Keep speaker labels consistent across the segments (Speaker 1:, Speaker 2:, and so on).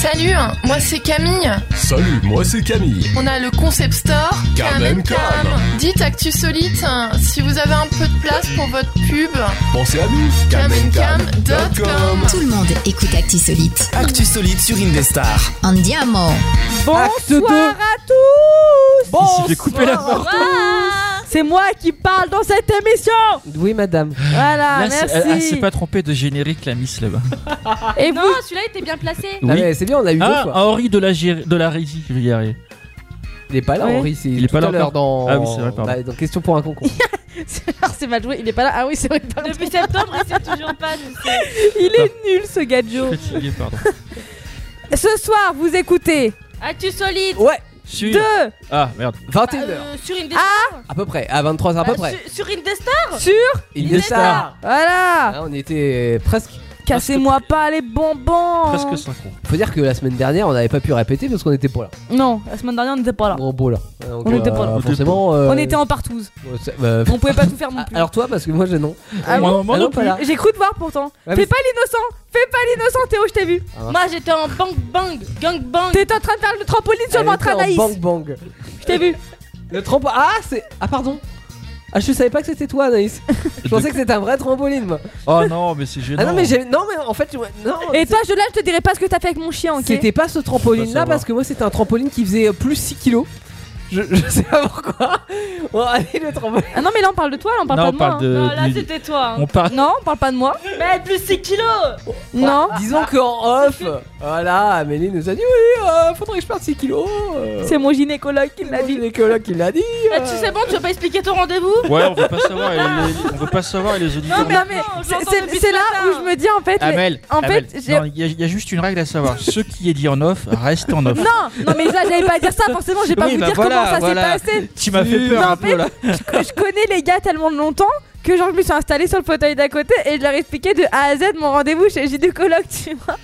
Speaker 1: Salut, moi c'est Camille.
Speaker 2: Salut, moi c'est Camille.
Speaker 1: On a le Concept Store.
Speaker 2: Cam and Cam.
Speaker 1: Dites Actu Solite, hein, si vous avez un peu de place pour votre pub.
Speaker 2: Pensez à nous.
Speaker 1: camandcam.com.
Speaker 3: Tout le monde écoute Actisolite.
Speaker 4: Actu solide sur Indestar.
Speaker 3: Andiamo.
Speaker 5: Acte deux.
Speaker 6: Bonsoir à tous
Speaker 5: Il s'est fait couper la main.
Speaker 6: C'est moi qui parle dans cette émission
Speaker 5: Oui, madame.
Speaker 6: Voilà,
Speaker 7: Là, c'est- elle- elle s'est
Speaker 6: Ah, merci Ah,
Speaker 7: pas trompée de générique, la Miss là-bas.
Speaker 6: Et vous
Speaker 8: Non, celui-là était bien placé.
Speaker 5: Ah,
Speaker 7: Oui.
Speaker 5: mais c'est bien, on a eu deux
Speaker 7: Ah,
Speaker 5: fois.
Speaker 7: Henri de la, gé- de la Régie, je vais y arriver.
Speaker 5: Il est pas là,
Speaker 6: Ouais.
Speaker 5: Henri. C'est
Speaker 7: Il est
Speaker 5: tout
Speaker 7: pas là
Speaker 5: à l'heure dans.
Speaker 7: Ah oui, c'est vrai, pardon.
Speaker 5: Bah, dans question pour un concours.
Speaker 6: C'est mal joué, il est pas là. Ah oui, c'est vrai, pardon.
Speaker 8: Depuis septembre, il sait toujours pas. tu sais.
Speaker 6: Il est nul ce gadjo.
Speaker 7: Fatigué, pardon.
Speaker 6: Ce soir, vous écoutez
Speaker 8: Actu solide.
Speaker 5: ouais,
Speaker 7: Sur...
Speaker 6: 2
Speaker 7: Ah, merde.
Speaker 5: 21h.
Speaker 8: Euh, sur une
Speaker 5: À peu près, à 23h à peu près.
Speaker 8: Sur une Indestar
Speaker 6: sur.
Speaker 5: Il
Speaker 7: est
Speaker 5: est tard.
Speaker 6: Voilà
Speaker 5: Ah, on était presque.
Speaker 6: Cassez-moi pas les bonbons
Speaker 7: Presque synchro.
Speaker 5: Faut dire que la semaine dernière, on n'avait pas pu répéter parce qu'on était pas là.
Speaker 6: Non, la semaine dernière, on n'était pas là.
Speaker 5: Ou en beau là. Donc,
Speaker 6: On était pas là.
Speaker 7: On était
Speaker 5: Forcément. euh,
Speaker 6: On était en partouze.
Speaker 5: euh, c'est- bah,
Speaker 6: On pouvait pas tout faire non
Speaker 5: ah,
Speaker 6: plus.
Speaker 5: alors toi, parce que moi, je non.
Speaker 6: Ah
Speaker 7: Moi-
Speaker 6: bon
Speaker 7: moi
Speaker 5: Ah
Speaker 7: non
Speaker 5: non, pas là.
Speaker 6: J'ai cru te voir pourtant.
Speaker 5: Ouais, mais- Ah.
Speaker 6: Fais pas l'innocent Fais pas l'innocent, Théo, je t'ai vu.
Speaker 8: Moi, j'étais en bang bang, gang bang.
Speaker 6: T'étais en train de faire le trampoline sur le
Speaker 5: Elle
Speaker 6: ventre
Speaker 5: était en
Speaker 6: Anaïs.
Speaker 5: Bang bang.
Speaker 6: Je t'ai vu.
Speaker 5: Le trampoline. Ah, c'est. Ah, pardon. Ah, je savais pas que c'était toi, Anaïs. je pensais que c'était un vrai trampoline, moi.
Speaker 7: Oh non, mais c'est gênant.
Speaker 5: Ah non, mais j'ai. Non, mais en fait, ouais, non.
Speaker 6: Et
Speaker 5: c'est-
Speaker 6: toi, je là, je te dirai pas ce que t'as fait avec mon chien, ok
Speaker 5: C'était pas ce
Speaker 7: Je
Speaker 5: trampoline
Speaker 7: peux pas
Speaker 5: là
Speaker 7: savoir.
Speaker 5: parce que moi c'était un trampoline qui faisait euh, plus 6 kilos. Je, je sais pas pourquoi. Bon, allez, le trampoline.
Speaker 6: Ah non, mais là, on parle de toi, là, on parle pas
Speaker 7: Non, on
Speaker 6: de moi.
Speaker 7: parle
Speaker 5: Euh,
Speaker 7: de.
Speaker 8: Non, là,
Speaker 7: du-
Speaker 8: c'était toi. hein.
Speaker 7: On parle.
Speaker 6: Non, on parle pas de moi.
Speaker 8: Mais plus 6 kilos.
Speaker 6: Non.
Speaker 5: Disons qu'en off, voilà, Amélie nous a dit oui, euh, faudrait que je perde 6 kilos. euh,
Speaker 6: C'est mon gynécologue qui
Speaker 5: c'est
Speaker 6: l'a
Speaker 5: mon
Speaker 6: dit.
Speaker 5: gynécologue qui l'a dit.
Speaker 8: Là, tu sais bon, tu veux pas expliquer ton rendez-vous
Speaker 7: Ouais, on veut pas savoir. et les- On veut pas savoir et les auditeurs.
Speaker 6: Non, mais
Speaker 8: Non,
Speaker 6: c'est-
Speaker 8: j'entends
Speaker 6: c'est
Speaker 8: depuis
Speaker 6: c'est
Speaker 8: ce
Speaker 6: là
Speaker 8: matin.
Speaker 6: où je me dis en fait. les-
Speaker 7: Amel,
Speaker 6: en
Speaker 7: Amel,
Speaker 6: fait, j'ai-
Speaker 7: non, il y, a- il y a juste une règle à savoir. Ce qui est dit en off reste en off.
Speaker 6: Non, non, mais là, j'allais pas dire ça, forcément, j'ai pas
Speaker 7: Oui,
Speaker 6: vous
Speaker 7: bah
Speaker 6: dire
Speaker 7: voilà,
Speaker 6: comment ça
Speaker 7: voilà.
Speaker 6: s'est passé.
Speaker 7: Tu m'as fait peur
Speaker 6: Non,
Speaker 7: un peu là.
Speaker 6: que je connais les gars tellement longtemps que genre je me suis installée sur le fauteuil d'à côté et je leur expliquais de A à Z mon rendez-vous chez le gynécologue, tu vois.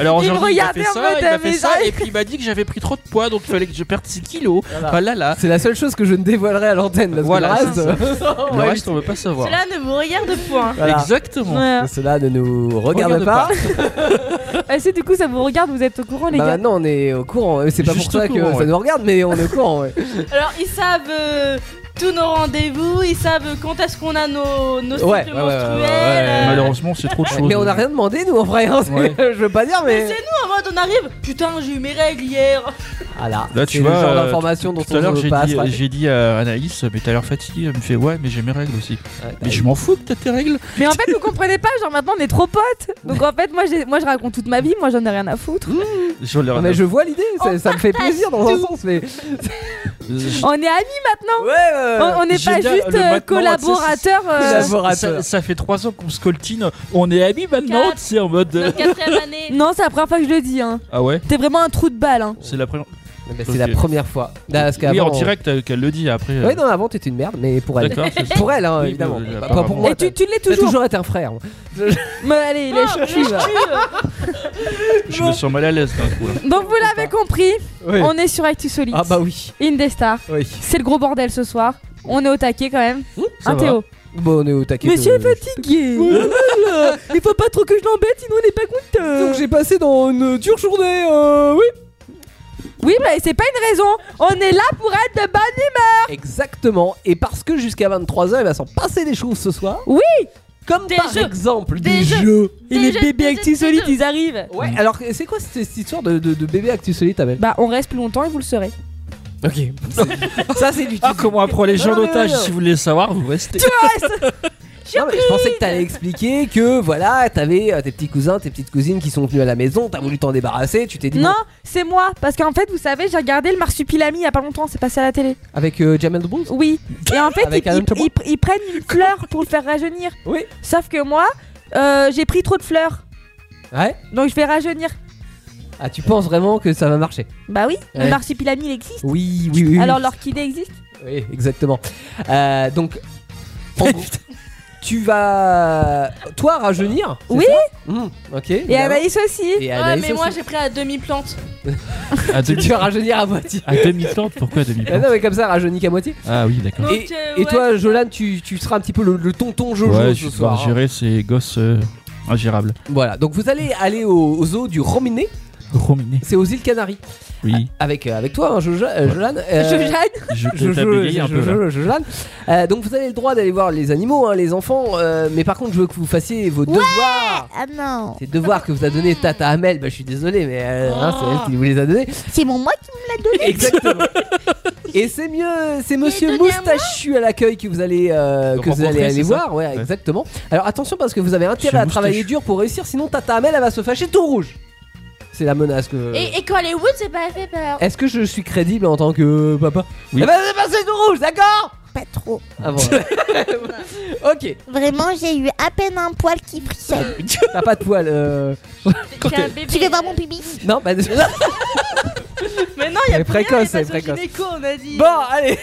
Speaker 7: Alors
Speaker 6: Il me
Speaker 7: aujourd'hui, il m'a fait
Speaker 6: regardait en
Speaker 7: ça,
Speaker 6: mode,
Speaker 7: il m'a
Speaker 6: euh,
Speaker 7: fait
Speaker 6: mais
Speaker 7: ça,
Speaker 6: arrête.
Speaker 7: et puis il m'a dit que j'avais pris trop de poids, donc il fallait que je perde 6 kilos. Ah là là.
Speaker 5: C'est la seule chose que je ne dévoilerai à l'antenne. parce que
Speaker 7: Voilà, c'est
Speaker 5: le reste. euh,
Speaker 7: Le reste, on veut pas savoir.
Speaker 8: Cela ne me regarde point.
Speaker 5: Voilà.
Speaker 7: Exactement.
Speaker 6: Ouais.
Speaker 5: Cela ne nous regarde,
Speaker 7: hein. Regarde
Speaker 5: pas.
Speaker 7: pas.
Speaker 6: Et si du coup ça vous regarde, vous êtes au courant les
Speaker 5: Bah,
Speaker 6: gars.
Speaker 5: maintenant on est au courant. Euh, C'est pas
Speaker 7: Juste
Speaker 5: pour ça
Speaker 7: au
Speaker 5: que
Speaker 7: courant,
Speaker 5: ça
Speaker 7: ouais.
Speaker 5: nous regarde, mais on est au courant. Ouais.
Speaker 8: Alors, ils savent euh, tous nos rendez-vous, ils savent quand est-ce qu'on a nos, nos cycles
Speaker 5: Ouais, ouais, ouais, ouais,
Speaker 8: menstruels.
Speaker 5: ouais,
Speaker 8: euh,
Speaker 7: Malheureusement, c'est trop de choses.
Speaker 5: mais on a rien demandé nous en vrai. hein, c'est-
Speaker 7: Ouais.
Speaker 5: je veux pas dire, mais.
Speaker 8: Mais c'est nous en mode on arrive. Putain, j'ai eu mes règles hier.
Speaker 5: Voilà.
Speaker 7: Là, tu
Speaker 5: C'est le
Speaker 7: vois,
Speaker 5: genre
Speaker 7: euh,
Speaker 5: d'information dont
Speaker 7: Tout
Speaker 5: on
Speaker 7: à l'heure,
Speaker 5: veut
Speaker 7: j'ai
Speaker 5: pas se
Speaker 7: dit, euh,
Speaker 5: rappeler.
Speaker 7: j'ai dit à Anaïs, mais t'as l'air fatiguée. Elle me fait, ouais, mais j'ai mes règles aussi. Mais je m'en fous que t'as tes règles.
Speaker 6: Mais en fait vous comprenez pas, genre maintenant on est trop potes. Donc en fait moi, j'ai- moi je raconte toute ma vie, moi j'en ai rien à foutre.
Speaker 7: Je leur-
Speaker 5: Non, mais je vois l'idée, ça, ça me fait plaisir dans un sens, mais.
Speaker 7: Je-
Speaker 6: On est amis maintenant.
Speaker 5: Ouais,
Speaker 6: On- On n'est
Speaker 7: J'aime
Speaker 6: pas
Speaker 7: bien
Speaker 6: juste
Speaker 7: le
Speaker 6: euh,
Speaker 7: maintenant,
Speaker 6: collaborateurs. euh,
Speaker 7: Ça, ça fait 3 ans qu'on se coltine. On est amis maintenant,
Speaker 8: Quatre.
Speaker 7: tu sais, en mode. euh,
Speaker 8: Notre quatrième année.
Speaker 6: Non, c'est la première fois que je le dis. Hein.
Speaker 7: Ah ouais
Speaker 6: T'es vraiment un trou de balle. Hein.
Speaker 7: C'est la première.
Speaker 5: C'est la
Speaker 7: Ok.
Speaker 5: première fois. Là, parce
Speaker 7: oui, en
Speaker 5: qu'avant,
Speaker 7: direct euh, qu'elle le dit après. euh,
Speaker 5: Ouais, non, avant t'étais une merde, mais pour elle.
Speaker 7: D'accord. c'est-
Speaker 5: Pour elle, hein,
Speaker 7: Oui,
Speaker 5: évidemment.
Speaker 7: mais, euh,
Speaker 5: Pas- pas
Speaker 7: apparemment.
Speaker 5: pour moi.
Speaker 6: Et tu, tu l'as
Speaker 5: T'as
Speaker 6: toujours.
Speaker 5: toujours été un frère.
Speaker 6: Mais allez, il est chouchou, là.
Speaker 7: Je me sens mal à l'aise d'un coup. là.
Speaker 6: Donc vous l'avez compris,
Speaker 5: Oui.
Speaker 6: on est sur Actu Solid.
Speaker 5: Ah bah oui.
Speaker 6: Indestar.
Speaker 5: Oui.
Speaker 6: C'est le gros bordel ce soir. On est au taquet quand même.
Speaker 7: Ça
Speaker 6: Un
Speaker 7: va.
Speaker 6: Théo.
Speaker 5: Bon, on est au taquet.
Speaker 6: Monsieur
Speaker 5: de-
Speaker 6: est fatigué. Voilà. Il faut pas trop que je l'embête, sinon on n'est pas
Speaker 5: Donc
Speaker 6: content.
Speaker 5: j'ai passé dans une dure journée. euh, oui.
Speaker 6: Oui, mais c'est pas une raison. On est là pour être de bonne.
Speaker 5: Exactement. Et parce que jusqu'à 23h, il va s'en ben, passer des choses ce soir.
Speaker 6: Oui.
Speaker 5: Comme
Speaker 8: Des
Speaker 5: par
Speaker 8: jeux.
Speaker 5: exemple
Speaker 8: Des
Speaker 5: des,
Speaker 8: jeux.
Speaker 5: jeux.
Speaker 6: Et
Speaker 8: Des
Speaker 6: les
Speaker 8: jeux,
Speaker 6: bébés
Speaker 8: des
Speaker 6: Actu
Speaker 8: jeux, des
Speaker 6: Solide,
Speaker 8: jeux.
Speaker 6: ils arrivent.
Speaker 5: Ouais, alors c'est quoi cette histoire de, de, de bébé Actu Solide, Amel
Speaker 6: Bah, on reste plus longtemps et vous le saurez.
Speaker 5: Ok.
Speaker 6: Bah,
Speaker 5: Ça, c'est du
Speaker 7: Ah, comment on prend les gens
Speaker 5: Non, non, non,
Speaker 7: d'otage
Speaker 5: non.
Speaker 7: Si vous voulez savoir, vous restez.
Speaker 5: Non, mais je pensais que t'allais expliquer que voilà, t'avais euh, tes petits cousins, tes petites cousines qui sont venus à la maison, t'as voulu t'en débarrasser, tu t'es dit
Speaker 6: Non,
Speaker 5: bon,
Speaker 6: c'est moi. Parce qu'en fait, vous savez, j'ai regardé le Marsupilami il y a pas longtemps. C'est passé à la télé.
Speaker 5: avec euh, Jamel Debbouze
Speaker 6: Oui. Et en fait,
Speaker 5: Avec
Speaker 6: ils,
Speaker 5: Adam
Speaker 6: ils-
Speaker 5: Chapeau
Speaker 6: ils- ils prennent une fleur pour le faire rajeunir.
Speaker 5: Oui.
Speaker 6: Sauf que moi, euh, j'ai pris trop de fleurs.
Speaker 5: Ouais.
Speaker 6: Donc je vais rajeunir.
Speaker 5: Ah, tu penses vraiment que ça va marcher
Speaker 6: Bah oui,
Speaker 5: Ouais.
Speaker 6: le Marsupilami il existe.
Speaker 5: Oui, oui, oui. oui.
Speaker 6: Alors l'orchidée existe.
Speaker 5: Oui, exactement. Euh, donc, en gros, tu vas toi rajeunir c'est
Speaker 6: Oui.
Speaker 5: ça Mmh, Ok.
Speaker 6: Et
Speaker 5: évidemment.
Speaker 6: Anaïs aussi.
Speaker 5: Et
Speaker 8: Ouais,
Speaker 5: Anaïs
Speaker 8: mais moi
Speaker 5: aussi.
Speaker 8: j'ai pris à demi-plante.
Speaker 7: À
Speaker 5: tu,
Speaker 7: demi-
Speaker 5: tu vas rajeunir à moitié.
Speaker 7: à demi-plante Pourquoi à
Speaker 5: Ah
Speaker 7: demi-plante
Speaker 5: non, mais comme ça, rajeunis qu'à moitié.
Speaker 7: Ah oui, d'accord.
Speaker 8: Donc,
Speaker 5: et
Speaker 8: euh,
Speaker 5: et
Speaker 8: ouais,
Speaker 5: toi, Jolan, tu, tu seras un petit peu le, le tonton Jojo
Speaker 7: Ouais, je
Speaker 5: ce
Speaker 7: vais devoir
Speaker 5: soir. hein.
Speaker 7: gérer ces gosses euh, ingérables.
Speaker 5: Voilà, donc vous allez aller au, au zoo du Rominé.
Speaker 7: Rominé.
Speaker 5: C'est aux îles Canaries.
Speaker 7: Oui.
Speaker 5: Avec, euh, avec toi, hein, Jojo- euh,
Speaker 7: Ouais.
Speaker 5: Jolan. euh,
Speaker 6: Je gêne.
Speaker 7: Je
Speaker 5: Jojo-
Speaker 7: t'as bégayé un peu là.
Speaker 5: Jojo- Jolan. Euh, donc vous avez le droit d'aller voir les animaux, hein, les enfants, euh, mais par contre je veux que vous fassiez vos devoirs.
Speaker 3: Ah non.
Speaker 5: Ces devoirs que vous a donné Tata Amel, bah, je suis désolé, mais euh, hein, c'est elle qui vous les a donnés.
Speaker 3: C'est mon moi qui
Speaker 5: Exactement. Et c'est mieux, c'est Monsieur
Speaker 8: donnez à moi
Speaker 5: Moustachu à l'accueil que vous allez euh, que vous
Speaker 7: Rencontrer,
Speaker 5: allez aller
Speaker 7: c'est ça
Speaker 5: voir, ouais, exactement. Alors attention parce que vous avez intérêt
Speaker 7: Monsieur
Speaker 5: à travailler
Speaker 7: Moustachu.
Speaker 5: dur pour réussir, sinon Tata Amel elle va se fâcher tout rouge. C'est la menace que.
Speaker 8: Et, et quand les Woods, c'est pas fait peur.
Speaker 5: Est-ce que je suis crédible en tant que papa
Speaker 7: Oui.
Speaker 5: Eh ben, c'est passé tout rouge, d'accord
Speaker 3: pas trop.
Speaker 5: Ah bon. ok,
Speaker 3: Vraiment, j'ai eu à peine un poil qui frissonne.
Speaker 5: t'as pas de poil. Euh...
Speaker 8: J'ai un bébé.
Speaker 3: Tu veux voir mon pipi
Speaker 5: Non, bah.
Speaker 8: Mais non, il y
Speaker 5: Mais
Speaker 8: a plus rien,
Speaker 5: précoce,
Speaker 8: les
Speaker 5: c'est
Speaker 8: passages
Speaker 5: précoce.
Speaker 8: gynéco, on a dit.
Speaker 5: Bon, allez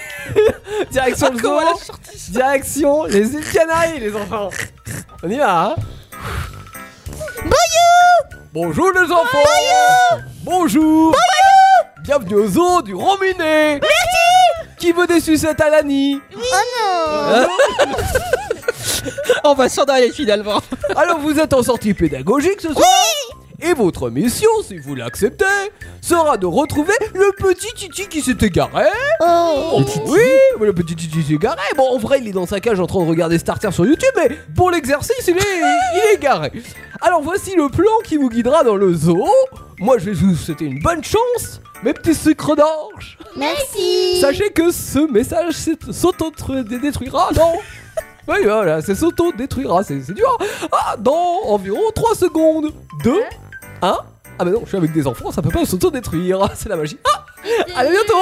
Speaker 5: Direction le zoo Direction les îles Canaries, les enfants On y va, hein Bonjour les enfants Bonjour Bienvenue au zoo du Rominé Merci Qui veut des sucettes à Hein l'Annie
Speaker 3: Oh
Speaker 9: On va s'en aller finalement.
Speaker 5: Alors vous êtes en sortie pédagogique ce soir Et votre mission, si vous l'acceptez, sera de retrouver le petit Titi qui s'est égaré
Speaker 3: non
Speaker 5: Oh, Oui, mais le petit Titi s'est garé. Bon, en vrai, il est dans sa cage en train de regarder Starter sur YouTube, mais pour l'exercice, il est, il est garé. Alors voici le plan qui vous guidera dans le zoo. Moi, je vais vous souhaiter une bonne chance, mes petits sucres d'orge.
Speaker 3: Merci
Speaker 5: Sachez que ce message s'est- s'auto-détruira, non Oui, voilà, c'est s'auto-détruira, c'est c'est dur. Ah, dans environ 3 secondes. 2, 1. Ah, mais non, je suis avec des enfants, ça peut pas s'auto-détruire. C'est la magie. Ah À bientôt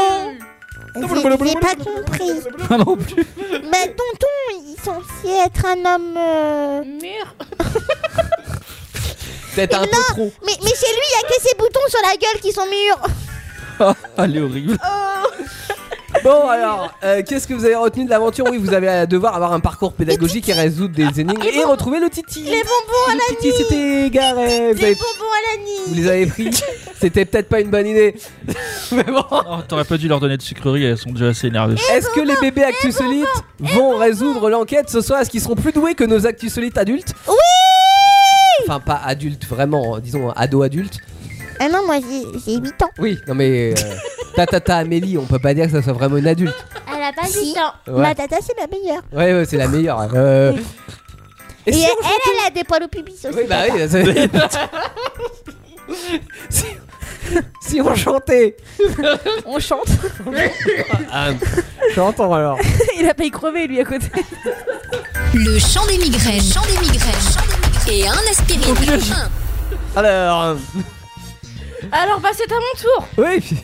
Speaker 3: J'ai j'ai pas compris.
Speaker 7: Ah non plus.
Speaker 3: Mais tonton, il est censé être un homme... euh,
Speaker 8: Merde.
Speaker 5: Peut-être Ah, un peu trop.
Speaker 3: Mais, mais chez lui, il y a que ses boutons sur la gueule qui sont mûrs.
Speaker 8: Oh,
Speaker 7: Elle est horrible.
Speaker 5: Bon alors, euh, qu'est-ce que vous avez retenu de l'aventure Oui, vous allez euh, devoir avoir un parcours pédagogique et résoudre des énigmes et retrouver le titi. Les bonbons à la Le titi c'était égaré. Vous, avez-
Speaker 3: bonbons à la
Speaker 5: vous les avez pris. C'était peut-être pas une bonne idée. Mais bon.
Speaker 7: Oh, T'aurais pas dû leur donner de sucreries, elles sont déjà assez énervées.
Speaker 5: Est-ce que les bébés actusolites vont résoudre l'enquête ce soir Est-ce qu'ils seront plus doués que nos actusolites adultes Oui. Enfin, pas adultes vraiment, disons ado adultes.
Speaker 3: Ah non, moi j'ai j'ai 8 ans.
Speaker 5: Oui. Non mais. euh, Ta ta ta Amélie, on peut pas dire que ça soit vraiment une adulte.
Speaker 8: Elle a pas
Speaker 3: Si.
Speaker 8: dit temps.
Speaker 5: Ouais,
Speaker 3: Ma tata, c'est la meilleure.
Speaker 5: ouais, ouais, c'est la meilleure. Euh,
Speaker 3: Et,
Speaker 5: et si
Speaker 3: elle,
Speaker 5: on
Speaker 3: elle a des poils au pubis aussi.
Speaker 5: Oui, bah
Speaker 3: papa.
Speaker 5: oui, c'est- si... si on chantait.
Speaker 6: On chante.
Speaker 5: J'entends alors.
Speaker 6: Il a pas y crever lui à côté.
Speaker 3: Le chant des migraines. Chant des migraines. Et un aspirine.
Speaker 5: Alors. euh,
Speaker 8: Alors, bah, c'est à mon tour.
Speaker 5: Oui, puis-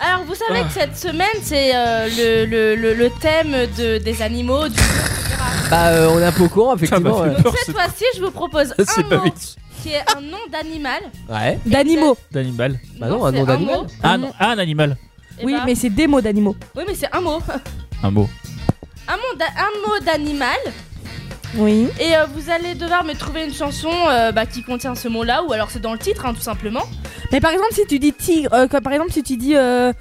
Speaker 8: Alors, vous savez
Speaker 5: Ah.
Speaker 8: que cette semaine, c'est euh, le, le, le, le thème de, des animaux. Du...
Speaker 5: bah, euh, on est un peu au courant, effectivement.
Speaker 7: Ça m'a
Speaker 5: ouais.
Speaker 7: fait peur, Ah,
Speaker 8: Cette fois-ci, je vous propose
Speaker 7: ce-
Speaker 8: un
Speaker 7: C'est pas
Speaker 8: mot
Speaker 7: vite.
Speaker 8: qui est un nom d'animal.
Speaker 5: Ouais.
Speaker 6: D'animaux.
Speaker 7: D'animal.
Speaker 5: Bah non, un
Speaker 8: c'est
Speaker 5: nom d'animal.
Speaker 8: mot.
Speaker 7: Ah, non, ah, un animal.
Speaker 8: Eh
Speaker 6: Oui,
Speaker 8: bah,
Speaker 6: mais c'est des mots d'animaux.
Speaker 8: oui, mais c'est un mot.
Speaker 7: Un mot.
Speaker 8: Un, mot d'a- un mot d'animal.
Speaker 6: Oui.
Speaker 8: Et euh, vous allez devoir me trouver une chanson euh, bah, qui contient ce mot-là, ou alors c'est dans le titre, hein, tout simplement.
Speaker 6: Mais par exemple, si tu dis tigre, euh, comme par exemple, si tu dis. Euh,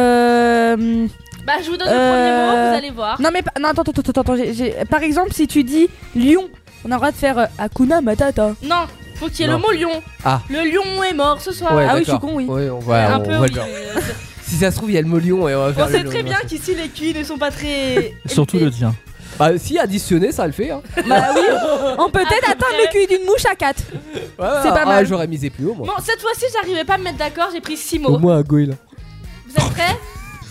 Speaker 6: euh,
Speaker 8: Bah, je vous donne le premier
Speaker 6: Euh,
Speaker 8: mot, vous allez voir.
Speaker 6: non, mais pa- non, attends, attends, attends, attends. j'ai- j'ai- Par exemple, si tu dis lion, on a le droit de faire euh, Hakuna Matata.
Speaker 8: Non, faut qu'il y ait le
Speaker 5: Non.
Speaker 8: mot lion.
Speaker 5: Ah.
Speaker 8: Le lion est mort ce soir.
Speaker 5: Ouais,
Speaker 6: ah oui, je suis
Speaker 5: d'accord.
Speaker 6: con, oui.
Speaker 5: Ouais, on va,
Speaker 8: un
Speaker 5: on
Speaker 8: peu,
Speaker 5: va
Speaker 8: oui.
Speaker 5: le faire. Si ça se trouve, il y a le mot lion et on va faire.
Speaker 8: On
Speaker 5: le
Speaker 8: sait
Speaker 5: lion,
Speaker 8: très
Speaker 5: on va
Speaker 8: bien
Speaker 5: faire.
Speaker 8: qu'ici les QI ne sont pas très.
Speaker 7: Surtout le tien.
Speaker 5: Bah, si additionné, ça le fait. Hein.
Speaker 6: Bah oui, on peut peut-être
Speaker 8: À peu
Speaker 6: atteindre
Speaker 8: près.
Speaker 6: le cul d'une mouche à 4.
Speaker 5: Ouais, ouais,
Speaker 6: C'est pas
Speaker 5: ah,
Speaker 6: mal.
Speaker 5: J'aurais misé plus haut, moi.
Speaker 8: Bon, cette fois-ci, j'arrivais pas à me mettre d'accord, j'ai pris 6
Speaker 5: Au
Speaker 8: mots.
Speaker 5: moins un goéland.
Speaker 8: Vous êtes prêts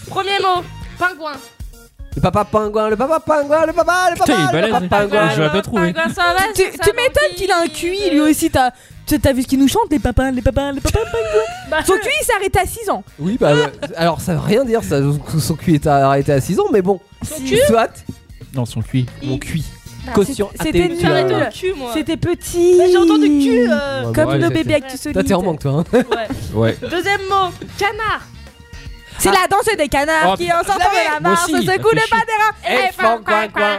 Speaker 8: Premier mot pingouin.
Speaker 5: Le papa pingouin, le papa pingouin, le papa, le papa,
Speaker 7: Putain, il est
Speaker 5: le papa
Speaker 7: balèze.
Speaker 5: pingouin.
Speaker 7: je l'aurais pas trouvé.
Speaker 8: Pingouin sauvage,
Speaker 6: Tu,
Speaker 8: ça euh,
Speaker 6: tu
Speaker 8: m'a
Speaker 6: m'étonnes
Speaker 8: dit
Speaker 6: qu'il a un QI, lui aussi. T'as tu- t'as vu ce qu'il nous chante, les papins, les papins, les papins.
Speaker 8: Bah,
Speaker 6: Son QI s'arrête à 6 ans.
Speaker 5: Oui, bah, ouais. alors ça veut rien dire, ça. Son cul est arrêté à 6 ans, mais bon. Soit,
Speaker 7: Non, son cuit.
Speaker 5: mon cul.
Speaker 6: Bah,
Speaker 5: Quotient
Speaker 6: c'était- c'était
Speaker 5: intellectuel.
Speaker 8: J'ai arrêté
Speaker 6: nul.
Speaker 8: le cul, moi.
Speaker 6: C'était petit.
Speaker 8: Mais Bah, J'ai entendu cul. euh,
Speaker 5: Ouais,
Speaker 6: Comme
Speaker 5: ouais,
Speaker 6: nos
Speaker 5: c'est-
Speaker 6: bébés actus
Speaker 5: Toi, t'es en manque, toi. hein.
Speaker 8: ouais.
Speaker 7: Ouais.
Speaker 8: Deuxième mot canard.
Speaker 6: C'est la danse des canards
Speaker 5: Ah.
Speaker 7: Oh,
Speaker 6: qui
Speaker 8: Ah,
Speaker 6: en
Speaker 8: bah,
Speaker 6: sortant
Speaker 7: l'avais.
Speaker 6: de la
Speaker 7: Moi
Speaker 6: mare se
Speaker 7: aussi, ça
Speaker 6: secouent
Speaker 7: fait
Speaker 6: le pas
Speaker 7: chier.
Speaker 6: des rats.
Speaker 5: Eh, fan, coin, coin.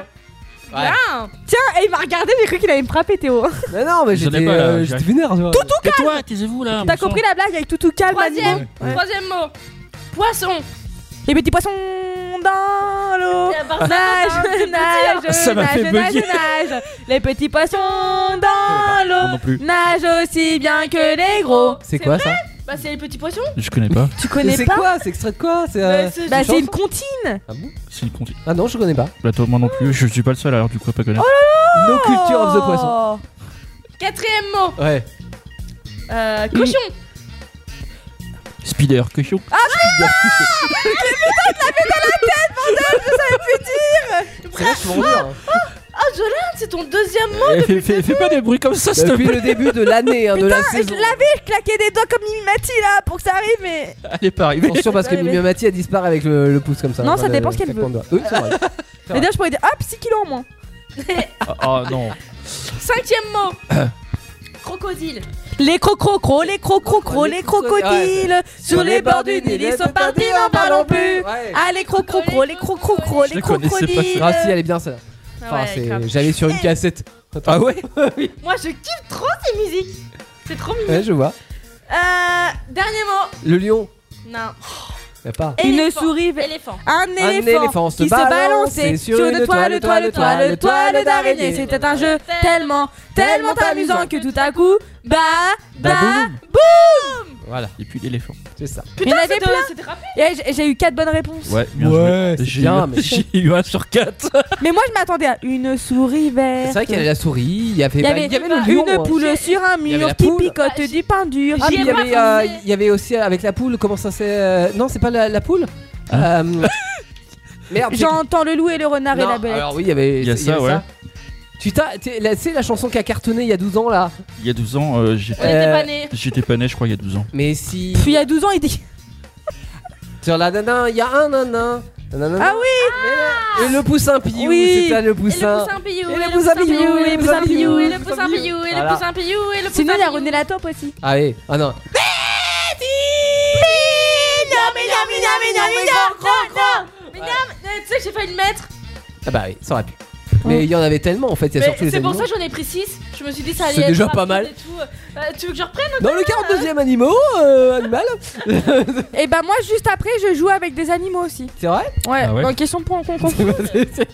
Speaker 5: Ouais.
Speaker 8: Bien.
Speaker 6: Tiens, et il m'a regardé, j'ai cru qu'il allait me frapper, Théo.
Speaker 5: Mais non, mais
Speaker 7: J'en ai
Speaker 5: j'étais
Speaker 7: pas,
Speaker 5: euh,
Speaker 7: là,
Speaker 5: j'étais
Speaker 7: direct.
Speaker 5: vénère. tu vois.
Speaker 7: Et toi, taisez-vous là.
Speaker 6: T'as
Speaker 7: bon sang.
Speaker 6: compris la blague avec tout tout calme, Manon
Speaker 8: Troisième. Troisième mot poisson.
Speaker 6: Les petits poissons dans l'eau.
Speaker 8: Et à part ça, ben, ça fait un
Speaker 6: Oh, Nage,
Speaker 8: petit hein. peu
Speaker 6: nage,
Speaker 8: dur.
Speaker 4: Ça m'a
Speaker 6: nage,
Speaker 4: fait
Speaker 6: nage,
Speaker 4: bugger.
Speaker 6: nage. Les petits poissons dans
Speaker 7: Moi
Speaker 6: l'eau.
Speaker 7: non plus.
Speaker 6: Nage aussi bien que les gros.
Speaker 5: C'est quoi ça
Speaker 8: Oh, Bah, c'est les petits poissons.
Speaker 7: Je connais pas.
Speaker 6: Tu
Speaker 5: Mais
Speaker 6: connais
Speaker 5: C'est
Speaker 6: pas
Speaker 5: quoi C'est extrait de quoi C'est. euh,
Speaker 8: Bah, c'est-
Speaker 6: Bah, c'est une
Speaker 5: chanson
Speaker 6: comptine.
Speaker 5: Ah bon
Speaker 7: C'est une conti.
Speaker 5: Ah non, je connais pas.
Speaker 7: Bah, toi, moi non plus. Je suis pas le seul alors du coup à pas connaître.
Speaker 6: Oh
Speaker 5: No Culture of the Poisson.
Speaker 8: Quatrième mot.
Speaker 5: Ouais.
Speaker 8: Euh, cochon.
Speaker 7: Mm. Spider, question.
Speaker 5: C'est vachement dur.
Speaker 8: Ah, Jolene, c'est ton deuxième mot.
Speaker 7: Fais, Eh, fais- fais pas des bruits comme ça, s'il te
Speaker 5: Bah, Depuis
Speaker 7: plaît.
Speaker 5: le début de l'année, hein, de la
Speaker 6: Je
Speaker 5: saison.
Speaker 6: l'avais, je claquais des doigts comme Mimimati là pour que ça arrive, mais.
Speaker 7: Elle est pas arrivée.
Speaker 5: Attention parce que
Speaker 6: Ouais, mais-
Speaker 5: Mimimati elle disparaît avec le, le pouce comme ça.
Speaker 6: Non,
Speaker 5: Enfin,
Speaker 6: ça
Speaker 5: le-
Speaker 6: dépend ce qu'elle
Speaker 5: le
Speaker 6: veut.
Speaker 5: claquement de doigts. Oui, c'est vrai.
Speaker 6: Mais d'ailleurs, je pourrais dire hop, 6 kilos en moins.
Speaker 7: Ah ah, non.
Speaker 8: Cinquième mot. Crocodile.
Speaker 6: Les crocrocros, les crocrocros, les crocodiles. Sur les bords du Nil, ils sont partis, n'en parlons plus.
Speaker 5: Ouais.
Speaker 6: Ah, les crocrocros, les crocrocros,
Speaker 7: Je
Speaker 6: les
Speaker 7: la connaissais pas,
Speaker 6: crocodiles.
Speaker 5: Ah si, elle est bien celle-là.
Speaker 8: Ah
Speaker 5: Enfin,
Speaker 8: ouais,
Speaker 5: c'est-
Speaker 8: grave. Eh.
Speaker 5: J'avais sur une cassette. Ah ouais
Speaker 8: Moi, je kiffe trop ces musiques. C'est trop mignon.
Speaker 5: Ouais, je vois.
Speaker 8: Euh, dernier mot.
Speaker 5: Le lion,
Speaker 8: Non.
Speaker 5: y a pas.
Speaker 6: Une
Speaker 8: Éléphant.
Speaker 6: souris.
Speaker 8: Éléphant.
Speaker 6: Un
Speaker 5: Un
Speaker 6: éléphant,
Speaker 5: éléphant se
Speaker 6: qui se balançait
Speaker 5: balançait
Speaker 6: sur une toile, toile, toile, toile d'araignée. C'était un jeu tellement, tellement amusant que tout à coup, bah, bah,
Speaker 7: Voilà. Et puis l'éléphant.
Speaker 5: C'est ça.
Speaker 6: il y en avait
Speaker 8: C'était-
Speaker 6: plein.
Speaker 8: C'était rapide.
Speaker 6: Et j'ai- J'ai eu 4 bonnes réponses.
Speaker 7: Ouais, bien
Speaker 5: Ouais,
Speaker 7: joué.
Speaker 5: c'est
Speaker 7: J'ai
Speaker 5: bien,
Speaker 7: eu-
Speaker 5: mais-
Speaker 7: j'ai eu un sur quatre.
Speaker 6: Mais moi, je m'attendais à une souris
Speaker 5: C'est
Speaker 6: verte.
Speaker 5: vrai qu'il y avait la souris, il y avait,
Speaker 6: bah. Il y
Speaker 5: bah,
Speaker 6: avait,
Speaker 5: il y avait le lion.
Speaker 6: une
Speaker 5: hein.
Speaker 6: poule sur un
Speaker 5: Il y avait la
Speaker 6: mur qui
Speaker 5: poule.
Speaker 6: picote
Speaker 8: Ah,
Speaker 6: du pain dur.
Speaker 5: Ah,
Speaker 8: J'y
Speaker 5: mais
Speaker 8: ai
Speaker 5: il y
Speaker 8: pas
Speaker 5: avait, euh,
Speaker 8: pensé.
Speaker 5: il y avait aussi avec la poule, comment ça c'est euh, Non, c'est pas la, la poule Euh, Merde. j'ai-
Speaker 6: J'entends le loup et le renard et
Speaker 5: Non,
Speaker 6: Hein la belette.
Speaker 5: Alors oui, il y avait,
Speaker 7: Il y a ça, ouais.
Speaker 5: Tu t'as- t'es- la- c'est la chanson qui a cartonné il y a 12 ans là.
Speaker 7: Il y a 12 ans, euh, j'ai-
Speaker 8: On était
Speaker 5: Euh,
Speaker 8: pas nés.
Speaker 7: j'étais pas né, je crois, il y a 12 ans.
Speaker 5: Mais si.
Speaker 6: Puis il y a 12 ans, il dit
Speaker 5: Sur la nana, il y a un nana. Nanana.
Speaker 6: Ah
Speaker 5: oui Et le poussin Piou,
Speaker 6: Oui.
Speaker 5: c'était
Speaker 8: Et
Speaker 5: le
Speaker 8: le
Speaker 5: poussin.
Speaker 8: poussin pillou,
Speaker 5: Euh, Et le poussin pillou,
Speaker 8: et le poussin pillou, et le poussin pillou, et
Speaker 5: Voilà.
Speaker 8: le poussin pillou, et le poussin
Speaker 6: Sinon, il y a
Speaker 8: pillou.
Speaker 6: René Latop aussi.
Speaker 5: Ah oui, ah non.
Speaker 8: Mais euh, Tu sais que j'ai failli le mettre.
Speaker 5: Ah bah oui, ça aurait pu. Mais il y en avait tellement en fait, il y a
Speaker 8: Mais
Speaker 5: surtout les
Speaker 8: C'est pour
Speaker 5: animaux.
Speaker 8: ça que j'en ai pris 6. Je me suis dit, ça allait
Speaker 5: C'est
Speaker 8: être
Speaker 5: déjà
Speaker 8: rapide
Speaker 5: pas mal.
Speaker 8: et tout. Euh, Tu veux que je reprenne
Speaker 5: Dans le 42e animaux, euh, animal,
Speaker 6: Et bah, moi, juste après, je joue avec des animaux aussi.
Speaker 5: c'est vrai
Speaker 6: Ouais,
Speaker 7: Ah ouais
Speaker 6: dans question point, on comprend.
Speaker 5: C'est- c'est-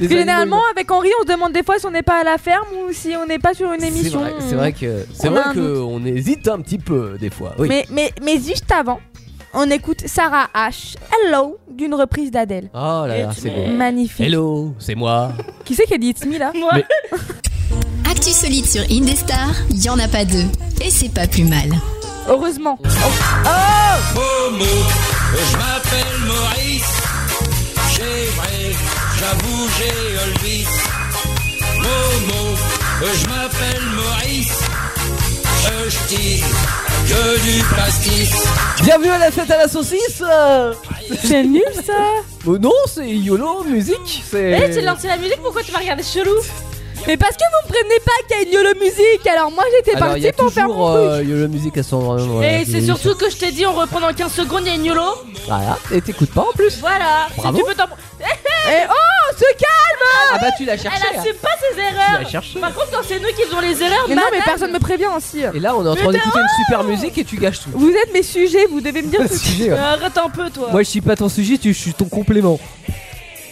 Speaker 5: les
Speaker 6: Généralement,
Speaker 5: animaux,
Speaker 6: avec Henri, on se demande des fois si on n'est pas à la ferme ou si on n'est pas sur une
Speaker 5: c'est
Speaker 6: émission.
Speaker 5: vrai- C'est vrai que c'est
Speaker 6: On a
Speaker 5: vrai
Speaker 6: un
Speaker 5: que on hésite un petit peu des fois. Oui.
Speaker 6: Mais, mais, mais juste avant, on écoute Sarah H. Hello d'une reprise d'Adèle.
Speaker 5: Oh là là, c'est beau.
Speaker 6: Magnifique.
Speaker 5: Hello, c'est moi.
Speaker 6: Qui c'est qui a dit It's me là
Speaker 8: Moi,
Speaker 7: Mais-
Speaker 3: Actu solide sur Indestar, il y en a pas deux. Et c'est pas plus mal.
Speaker 6: Heureusement.
Speaker 9: Je m'appelle Maurice, j'ai vrai, j'avoue j'ai Olvis. Momo, euh, je m'appelle Maurice, Euh, je tire que du plastique.
Speaker 5: Bienvenue à la fête à la saucisse. euh.
Speaker 6: C'est nul ça
Speaker 5: Euh, non, c'est YOLO musique,
Speaker 8: Eh, j'ai
Speaker 5: c'est
Speaker 8: lancé la musique, pourquoi tu m'as regardé chelou
Speaker 6: Mais parce que vous me prévenez pas qu'il y a une YOLO musique, alors moi j'étais
Speaker 5: Alors, il y
Speaker 6: partie
Speaker 5: a
Speaker 6: pour faire
Speaker 5: toujours
Speaker 6: mon
Speaker 5: euh,
Speaker 6: truc.
Speaker 5: YOLO musique à son
Speaker 8: Et c'est surtout que je t'ai dit, on reprend dans 15 secondes, il y a une YOLO.
Speaker 5: Voilà, et t'écoutes pas en plus.
Speaker 8: Voilà. Si
Speaker 5: Bravo.
Speaker 8: tu peux t'en-
Speaker 6: Et oh, ce cas
Speaker 5: Ah bah tu l'as cherché.
Speaker 8: Elle
Speaker 5: là.
Speaker 8: assume pas ses
Speaker 5: Tu l'as
Speaker 8: erreurs.
Speaker 5: cherché.
Speaker 8: Par contre, quand c'est nous qui faisons les erreurs,
Speaker 5: euh,
Speaker 8: bah,
Speaker 6: Mais non, mais
Speaker 8: madame,
Speaker 6: personne me prévient aussi.
Speaker 5: hein. Et là, on est en train d'écouter une super musique et tu gâches tout.
Speaker 6: Vous êtes mes sujets, vous devez me dire tout. de suite.
Speaker 5: Sujet, ouais.
Speaker 8: euh, Arrête un peu, toi.
Speaker 5: Moi, je suis pas ton sujet, tu, je suis ton complément.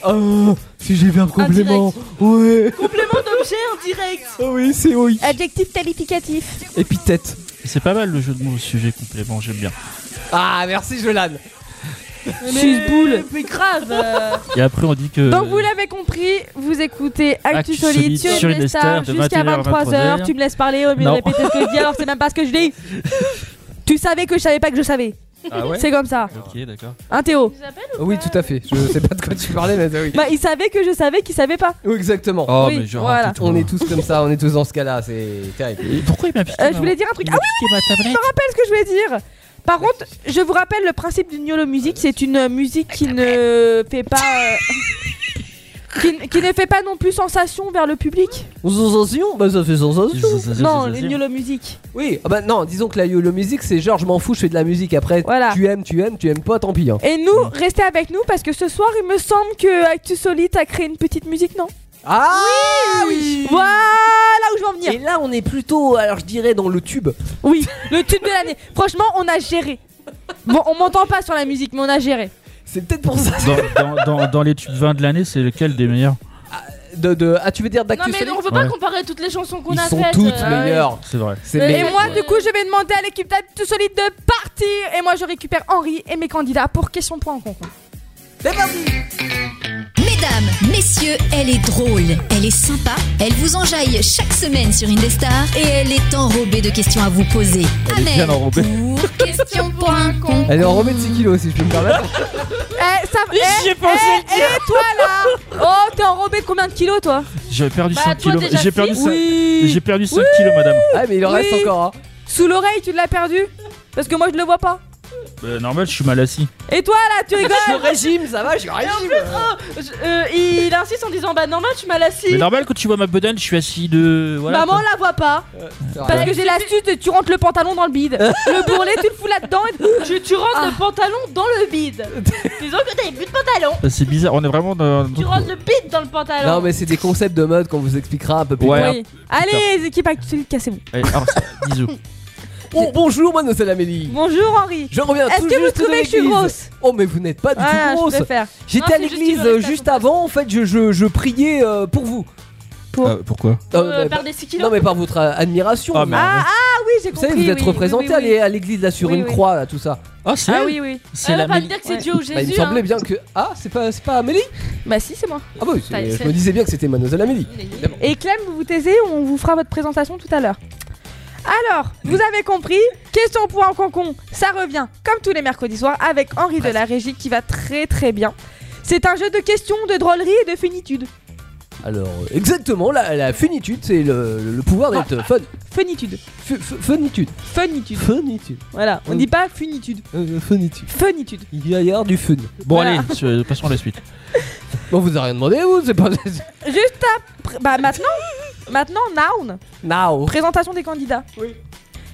Speaker 5: Oh, si j'avais un complément. Ouais.
Speaker 8: Complément d'objet en direct.
Speaker 5: Oh oui, c'est oui.
Speaker 6: Adjectif qualificatif.
Speaker 5: Épithète.
Speaker 7: C'est pas mal le jeu de mots, sujet complément, j'aime bien.
Speaker 5: Ah, merci, Jolan.
Speaker 6: Suce boule.
Speaker 8: Mais grave. euh,
Speaker 7: Et après, on dit que.
Speaker 6: Donc vous l'avez compris, vous écoutez Actu,
Speaker 7: Actu
Speaker 6: Solide
Speaker 7: Solide
Speaker 6: sur
Speaker 7: sur
Speaker 6: les
Speaker 7: Indestar
Speaker 6: stars
Speaker 7: de
Speaker 6: jusqu'à
Speaker 7: 21h,
Speaker 6: 23h.
Speaker 7: 23h.
Speaker 6: Tu me laisses parler, oh, mais
Speaker 7: Non.
Speaker 6: répétez ce que je dis, alors c'est même pas ce que je dis. tu savais que je savais pas que je savais.
Speaker 7: Ah ouais
Speaker 6: C'est comme ça.
Speaker 7: Ok, d'accord.
Speaker 6: Hein Théo
Speaker 8: tu nous appelles ou
Speaker 5: Ah Oui,
Speaker 8: pas
Speaker 5: tout à fait. Je sais pas de quoi tu parlais, mais oui.
Speaker 6: Bah il savait que je savais qu'il savait pas.
Speaker 5: Oui, exactement.
Speaker 7: Oh,
Speaker 6: Oui,
Speaker 7: mais genre.
Speaker 6: voilà.
Speaker 7: tout-
Speaker 5: On est tous comme ça, on est tous dans ce cas-là, c'est terrible.
Speaker 7: Et pourquoi il m'a piqué
Speaker 6: Euh, je
Speaker 7: ma-
Speaker 6: voulais dire un truc.
Speaker 7: il
Speaker 6: Ah
Speaker 7: m'a piqué ma tablette
Speaker 6: oui, ce que je voulais dire Par contre, je vous rappelle le principe d'une YOLO musique, c'est une euh, musique qui ne fait pas... euh, qui, n- qui ne fait pas non plus sensation vers le public.
Speaker 5: Sensation Bah, ça fait sensation.
Speaker 6: Non, une YOLO musique.
Speaker 5: Oui, ah bah non, disons que la YOLO musique, c'est genre je m'en fous, je fais de la musique après.
Speaker 6: Voilà.
Speaker 5: Tu aimes, tu aimes, tu aimes pas, tant pis. hein.
Speaker 6: Et nous, restez avec nous parce que ce soir, il me semble que Actu Solite a créé une petite musique, non
Speaker 5: Ah oui,
Speaker 6: Voilà où je veux en venir.
Speaker 5: Mm. Et là, on est plutôt, alors je dirais, dans le tube.
Speaker 6: Oui, le tube de l'année. Franchement, on a géré. Bon, on m'entend pas sur la musique, mais on a géré.
Speaker 5: C'est peut-être pour ça.
Speaker 7: Dans, dans, dans, dans les tubes 20 de l'année, c'est lequel des meilleurs
Speaker 5: De, de- ah, tu veux dire
Speaker 8: Non
Speaker 5: d'actu
Speaker 8: mais
Speaker 5: Solide
Speaker 8: on peut pas
Speaker 7: Ouais.
Speaker 8: comparer toutes les chansons qu'on
Speaker 5: Ils
Speaker 8: a
Speaker 5: sont
Speaker 8: faites.
Speaker 5: toutes
Speaker 8: euh,
Speaker 5: meilleures.
Speaker 7: C'est vrai.
Speaker 5: C'est
Speaker 8: Mais-
Speaker 5: meilleur.
Speaker 6: Et moi, du coup, je vais demander à l'équipe d'Aide tout solide de partir. Et moi, je récupère Henri et mes candidats pour question point en concours.
Speaker 3: Mesdames, messieurs, elle est drôle, elle est sympa, elle vous enjaille chaque semaine sur Indestar et elle est enrobée de questions à vous poser.
Speaker 7: Elle est bien
Speaker 3: Amel,
Speaker 7: enrobée.
Speaker 3: pour question pour un con.
Speaker 5: Elle est en remet de 6 kilos, si je peux me permettre.
Speaker 6: Eh, ça va. Eh,
Speaker 8: J'ai pensé le dire.
Speaker 6: eh, toi là Oh, t'es enrobé de combien de kilos, toi
Speaker 7: J'ai perdu
Speaker 8: Bah,
Speaker 7: 5
Speaker 8: toi,
Speaker 7: kilos.
Speaker 8: déjà
Speaker 7: J'ai perdu,
Speaker 8: six.
Speaker 7: cinq-
Speaker 6: Oui
Speaker 7: j'ai perdu 5 kilos, madame.
Speaker 5: Ah, mais il en
Speaker 6: Oui.
Speaker 5: reste encore. Hein.
Speaker 6: Sous l'oreille, tu l'as perdu Parce que moi, je le vois pas.
Speaker 7: Euh, normal, je suis mal assis.
Speaker 6: Et toi là, tu rigoles
Speaker 5: Je régime, ça va, je régime.
Speaker 8: je- euh, il insiste en disant bah normal tu m'as
Speaker 7: Mais
Speaker 8: lassie.
Speaker 7: normal, quand tu vois ma bedaine, je suis assis de. Voilà,
Speaker 6: Maman
Speaker 7: quoi.
Speaker 6: la voit pas. Parce
Speaker 5: Parce
Speaker 6: que j'ai l'astuce de tu rentres le pantalon dans le bide. le bourrelet, tu le fous là-dedans. et-
Speaker 8: Tu, tu rentres le pantalon dans le bide. Disons que t'as plus de pantalon.
Speaker 7: Bah, C'est bizarre, on est vraiment dans.
Speaker 8: Tu rentres le bide dans le pantalon.
Speaker 5: Non, mais c'est des concepts de mode qu'on vous expliquera un peu plus
Speaker 7: Ouais.
Speaker 5: tard.
Speaker 6: Oui. Allez, équipe Aide tout solide, cassez-vous.
Speaker 7: Allez, Eh, alors, ça, bisous.
Speaker 5: Oh, bonjour, mademoiselle Amélie.
Speaker 6: Bonjour Henri.
Speaker 5: Je reviens
Speaker 6: Est-ce
Speaker 5: tout
Speaker 6: que vous
Speaker 5: juste de
Speaker 6: trouvez que je suis
Speaker 5: l'église.
Speaker 6: grosse
Speaker 5: Oh, mais vous n'êtes pas du
Speaker 6: Voilà,
Speaker 5: tout grosse.
Speaker 6: je préfère.
Speaker 8: Non,
Speaker 5: J'étais à
Speaker 8: c'est juste
Speaker 5: l'église
Speaker 8: qu'il veut
Speaker 5: euh,
Speaker 8: pas
Speaker 5: juste
Speaker 8: qu'on
Speaker 5: avant, en fait, je, je, je priais euh, pour vous.
Speaker 7: Ah, pourquoi
Speaker 5: Euh,
Speaker 8: Euh,
Speaker 5: bah,
Speaker 8: perdre des 6 kilos.
Speaker 5: non, mais par votre euh, admiration.
Speaker 7: Ah,
Speaker 5: vous-
Speaker 7: merde.
Speaker 6: Ah, ah oui, j'ai
Speaker 5: vous
Speaker 6: compris.
Speaker 5: savez, vous êtes
Speaker 6: oui, oui,
Speaker 5: représenté
Speaker 6: oui, oui.
Speaker 5: à l'Église là sur
Speaker 6: Oui,
Speaker 5: une
Speaker 6: oui.
Speaker 5: croix, là, tout ça.
Speaker 7: Ah, c'est
Speaker 6: Ah
Speaker 7: elle
Speaker 6: oui, oui.
Speaker 7: C'est
Speaker 8: Elle va
Speaker 7: la
Speaker 8: pas me
Speaker 7: Mélie-
Speaker 8: dire que c'est
Speaker 6: Ouais.
Speaker 8: Dieu ou
Speaker 5: Bah, il me
Speaker 8: Jésus. hein.
Speaker 5: semblait bien que. Ah, c'est pas, c'est pas Amélie
Speaker 6: Bah si, c'est moi.
Speaker 5: Ah, bah oui,
Speaker 8: T'as-
Speaker 5: c'est- je
Speaker 8: c'est-
Speaker 5: me disais bien que c'était Mademoiselle Amélie.
Speaker 8: hein.
Speaker 6: Et Clem, vous vous taisez, on vous fera votre présentation tout à l'heure. Alors, vous avez compris, question pour un concon, ça revient comme tous les mercredis soirs avec Henri de la Régie qui va très très bien. C'est un jeu de questions, de drôlerie et de finitude.
Speaker 5: Alors, euh, exactement, la, la finitude, c'est le, le- le pouvoir d'être fun.
Speaker 6: Ah, Finitude.
Speaker 5: Fu- fu- Funitude.
Speaker 6: Funitude.
Speaker 5: Funitude.
Speaker 6: Voilà, on
Speaker 5: Mm.
Speaker 6: dit pas funitude.
Speaker 5: Euh, funitude.
Speaker 6: Funitude.
Speaker 5: Il va y avoir du fun.
Speaker 7: Bon,
Speaker 6: Voilà.
Speaker 7: allez, sur- passons à la suite.
Speaker 5: Bon, vous avez rien demandé, vous C'est pas.
Speaker 6: Juste après. Bah maintenant, maintenant, noun.
Speaker 5: Now.
Speaker 6: Présentation des candidats. Oui.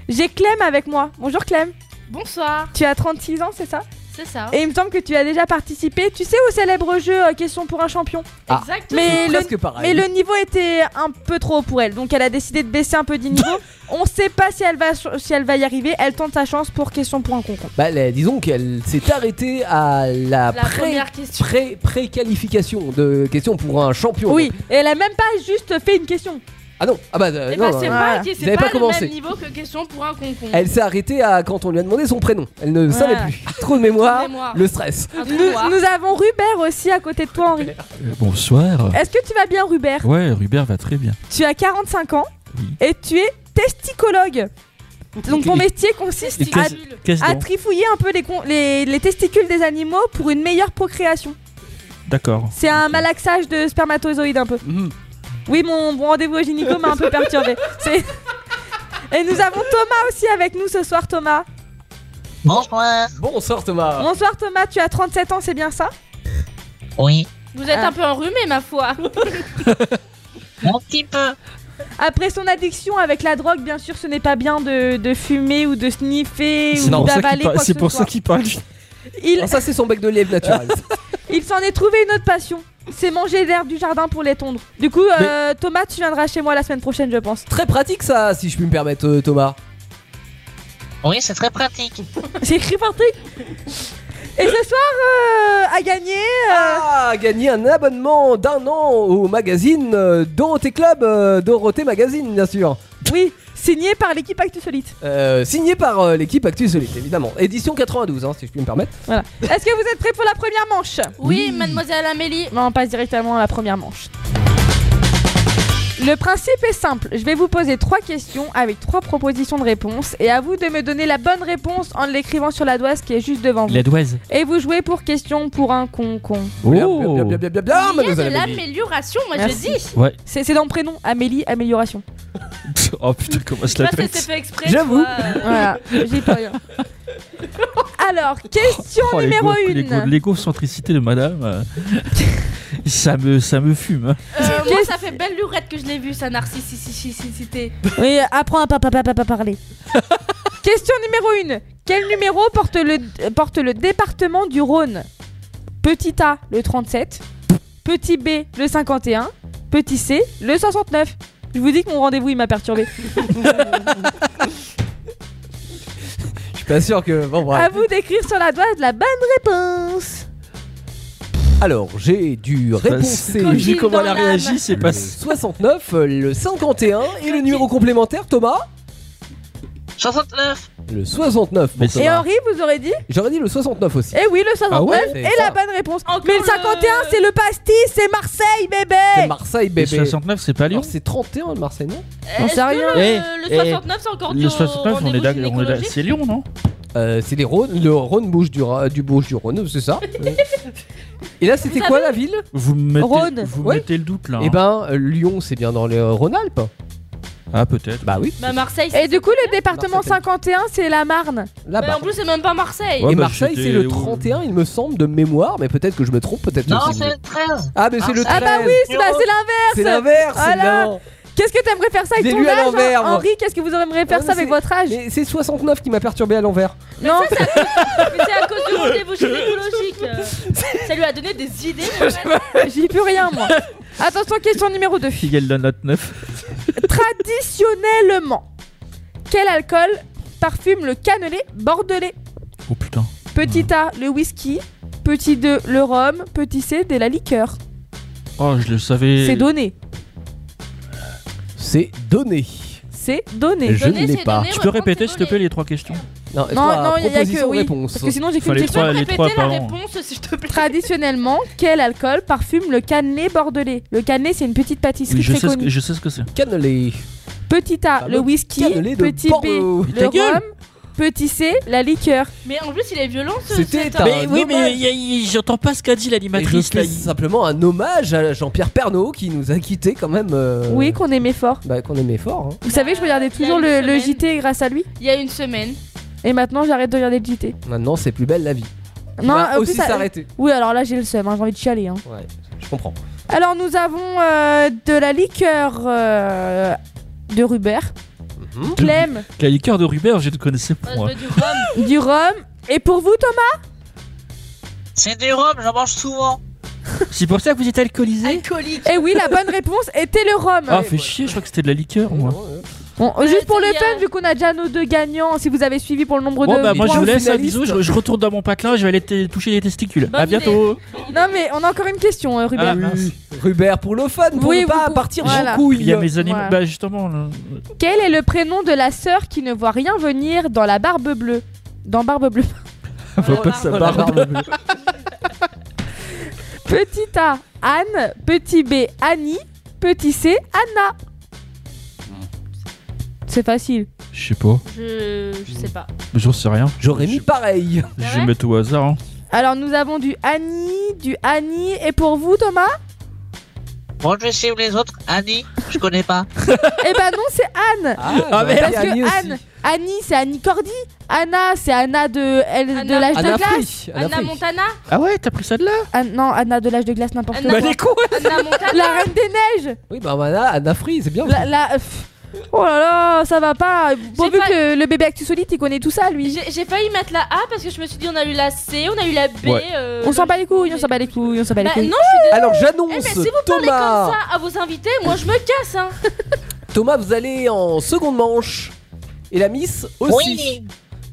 Speaker 6: J'ai Clem avec moi. Bonjour Clem.
Speaker 8: Bonsoir.
Speaker 6: Tu as 36 ans, c'est ça
Speaker 8: C'est ça.
Speaker 6: Et il me semble que tu as déjà participé, tu sais, au célèbre jeu euh, Question pour un champion.
Speaker 5: Ah.
Speaker 8: Exactement.
Speaker 6: Mais le,
Speaker 5: Presque pareil.
Speaker 6: mais le niveau était un peu trop haut pour elle, donc elle a décidé de baisser un peu du niveau. On sait pas si elle, va, si elle va y arriver, elle tente sa chance pour Question pour un concours.
Speaker 5: Bah, là, disons qu'elle s'est arrêtée à la,
Speaker 8: La
Speaker 5: pré-
Speaker 8: première question.
Speaker 5: pré- pré-qualification de question pour un champion.
Speaker 6: Oui, et elle a même pas juste fait une question.
Speaker 5: Ah non, ah bah euh,
Speaker 8: Eh
Speaker 5: non,
Speaker 8: ben, c'est
Speaker 5: euh,
Speaker 8: pas,
Speaker 6: voilà.
Speaker 8: c'est
Speaker 5: Vous avez
Speaker 8: pas,
Speaker 5: pas
Speaker 8: le
Speaker 5: commencé.
Speaker 8: même niveau que question pour un concon.
Speaker 5: elle s'est arrêtée à quand on lui a demandé son prénom. Elle ne
Speaker 6: Voilà.
Speaker 5: savait plus. Trop de mémoire,
Speaker 8: Mémoire.
Speaker 5: le stress.
Speaker 8: Un
Speaker 6: Nous,
Speaker 8: trou noir.
Speaker 6: nous avons Rubert aussi à côté de toi, Henri.
Speaker 7: Euh, bonsoir.
Speaker 6: Est-ce que tu vas bien, Rubert
Speaker 7: Ouais, Rubert va très bien.
Speaker 6: Tu as 45 ans
Speaker 7: Oui.
Speaker 6: et tu es testicologue. Donc ton métier consiste à,
Speaker 7: Qu'est-ce
Speaker 6: à
Speaker 7: donc
Speaker 6: trifouiller un peu les con- les- les testicules des animaux pour une meilleure procréation.
Speaker 7: D'accord.
Speaker 6: C'est un malaxage de spermatozoïdes un peu.
Speaker 7: Mhm.
Speaker 6: Oui, mon, mon rendez-vous au gynéco m'a un peu perturbé. C'est- Et nous avons Thomas aussi avec nous ce soir, Thomas.
Speaker 10: Bonsoir.
Speaker 5: Bonsoir
Speaker 7: Ah.
Speaker 5: Thomas.
Speaker 6: Bonsoir, Thomas, tu as 37 ans, c'est bien ça
Speaker 10: Oui.
Speaker 8: Vous êtes
Speaker 6: Ah.
Speaker 8: un peu enrhumé, ma foi.
Speaker 10: Un petit peu.
Speaker 6: Après son addiction avec la drogue, bien sûr, ce n'est pas bien de, de fumer ou de sniffer
Speaker 7: C'est
Speaker 6: ou
Speaker 7: pour ça
Speaker 6: d'avaler
Speaker 7: qu'il
Speaker 6: quoi
Speaker 7: parle-
Speaker 6: que
Speaker 7: c'est
Speaker 6: ce
Speaker 7: pour ça
Speaker 6: soit.
Speaker 7: qu'il parle.
Speaker 6: Il,
Speaker 5: Alors ça c'est son bec de lèvres naturel.
Speaker 6: il s'en est trouvé une autre passion. C'est manger l'herbe du jardin pour les tondre. Du coup, euh, Thomas, tu viendras chez moi la semaine prochaine, je pense.
Speaker 5: Très pratique ça si je puis me permettre euh, Thomas.
Speaker 10: Oui, c'est très pratique.
Speaker 6: C'est écrit Patrick. Et ce soir, euh, à gagner, euh,
Speaker 5: Ah, gagner un abonnement d'un an au magazine euh, Dorothée Club, euh, Dorothée Magazine bien sûr.
Speaker 6: Oui, signé par l'équipe Actu Solide.
Speaker 5: Euh, signé par euh, l'équipe Actu Solide évidemment. Édition 92 hein, si je puis me permettre.
Speaker 6: Voilà. Est-ce que vous êtes prêts pour la première manche
Speaker 8: Oui, mademoiselle Amélie.
Speaker 6: Bon, On passe directement à la première manche. Le principe est simple. Je vais vous poser trois questions avec trois propositions de réponse et à vous de me donner la bonne réponse en l'écrivant sur la doise qui est juste devant vous.
Speaker 7: La douaise.
Speaker 6: Et vous jouez pour question pour un con-con.
Speaker 7: Oh.
Speaker 5: Bien, bien, bien, bien, bien,
Speaker 8: Il
Speaker 5: bien,
Speaker 8: y a de
Speaker 5: mademoiselle Amélie.
Speaker 8: l'amélioration, moi je
Speaker 6: Merci.
Speaker 8: dis.
Speaker 6: C'est c'est dans le prénom, Amélie, amélioration.
Speaker 7: Oh putain, comment je
Speaker 8: Je sais
Speaker 7: la
Speaker 8: pas si c'est
Speaker 7: pète
Speaker 8: fait exprès.
Speaker 5: J'avoue.
Speaker 8: toi.
Speaker 6: Voilà, j'ai pas rien. Alors, question
Speaker 7: Oh,
Speaker 6: numéro
Speaker 7: l'ego-
Speaker 6: 1.
Speaker 7: l'ego- L'égocentricité de madame, euh, ça, me, ça me fume. hein.
Speaker 8: Euh, moi,
Speaker 6: Qu'est-ce-
Speaker 8: ça fait belle lurette que je l'ai vu, sa narcissicité.
Speaker 6: Oui, apprends à papa, papa, papa parler. Question numéro 1. Quel numéro porte le, euh, porte le département du Rhône Petit A, le 37. Petit B, le 51. Petit C, le 69. Je vous dis que mon rendez-vous, il m'a perturbé.
Speaker 5: Je suis pas sûr que bon bref.
Speaker 6: À vous d'écrire sur la doigt la bonne réponse.
Speaker 8: Ah
Speaker 5: Alors, j'ai du réponse
Speaker 7: c'est- Vu comment elle a réagi, c'est pas.
Speaker 5: le 69, euh, le 51 et le numéro complémentaire, Thomas
Speaker 10: 69
Speaker 5: Le 69 pour
Speaker 7: Mais
Speaker 6: Et
Speaker 5: Thomas.
Speaker 6: Henri, vous aurez dit
Speaker 5: J'aurais dit le 69 aussi.
Speaker 6: Eh oui, le 69
Speaker 5: Ah ouais,
Speaker 6: est
Speaker 5: c'est
Speaker 6: la
Speaker 5: ça.
Speaker 6: bonne réponse.
Speaker 8: Encore
Speaker 6: Mais le
Speaker 8: le-
Speaker 6: 51, c'est le pastis, c'est Marseille, bébé
Speaker 5: C'est Marseille,
Speaker 7: Le
Speaker 5: bébé.
Speaker 7: 69, c'est pas Lyon.
Speaker 5: Alors, c'est 31 le Marseille, non
Speaker 6: J'en
Speaker 8: Est-ce
Speaker 6: sais
Speaker 8: que
Speaker 6: rien.
Speaker 8: Le,
Speaker 7: Eh,
Speaker 8: le 69, c'est encore du
Speaker 7: Le 69, on est
Speaker 8: rendez-vous
Speaker 7: d'accord. on est d'accord.
Speaker 8: gynécologique
Speaker 7: C'est Lyon, non
Speaker 5: Euh, C'est les Rhône, le Rhône bouche du, Ra- du Bouche du Rhône, c'est ça Euh. Et là, c'était
Speaker 8: Vous
Speaker 5: quoi la ville
Speaker 7: Vous me mettez,
Speaker 6: Rhône.
Speaker 7: vous me
Speaker 5: Ouais.
Speaker 7: mettez le doute là.
Speaker 5: Eh
Speaker 7: hein.
Speaker 5: ben, euh, Lyon, c'est bien dans les euh, Rhône-Alpes.
Speaker 7: Ah, peut-être.
Speaker 5: Bah oui,
Speaker 8: Bah, Marseille, c'est.
Speaker 6: Et du coup, le département
Speaker 5: Marseille.
Speaker 6: 51, c'est la Marne.
Speaker 8: Bah,
Speaker 5: là-bas.
Speaker 8: en plus, c'est même pas Marseille.
Speaker 7: Ouais,
Speaker 5: Et
Speaker 7: bah,
Speaker 5: Marseille,
Speaker 7: j'étais
Speaker 5: c'est le
Speaker 7: au-
Speaker 5: 31, il me semble, de mémoire, mais peut-être que je me trompe, peut-être
Speaker 10: Non,
Speaker 5: aussi.
Speaker 10: c'est le 13
Speaker 5: Ah, mais c'est le 13
Speaker 10: Ah
Speaker 6: bah oui, C'est bah, c'est l'inverse Ah,
Speaker 5: C'est l'inverse
Speaker 6: Voilà.
Speaker 5: non.
Speaker 6: Qu'est-ce que t'aimerais faire ça avec
Speaker 5: J'ai
Speaker 6: ton
Speaker 5: lu à
Speaker 6: âge
Speaker 5: l'envers,
Speaker 6: hein,
Speaker 5: moi.
Speaker 6: Henri, qu'est-ce que vous aimeriez faire
Speaker 5: Ah,
Speaker 6: ça
Speaker 5: mais
Speaker 6: avec
Speaker 5: c'est-
Speaker 6: votre âge
Speaker 5: Mais c'est 69 qui m'a perturbé à l'envers.
Speaker 6: Non,
Speaker 8: Mais c'est à cause du rendez-vous gynécologique. euh. Ça lui a donné des idées. en fait.
Speaker 6: j'y peux rien, moi. Attention, question numéro 2.
Speaker 7: Figuel de note 9.
Speaker 6: Traditionnellement, quel alcool parfume le cannelé bordelais
Speaker 7: Oh putain.
Speaker 5: Hmm.
Speaker 6: Petit A, le whisky. Petit 2, le rhum. Petit C, de la liqueur.
Speaker 7: Oh, je le savais.
Speaker 6: C'est donné.
Speaker 5: C'est donné.
Speaker 6: C'est donné.
Speaker 5: Je ne
Speaker 8: Donner,
Speaker 5: l'ai
Speaker 8: c'est
Speaker 5: pas.
Speaker 8: donner,
Speaker 7: Tu peux
Speaker 8: reprendre,
Speaker 7: répéter,
Speaker 8: c'est
Speaker 7: s'il te plaît,
Speaker 8: donner.
Speaker 7: les trois questions
Speaker 5: Non,
Speaker 6: Non, non, il y a que
Speaker 5: proposition
Speaker 6: oui.
Speaker 5: réponse.
Speaker 6: Parce que sinon, j'ai qu'une
Speaker 7: Fallait
Speaker 8: Tu
Speaker 6: question.
Speaker 8: peux
Speaker 7: trois- les trois
Speaker 8: répéter la
Speaker 7: par an.
Speaker 8: réponse, s'il te plaît.
Speaker 6: Traditionnellement, quel alcool parfume le cannelé bordelais Le cannelé, c'est une petite pâtisserie
Speaker 7: Oui, je
Speaker 6: très
Speaker 7: sais, ce que,
Speaker 6: connue.
Speaker 7: je sais ce que c'est.
Speaker 5: Cannelé.
Speaker 6: Petit A, le
Speaker 5: Fameux
Speaker 6: whisky.
Speaker 5: cannelé de
Speaker 6: Petit B,
Speaker 5: Bordeaux.
Speaker 6: le rhum. Petit C, la liqueur.
Speaker 8: Mais en plus, il est violent ce
Speaker 5: C'était
Speaker 8: cet
Speaker 5: un-
Speaker 8: homme.
Speaker 5: Mais oui, mais
Speaker 7: j'entends pas ce qu'a dit
Speaker 5: Et je
Speaker 7: l'animatrice
Speaker 5: fais simplement un hommage à Jean-Pierre Pernaud qui nous a quitté quand même. euh,
Speaker 6: Oui, qu'on aimait fort.
Speaker 5: bah, qu'on aimait fort. hein.
Speaker 6: Vous savez, je regardais
Speaker 8: il y a
Speaker 6: toujours
Speaker 8: une
Speaker 6: le, le
Speaker 8: semaine.
Speaker 6: JT grâce à lui.
Speaker 8: Il y a une semaine.
Speaker 6: Et maintenant, j'arrête de regarder le JT.
Speaker 5: Maintenant, c'est plus belle la vie. Il
Speaker 6: Non,
Speaker 5: va
Speaker 6: en
Speaker 5: Bah, aussi
Speaker 6: plus, ça-
Speaker 5: s'arrêter.
Speaker 6: Oui, alors là, j'ai le seum. hein, j'ai envie de chialer. hein.
Speaker 5: Ouais, je comprends.
Speaker 6: Alors, nous avons euh, de la liqueur euh, de Rubert,
Speaker 5: Mhm.
Speaker 6: Clem,
Speaker 7: La liqueur de Rubert, je ne connaissais pas.
Speaker 8: Moi, Euh, Ah, je oh, veux du rhum.
Speaker 6: du rhum. Et pour vous, Thomas
Speaker 10: C'est du rhum, j'en mange souvent
Speaker 7: C'est pour ça que vous êtes alcoolisé
Speaker 8: Alcoolique.
Speaker 6: Eh oui, la bonne réponse était le rhum.
Speaker 7: Ah, fais chier, je crois que c'était de la liqueur, moi.
Speaker 5: Ouais, ouais.
Speaker 6: Bon, juste pour le
Speaker 8: c'est bien.
Speaker 6: fun, vu qu'on a déjà nos deux gagnants, si vous avez suivi pour le nombre
Speaker 7: Bon,
Speaker 6: de.
Speaker 7: bah, moi, je
Speaker 6: points.
Speaker 7: vous laisse. Un
Speaker 5: finaliste.
Speaker 7: bisou, je, je retourne dans mon patelin, je vais aller te- toucher les testicules.
Speaker 8: Bonne
Speaker 7: à bientôt.
Speaker 6: Non, mais on a encore une question, euh, Rubert.
Speaker 7: Ah, mince.
Speaker 5: Rubert pour le fun, pour
Speaker 6: Oui,
Speaker 5: ne
Speaker 6: vous-
Speaker 5: pas
Speaker 6: vous-
Speaker 5: partir
Speaker 6: voilà.
Speaker 5: en couille.
Speaker 7: Il y a mes animaux.
Speaker 6: Voilà.
Speaker 7: Bah, justement. là.
Speaker 6: Quel est le prénom de la sœur qui ne voit rien venir dans la barbe bleue Dans Barbe Bleue.
Speaker 7: Faut
Speaker 8: Voilà.
Speaker 7: pas que ça
Speaker 5: Voilà.
Speaker 7: barbe.
Speaker 6: Petit A, Anne. Petit B, Annie. Petit C, Anna. C'est facile.
Speaker 7: Je sais pas.
Speaker 8: Je... je sais
Speaker 6: Mmh.
Speaker 8: pas.
Speaker 7: Mais J'en sais rien.
Speaker 5: J'aurais mis pareil.
Speaker 7: Je vais mettre au hasard. hein.
Speaker 6: Alors nous avons du Annie, du Annie. Et pour vous, Thomas
Speaker 10: Bon, je vais suivre les autres. Annie, je connais pas.
Speaker 6: Eh ben non, c'est Anne.
Speaker 5: Ah, mais
Speaker 6: Parce que Anne, Annie, c'est Annie Cordy. Anna, c'est Anna de, elle- de
Speaker 8: Anna.
Speaker 6: l'âge de
Speaker 5: Anna
Speaker 6: glace.
Speaker 5: Free. Anna
Speaker 8: Anna
Speaker 5: Free.
Speaker 8: Montana
Speaker 7: Ah ouais, t'as pris ça de là
Speaker 6: Ah, non, Anna de l'âge de glace, n'importe
Speaker 8: Anna
Speaker 6: quoi.
Speaker 5: Bah, les cons
Speaker 8: Anna Montana
Speaker 6: La reine des neiges
Speaker 5: Oui, bah, Anna, Anna Free, c'est bien.
Speaker 6: la, la- pff. Oh là là, ça va pas. Pourvu
Speaker 8: pas-
Speaker 6: que le bébé Actu Solide, il connaît tout ça, lui.
Speaker 8: J'ai j'ai failli mettre la A parce que je me suis dit on a eu la C, on a eu la B.
Speaker 7: Ouais.
Speaker 8: euh,
Speaker 6: On s'en bat les couilles, on s'en bat les couilles, on s'en bat les
Speaker 8: Bah,
Speaker 6: couilles.
Speaker 8: non,
Speaker 5: Alors,
Speaker 8: eh, mais
Speaker 5: j'annonce
Speaker 8: si vous parlez comme
Speaker 5: Thomas.
Speaker 8: ça à vos invités, moi je me casse. Hein.
Speaker 5: Thomas, vous allez en seconde manche. Et la Miss aussi.
Speaker 10: Oui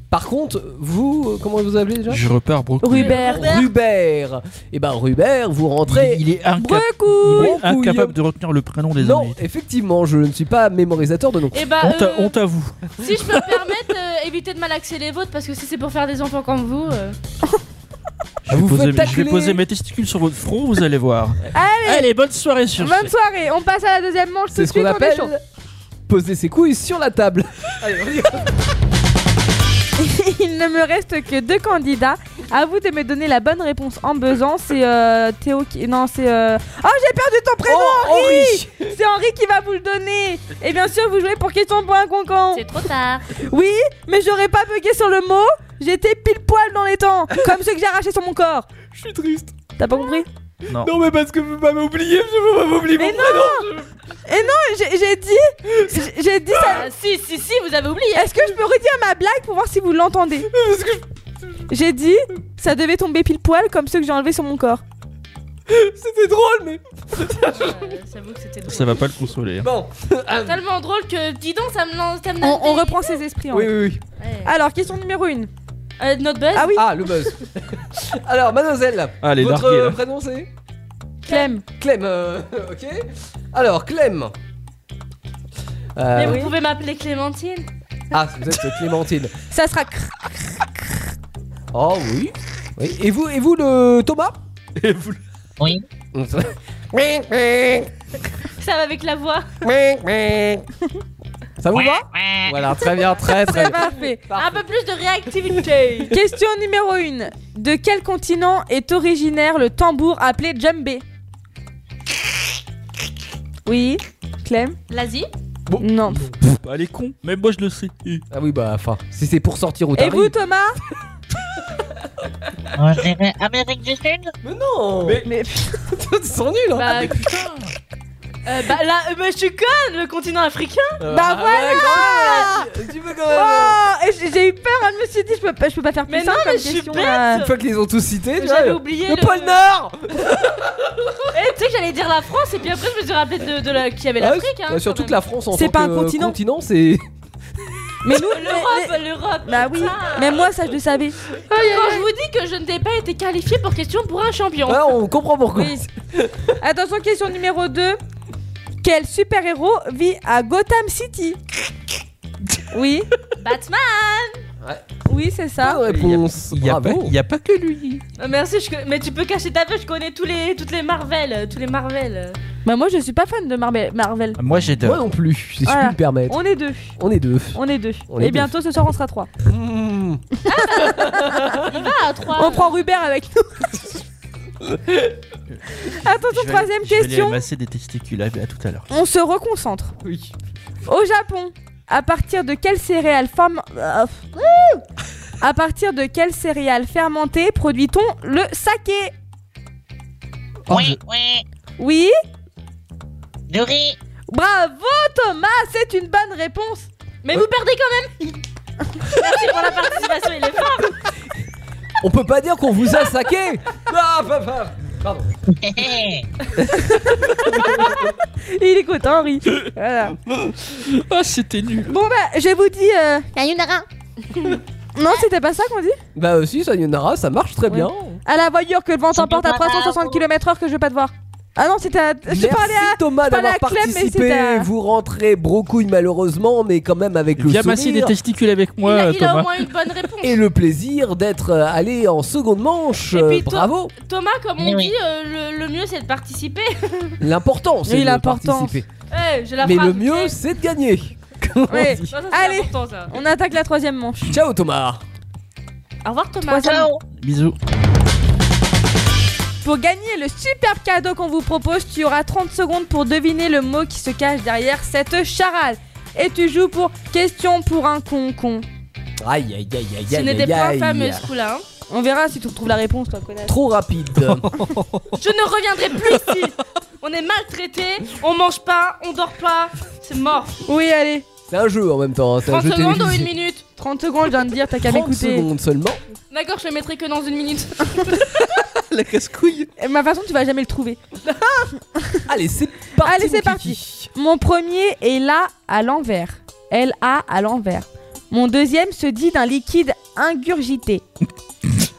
Speaker 5: Par contre, vous, euh, comment vous appelez déjà
Speaker 7: Je repars, bro.
Speaker 6: Rubert.
Speaker 5: Rubert. Et ben Rubert, vous rentrez.
Speaker 7: Il est incapable.
Speaker 6: Brecou
Speaker 7: Il est
Speaker 5: Bon couillon.
Speaker 7: incapable de retenir le prénom des
Speaker 5: Non,
Speaker 7: invités.
Speaker 5: effectivement, je ne suis pas mémorisateur de noms.
Speaker 8: Et bah,
Speaker 7: On t'a-
Speaker 8: euh,
Speaker 7: On t'avoue.
Speaker 8: si je peux me permettre, euh, évitez de malaxer les vôtres parce que si c'est pour faire des enfants comme vous. euh,
Speaker 7: Je vais,
Speaker 5: Vous
Speaker 7: poser,
Speaker 5: faites
Speaker 7: je vais
Speaker 5: tacler.
Speaker 7: poser mes testicules sur votre front, vous allez voir.
Speaker 6: Allez.
Speaker 7: Allez, bonne soirée sur
Speaker 6: Bonne soirée, on passe à la deuxième manche tout
Speaker 5: C'est
Speaker 6: de
Speaker 5: ce qu'on
Speaker 6: suite, on est chaud.
Speaker 5: appelle poser ses couilles sur la table. Allez, on y va.
Speaker 6: Il ne me reste que deux candidats. À vous de me donner la bonne réponse en buzzant. C'est euh, Théo qui. Non, c'est. euh, Oh, j'ai perdu ton prénom,
Speaker 5: Ah Oh,
Speaker 6: Henri C'est Henri qui va vous le donner Et bien sûr, vous jouez pour question pour un concon
Speaker 8: c'est trop tard.
Speaker 6: Oui, mais j'aurais pas bugué sur le mot. J'étais pile poil dans les temps, comme ceux que j'ai arrachés sur mon corps.
Speaker 5: Je suis triste.
Speaker 6: T'as pas compris
Speaker 5: Non, mais parce que vous m'avez oublié, je vous m'avez oublié.
Speaker 6: Mais
Speaker 5: mon
Speaker 6: non Et non, j'ai j'ai dit, j'ai- j'ai dit ça.
Speaker 8: Ah, si, si, si, vous avez oublié.
Speaker 6: Est-ce que je peux redire ma blague pour voir si vous l'entendez
Speaker 5: Parce que
Speaker 6: J'ai dit, ça devait tomber pile poil comme ceux que j'ai enlevés sur mon corps.
Speaker 5: c'était drôle, mais.
Speaker 8: Euh, J'avoue que c'était drôle.
Speaker 7: Ça va pas le consoler. hein.
Speaker 5: Bon.
Speaker 8: tellement drôle que dis donc, ça me lance. Ça me
Speaker 6: On,
Speaker 8: lance
Speaker 6: on
Speaker 8: des-
Speaker 6: reprend ses esprits. en
Speaker 5: Oui, oui, oui.
Speaker 8: Ouais.
Speaker 6: Alors, question numéro 1.
Speaker 8: Euh, notre buzz.
Speaker 6: Ah oui,
Speaker 5: Ah, le buzz. Alors, mademoiselle,
Speaker 7: Ah, elle est
Speaker 5: votre
Speaker 7: larguée, là.
Speaker 5: euh, prénom c'est
Speaker 6: Clem.
Speaker 5: Clem. euh, ok. Alors, Clem. Euh,
Speaker 8: Mais vous pouvez m'appeler Clémentine
Speaker 5: Ah, vous êtes Clémentine.
Speaker 6: Ça sera cr-
Speaker 5: Oh oui. oui. Et vous, et vous le Thomas
Speaker 7: Et vous-
Speaker 10: Oui.
Speaker 8: Ça va avec la voix
Speaker 5: Ça vous va Voilà, très bien, très très
Speaker 6: c'est
Speaker 5: bien.
Speaker 6: parfait.
Speaker 8: Un peu plus de réactivité
Speaker 6: Question numéro 1. De quel continent est originaire le tambour appelé djembé Oui, Clem
Speaker 8: L'Asie
Speaker 6: Non.
Speaker 7: Pff, Elle est con, Bah, mais moi je le sais. Eh.
Speaker 5: Ah oui, bah, enfin, si c'est pour sortir au
Speaker 6: Et
Speaker 5: tarif.
Speaker 6: vous, Thomas
Speaker 10: Moi, je dirais Amérique du Sud
Speaker 5: Mais non
Speaker 7: Mais-
Speaker 5: Mais ils sont nuls, hein
Speaker 8: Bah putain Euh, bah là, euh, mais je suis conne, le continent africain
Speaker 5: Ah,
Speaker 6: voilà
Speaker 5: ouais, quand même, Tu veux quand même
Speaker 6: Bah Oh, et j'ai- J'ai eu peur, hein, je me suis dit, je peux pas, je peux pas faire plus
Speaker 8: Mais non,
Speaker 6: simple
Speaker 8: mais
Speaker 6: comme
Speaker 8: je suis
Speaker 6: question, euh.
Speaker 8: bête.
Speaker 6: là.
Speaker 5: Une fois qu'ils les ont tous cités, tu vois, euh,
Speaker 8: J'avais
Speaker 5: le,
Speaker 8: oublié
Speaker 5: le pôle Nord
Speaker 8: Eh, tu sais que j'allais dire la France et puis après je me suis rappelé de, de la... qu'il y avait
Speaker 5: Ah,
Speaker 8: l'Afrique hein,
Speaker 5: Bah, Surtout
Speaker 8: quand
Speaker 5: que la France, en
Speaker 6: C'est
Speaker 5: tant
Speaker 6: pas un
Speaker 5: que euh,
Speaker 6: continent.
Speaker 5: continent c'est...
Speaker 6: Mais nous,
Speaker 8: même.
Speaker 6: mais-
Speaker 8: Euh, L'Europe, l'Europe
Speaker 5: Ah,
Speaker 6: mais- bah oui, mais moi, ça, je le savais.
Speaker 8: Quand je vous dis que je n'ai pas été qualifiée pour question pour un champion
Speaker 5: Ah, on comprend pourquoi.
Speaker 6: Oui. Attention, question numéro 2. Quel super-héros vit à Gotham City Oui,
Speaker 8: Batman
Speaker 6: oui, c'est ça.
Speaker 5: Bonne réponse.
Speaker 7: Il y a, pas,
Speaker 5: Bravo.
Speaker 7: il y a pas que lui.
Speaker 8: Euh, Merci, je... co- mais tu peux cacher ta veuve, je connais tous les... toutes les Marvel, euh, tous les Marvel
Speaker 6: Bah, moi, je suis pas fan de Marvel. Marvel.
Speaker 7: Moi j'adore.
Speaker 5: Moi non plus, si je
Speaker 6: Voilà.
Speaker 5: puis me permettre.
Speaker 6: On est deux.
Speaker 5: On est deux.
Speaker 6: On est deux.
Speaker 5: On est
Speaker 6: Et
Speaker 5: deux.
Speaker 6: bientôt, ce soir, on sera trois.
Speaker 5: Mmh.
Speaker 8: Ah, trois
Speaker 6: On prend Ruber avec nous. Attention, troisième
Speaker 7: Je vais aller
Speaker 6: question.
Speaker 7: amasser des testicules, à, à tout à l'heure.
Speaker 6: On se reconcentre.
Speaker 5: Oui.
Speaker 6: Au Japon, à partir de quelle céréale ferme- euh,
Speaker 7: Ah.
Speaker 6: À partir de quelle céréale fermentée produit-on le saké
Speaker 10: Oui, oui.
Speaker 6: Oui
Speaker 10: Du riz
Speaker 6: Bravo Thomas, c'est une bonne réponse.
Speaker 8: Mais vous perdez quand même Merci pour la participation, il est fort
Speaker 5: On peut pas dire qu'on vous a saqué Ah, bah, bah, Pardon.
Speaker 10: Hé, hé.
Speaker 6: Il est content, Henri. Voilà.
Speaker 7: Ah, c'était nul.
Speaker 6: Bon bah, je vous dis... euh,
Speaker 3: Sayonara.
Speaker 6: Non, c'était pas ça qu'on dit
Speaker 5: Bah euh, si, Sayonara, ça marche très bien.
Speaker 6: À la voyure que le vent t'emporte à 360 km/h que je veux pas te voir. Ah non, c'était à... Je
Speaker 5: Merci
Speaker 6: parlais à...
Speaker 5: Thomas
Speaker 6: parlais
Speaker 5: d'avoir
Speaker 6: à Clem, mais
Speaker 5: participé.
Speaker 6: c'était à-
Speaker 5: Vous rentrez brocouille malheureusement, mais quand même avec le
Speaker 7: Viens amasser des
Speaker 5: sourire
Speaker 7: testicules avec moi,
Speaker 8: il, a, il a au
Speaker 7: Thomas.
Speaker 8: moins une bonne réponse.
Speaker 5: et le plaisir d'être euh, allé en seconde manche.
Speaker 8: Et
Speaker 5: Euh,
Speaker 8: puis,
Speaker 5: Bravo.
Speaker 8: Thomas, comme on
Speaker 10: Oui.
Speaker 8: dit, euh, le, le mieux c'est de participer.
Speaker 5: L'important, c'est
Speaker 6: Oui,
Speaker 5: de
Speaker 6: l'important.
Speaker 5: participer.
Speaker 8: Ouais, Eh, j'ai la
Speaker 5: Mais
Speaker 8: phrase,
Speaker 5: le
Speaker 8: ok.
Speaker 5: mieux, c'est de gagner. Comment on
Speaker 6: Ouais.
Speaker 5: dit
Speaker 8: Ça, ça, c'est
Speaker 6: Allez.
Speaker 8: important, ça.
Speaker 6: On attaque la troisième manche.
Speaker 5: Ciao Thomas.
Speaker 8: Au revoir Thomas.
Speaker 6: Troisième-
Speaker 7: Bisous.
Speaker 6: Pour gagner le superbe cadeau qu'on vous propose, tu auras 30 secondes pour deviner le mot qui se cache derrière cette charade. Et tu joues pour question pour un con-con.
Speaker 5: Aïe aïe aïe aïe
Speaker 8: Ce
Speaker 5: aïe.
Speaker 8: n'était
Speaker 5: aïe,
Speaker 8: pas
Speaker 5: aïe.
Speaker 8: infâme ce coup-là. hein.
Speaker 6: On verra si tu retrouves la réponse, toi, connasse.
Speaker 5: Trop rapide.
Speaker 8: Je ne reviendrai plus ici. On est maltraité, on mange pas, on dort pas. C'est mort.
Speaker 6: Oui, allez.
Speaker 5: c'est un jeu en même temps. hein, c'est un
Speaker 8: 30
Speaker 5: jeu
Speaker 8: secondes ou
Speaker 5: télévisé.
Speaker 8: une minute
Speaker 6: 30 secondes, je viens de dire, t'as qu'à
Speaker 5: 30
Speaker 6: m'écouter.
Speaker 5: secondes seulement.
Speaker 8: D'accord, je le mettrai que dans une minute.
Speaker 7: La casse-couille.
Speaker 6: Et De ma façon, tu vas jamais le trouver.
Speaker 5: Allez, c'est parti.
Speaker 6: Allez,
Speaker 5: mon
Speaker 6: c'est
Speaker 5: kiki.
Speaker 6: parti. Mon premier est là à l'envers. L-A à l'envers. Mon deuxième se dit d'un liquide ingurgité.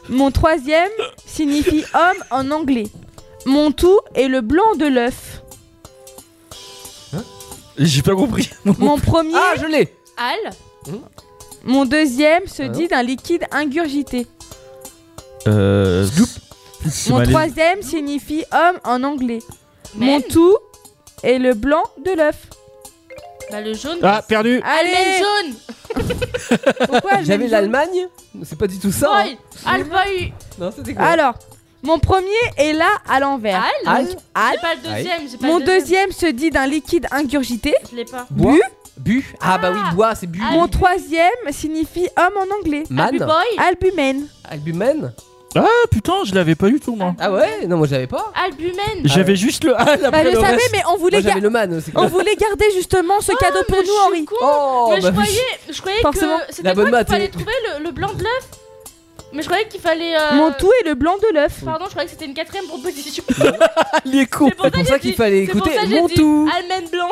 Speaker 6: Mon troisième signifie homme en anglais. Mon tout est le blanc de l'œuf.
Speaker 7: J'ai pas compris.
Speaker 6: Mon premier,
Speaker 5: Ah, je l'ai.
Speaker 8: Al
Speaker 6: mon deuxième se
Speaker 5: Ah non.
Speaker 6: dit d'un liquide ingurgité.
Speaker 7: Euh.
Speaker 6: Mon troisième signifie homme en anglais. Mon
Speaker 8: Men
Speaker 6: tout est le blanc de l'œuf.
Speaker 8: Bah le jaune.
Speaker 7: Ah, perdu.
Speaker 8: Allez
Speaker 6: Allez,
Speaker 8: jaune
Speaker 6: pourquoi elle met
Speaker 5: J'avais
Speaker 6: le jaune
Speaker 5: l'Allemagne. C'est pas du tout ça. hein.
Speaker 8: Boy Alboy
Speaker 5: Non, c'était quoi
Speaker 6: Alors, mon premier est là à l'envers.
Speaker 8: Al
Speaker 5: Al.
Speaker 8: J'ai
Speaker 6: Al.
Speaker 8: pas le deuxième, j'ai pas
Speaker 6: Mon
Speaker 8: le deuxième.
Speaker 6: deuxième se dit d'un liquide ingurgité.
Speaker 8: Je l'ai pas.
Speaker 5: Bois. Bu. Ah, bah oui, bois, c'est bu.
Speaker 8: Ah,
Speaker 6: Mon troisième signifie homme en anglais.
Speaker 8: Albu
Speaker 5: Man.
Speaker 8: Boy
Speaker 6: Albumen.
Speaker 5: Albumen.
Speaker 7: Ah putain, je l'avais pas du tout moi.
Speaker 5: Ah ouais Non, moi j'avais pas.
Speaker 8: Albumen
Speaker 7: J'avais juste le hal
Speaker 6: Bah,
Speaker 7: après
Speaker 6: je
Speaker 7: le
Speaker 6: savais,
Speaker 7: reste.
Speaker 6: mais on
Speaker 5: Moi
Speaker 6: voulait,
Speaker 5: j'avais
Speaker 6: gar-
Speaker 5: le Ah, man. c'est
Speaker 6: on
Speaker 5: quoi
Speaker 6: voulait garder justement ce cadeau pour nous, Henri.
Speaker 5: Oh,
Speaker 8: mais je
Speaker 5: bah oui.
Speaker 8: croyais, je croyais
Speaker 6: Forcément.
Speaker 8: que
Speaker 5: La
Speaker 8: c'était
Speaker 5: bonne
Speaker 8: quoi
Speaker 5: maths,
Speaker 8: qu'il fallait
Speaker 5: oui.
Speaker 8: trouver le, le blanc de l'œuf. Mais je croyais qu'il fallait. euh,
Speaker 6: Mon tout est le blanc de l'œuf.
Speaker 8: Pardon, je croyais que c'était une quatrième proposition.
Speaker 5: Les cons.
Speaker 8: C'est pour ça
Speaker 5: C'est pour
Speaker 8: que
Speaker 5: ça
Speaker 8: j'ai
Speaker 5: qu'il
Speaker 8: dit-
Speaker 5: fallait
Speaker 8: c'est pour
Speaker 5: écouter
Speaker 8: ça que j'ai
Speaker 5: mon
Speaker 8: dit
Speaker 5: tout.
Speaker 8: Almen blanc.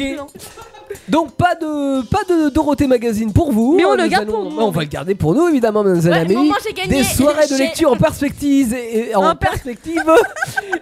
Speaker 6: Albumen.
Speaker 5: Donc pas de pas de Dorothée Magazine pour vous.
Speaker 6: Mais on le
Speaker 5: Nous
Speaker 6: garde pour nous.
Speaker 5: On va le garder pour nous évidemment, mesdames
Speaker 8: Ouais,
Speaker 5: et
Speaker 8: bon,
Speaker 5: amis.
Speaker 8: moi, j'ai gagné.
Speaker 5: Des soirées de
Speaker 8: J'ai-
Speaker 5: lecture en perspective et, et- en
Speaker 6: En per-
Speaker 5: perspective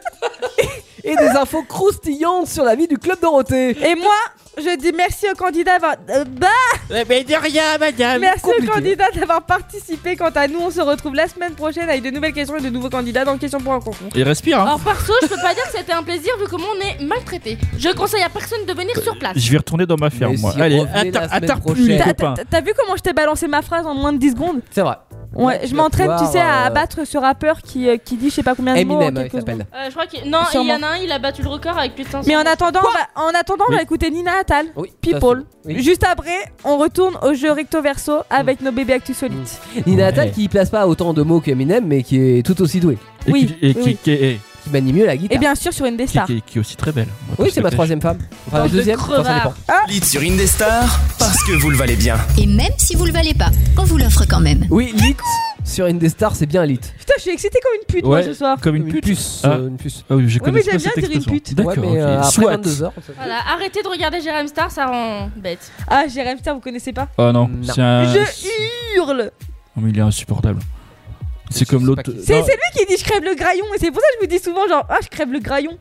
Speaker 5: et, et des infos croustillantes sur la vie du club Dorothée.
Speaker 6: Et moi, je dis merci au candidat d'avoir. euh, bah,
Speaker 10: Mais Eh ben, de rien, madame.
Speaker 6: merci
Speaker 5: Ah, compliqué.
Speaker 6: au candidat d'avoir participé. Quant à nous, on se retrouve la semaine prochaine avec de nouvelles questions et de nouveaux candidats dans Question pour un concours.
Speaker 7: Il respire,
Speaker 6: Ah.
Speaker 7: hein.
Speaker 8: Alors perso, je peux pas dire que c'était un plaisir vu comment on est maltraité. Je conseille à personne de venir sur place.
Speaker 7: Je vais retourner dans ma ferme,
Speaker 5: Mais
Speaker 7: moi.
Speaker 5: si,
Speaker 7: Allez,
Speaker 5: revenez la
Speaker 7: atta-
Speaker 5: semaine
Speaker 7: attarpule,
Speaker 5: prochaine.
Speaker 7: les
Speaker 6: T'as-
Speaker 7: copains.
Speaker 6: t'as- T'as vu comment je t'ai balancé ma phrase en moins de 10 secondes
Speaker 5: C'est vrai.
Speaker 6: Ouais,
Speaker 5: tu
Speaker 6: je
Speaker 5: vas
Speaker 6: m'entraîne, tu
Speaker 5: pouvoir,
Speaker 6: sais, à
Speaker 5: euh,
Speaker 6: abattre ce rappeur qui, euh, qui dit je sais pas combien de mots. en
Speaker 5: Eminem
Speaker 6: quelques
Speaker 5: il s'appelle.
Speaker 8: Euh, je crois qu'il non, il y en a un, il a battu le record avec plus de 500.
Speaker 6: secondes. Mais en attendant, on va, en attendant on va écouter Nina Attal.
Speaker 5: Oui.
Speaker 6: People.
Speaker 5: tout à fait. Oui. Mm.
Speaker 6: Juste après, on retourne au jeu recto verso avec nos bébés actus solides.
Speaker 5: Nina
Speaker 7: Ouais.
Speaker 5: Attal qui place pas autant de mots qu'Eminem mais qui est tout aussi doué,
Speaker 7: Et
Speaker 6: Oui,
Speaker 7: qui- et qui-
Speaker 6: oui.
Speaker 7: qui- et-
Speaker 5: qui manie mieux la guitare.
Speaker 6: Et Eh bien sûr sur une des
Speaker 7: qui-
Speaker 6: stars.
Speaker 7: qui- qui est aussi très belle.
Speaker 5: oui, c'est ma troisième femme. Enfin, la
Speaker 8: Bande de
Speaker 5: deuxième. Enfin, ça
Speaker 8: crevards.
Speaker 5: dépend.
Speaker 4: Lead sur Indestar parce que vous le valez bien.
Speaker 3: Et même si vous le valez pas, on vous l'offre quand même.
Speaker 5: Oui, lit sur Indestar, c'est bien lit.
Speaker 6: Putain, je suis excitée comme une pute moi ce soir.
Speaker 7: Comme une pute.
Speaker 5: puce.
Speaker 7: Ah.
Speaker 5: euh, une puce.
Speaker 7: Ah oui, je
Speaker 6: Oui, mais
Speaker 7: connais pas
Speaker 6: j'aime
Speaker 7: cette
Speaker 6: bien dire une
Speaker 7: expression.
Speaker 6: pute.
Speaker 7: D'accord,
Speaker 5: ouais, mais euh,
Speaker 7: ok.
Speaker 5: après
Speaker 7: Soit.
Speaker 5: 22 heures.
Speaker 8: Voilà, arrêtez de regarder Jérém Star, ça rend bête.
Speaker 6: Ah, Jérém, putain, vous connaissez pas
Speaker 7: Ah non,
Speaker 5: Non.
Speaker 7: c'est un.
Speaker 6: Je hurle
Speaker 7: Oh, mais il est insupportable.
Speaker 5: Je
Speaker 7: C'est comme
Speaker 5: sais
Speaker 7: l'autre.
Speaker 5: pas qui
Speaker 6: C'est
Speaker 7: Non,
Speaker 6: c'est lui qui dit je crève le graillon et c'est pour ça que je vous dis souvent genre ah je crève le graillon.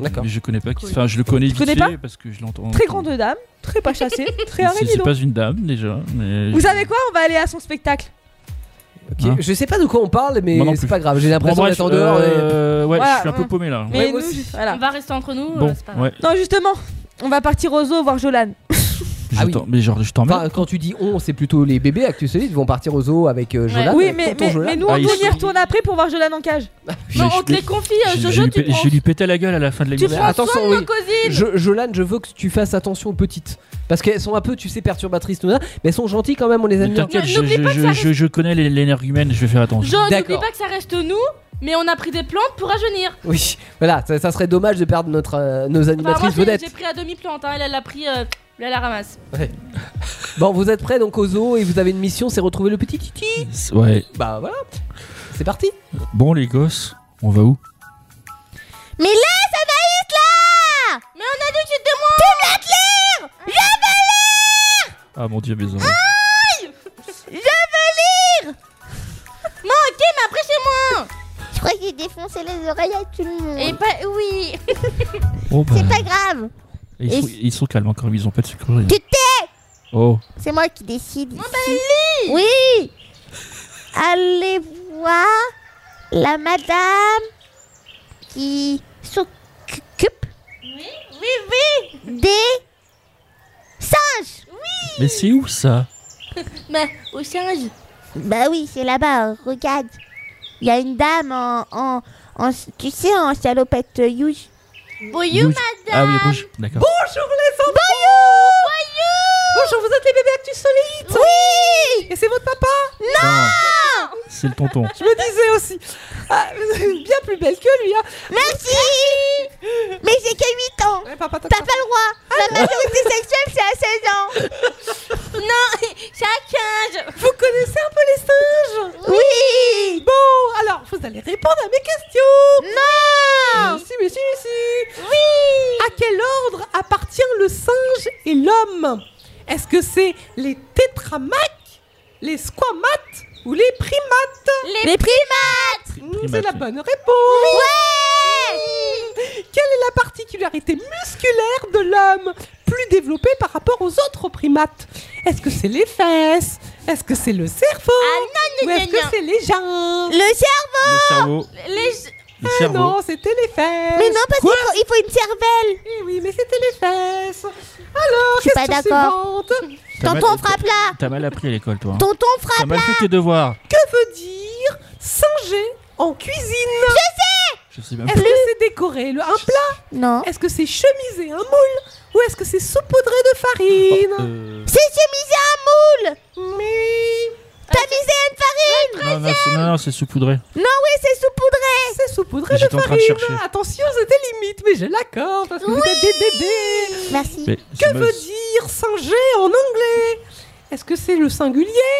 Speaker 5: D'accord.
Speaker 7: Mais je connais pas qui. Enfin, je le connais vite
Speaker 6: connais
Speaker 7: fait
Speaker 6: pas
Speaker 7: parce que je l'entends.
Speaker 6: Très grande dame, très pas chassée, très
Speaker 7: C'est- C'est
Speaker 6: arélidon.
Speaker 7: pas une dame déjà. Mais...
Speaker 6: Vous savez quoi On va aller à son spectacle.
Speaker 5: Ok,
Speaker 7: Hein
Speaker 5: Je sais pas de quoi on parle, mais
Speaker 7: Moi non
Speaker 5: c'est
Speaker 7: plus.
Speaker 5: pas grave. J'ai
Speaker 7: Bon,
Speaker 5: l'impression
Speaker 7: bref,
Speaker 5: d'être en dehors. et-
Speaker 7: euh, ouais,
Speaker 6: Voilà,
Speaker 7: je suis un peu
Speaker 6: ouais.
Speaker 7: paumé là.
Speaker 6: Mais
Speaker 5: moi
Speaker 6: nous,
Speaker 5: aussi.
Speaker 6: je- voilà.
Speaker 8: On va rester entre nous, euh,
Speaker 7: Bon,
Speaker 8: c'est pas grave.
Speaker 7: ouais.
Speaker 6: Non, justement, on va partir au zoo voir Jolan.
Speaker 5: Ah oui.
Speaker 7: J'attends- Mais genre, je t'emmerde.
Speaker 5: Enfin, quand tu dis on, c'est plutôt les bébés Actu Solide vont partir au zoo avec euh, Jolan.
Speaker 6: oui,
Speaker 5: avec
Speaker 6: mais,
Speaker 5: tonton
Speaker 6: mais,
Speaker 5: Jolan.
Speaker 6: mais nous,
Speaker 7: Ah,
Speaker 6: on
Speaker 7: ils
Speaker 6: peut
Speaker 7: sont-
Speaker 6: y retourner après pour voir Jolan en cage.
Speaker 8: Non,
Speaker 7: Mais
Speaker 8: on te
Speaker 7: je-
Speaker 8: les confie, euh,
Speaker 7: J'ai-
Speaker 8: Jojo,
Speaker 7: j'ai
Speaker 8: tu
Speaker 7: lui,
Speaker 8: prends
Speaker 7: j'ai lui pété la gueule à la fin de
Speaker 8: tu
Speaker 5: Mais
Speaker 7: l'émission.
Speaker 8: prends
Speaker 5: attention,
Speaker 8: soin de
Speaker 5: oui.
Speaker 8: nos cousines.
Speaker 5: Je- Jolan, je veux que tu fasses attention aux petites. Parce qu'elles sont un peu, tu sais, perturbatrices, tout ça. Mais elles sont gentilles quand même, on les aime
Speaker 7: Mais
Speaker 5: bien.
Speaker 7: T'inquiète,
Speaker 8: Ne-
Speaker 7: je,
Speaker 8: n'oublie
Speaker 7: je,
Speaker 8: pas que
Speaker 7: je,
Speaker 8: ça
Speaker 7: je- je connais les- l'énergumène, je vais faire attention.
Speaker 8: Jo, n'oublie
Speaker 5: D'accord.
Speaker 8: pas que ça reste nous, mais on a pris des plantes pour rajeunir.
Speaker 5: Oui, voilà, ça, ça serait dommage de perdre notre, euh, nos
Speaker 8: Enfin, Bah, moi,
Speaker 5: animatrices
Speaker 8: j'ai- j'ai
Speaker 5: vedettes.
Speaker 8: pris à demi-plante, hein, elle, elle a pris, euh, elle la ramasse.
Speaker 5: Bon, vous êtes prêts donc au zoo et vous avez une mission, c'est retrouver le petit Titi.
Speaker 7: Ouais.
Speaker 5: Bah voilà, c'est parti.
Speaker 7: Bon, les gosses, on va où
Speaker 8: Mais on a dit que tu te
Speaker 7: Ah mon dieu, mes oreilles.
Speaker 8: mais après chez moi
Speaker 11: Je crois qu'il défonçait les oreilles à tout le monde.
Speaker 8: Et pas, Eh ben, oui
Speaker 7: Bon, bah,
Speaker 11: C'est pas grave.
Speaker 7: ils, sont, ils sont calmes encore, ils ont pas de sucre.
Speaker 11: Tu
Speaker 7: Oh,
Speaker 11: C'est moi qui décide. ici. Oui. Allez voir la madame qui s'occupe
Speaker 8: Oui, oui
Speaker 11: des singes.
Speaker 7: mais c'est où ça
Speaker 8: Mais au singe
Speaker 11: Bah oui, c'est là-bas. Regarde. Il y a une dame en, en, en- tu sais, en salopette euh, yuge.
Speaker 8: Boyou,
Speaker 7: Rouge. Ah oui, rouge, d'accord.
Speaker 6: Bonjour, vous êtes les bébés actus solides Oui Et c'est votre papa
Speaker 7: Non C'est le tonton.
Speaker 6: Je me disais aussi. Ah, vous êtes bien plus belle que lui, hein
Speaker 11: Merci. Mais j'ai que 8 ans.
Speaker 6: Ouais, papa, t'as-
Speaker 11: T'as pas le droit.
Speaker 8: Ah.
Speaker 11: La majorité sexuelle, c'est à 16 ans.
Speaker 8: chacun
Speaker 6: Vous connaissez un peu les singes
Speaker 11: Oui.
Speaker 6: Bon, alors, vous allez répondre à mes questions Non Si, mais si, mais si Oui À quel ordre appartient le singe et l'homme Est-ce que c'est les tétramaques, les squamates ou les primates
Speaker 8: Les,
Speaker 7: Primates,
Speaker 6: C'est la
Speaker 7: oui.
Speaker 6: bonne réponse Ouais Quelle est la particularité musculaire de l'homme plus développée par rapport aux autres primates Est-ce que c'est les fesses Est-ce que c'est le cerveau
Speaker 8: non,
Speaker 11: Ah,
Speaker 6: Ou est-ce que
Speaker 8: non, non.
Speaker 6: c'est les jambes
Speaker 11: Le cerf.
Speaker 7: Le cerveau.
Speaker 8: les...
Speaker 7: Le
Speaker 6: Ah
Speaker 7: cerveau.
Speaker 6: non, c'était les fesses
Speaker 8: Euh,
Speaker 11: Mais non, parce qu'il faut, il faut une cervelle.
Speaker 6: Eh Oui, mais c'était les fesses Alors,
Speaker 11: Je suis pas
Speaker 6: question
Speaker 11: d'accord.
Speaker 6: suivante.
Speaker 7: T'as mal-
Speaker 11: Tonton frappe là.
Speaker 7: T'as mal appris à l'école, toi. hein.
Speaker 11: Tonton frappe.
Speaker 7: T'as mal fait tes devoirs.
Speaker 6: Que veut dire singer en cuisine
Speaker 7: Je sais même
Speaker 6: Est-ce que c'est décoré le, un plat
Speaker 11: Non.
Speaker 6: Est-ce que c'est chemiser un moule Ou est-ce que c'est saupoudré de farine
Speaker 7: pas. Euh,
Speaker 11: C'est chemisé à moule.
Speaker 6: euh. Mais
Speaker 11: Tamisé à une farine.
Speaker 7: non, non, c'est- non, non, c'est saupoudré.
Speaker 11: Oui, c'est saupoudré.
Speaker 6: c'est saupoudré
Speaker 7: Mais
Speaker 6: de
Speaker 7: j'étais en train de
Speaker 6: farine
Speaker 7: chercher.
Speaker 6: Attention, c'était limite, mais je l'accorde, parce que vous êtes des bébés
Speaker 11: Merci.
Speaker 7: Mais c'est
Speaker 6: Que
Speaker 7: ma-
Speaker 6: veut dire singer en anglais Est-ce que c'est le singulier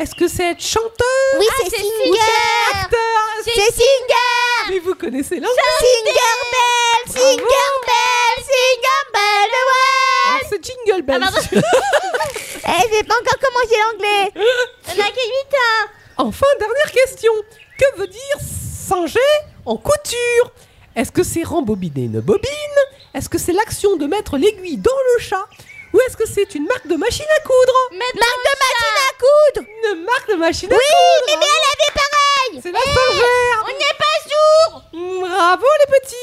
Speaker 6: Est-ce que c'est être chanteur
Speaker 11: Oui, Ah, c'est Singer. C'est Singer.
Speaker 6: Mais vous connaissez l'anglais
Speaker 11: Ah Singer Bell. Singer Bell. Singer Bell.
Speaker 6: Ah, C'est
Speaker 11: jingle bell. Ah, pardon. Eh, j'ai pas encore commencé l'anglais. On a hein. que 8 ans.
Speaker 12: Enfin, dernière question. Que veut dire singer en couture Est-ce que c'est rembobiner une bobine Est-ce que c'est l'action de mettre l'aiguille dans le chat Ou est-ce que c'est une marque de machine à coudre
Speaker 11: Marque de machine à coudre
Speaker 12: Une marque de machine à
Speaker 11: Oui,
Speaker 12: coudre
Speaker 11: mais bien elle avait pareil
Speaker 12: C'est la singère
Speaker 11: On n'est pas sourds
Speaker 12: Bravo les petits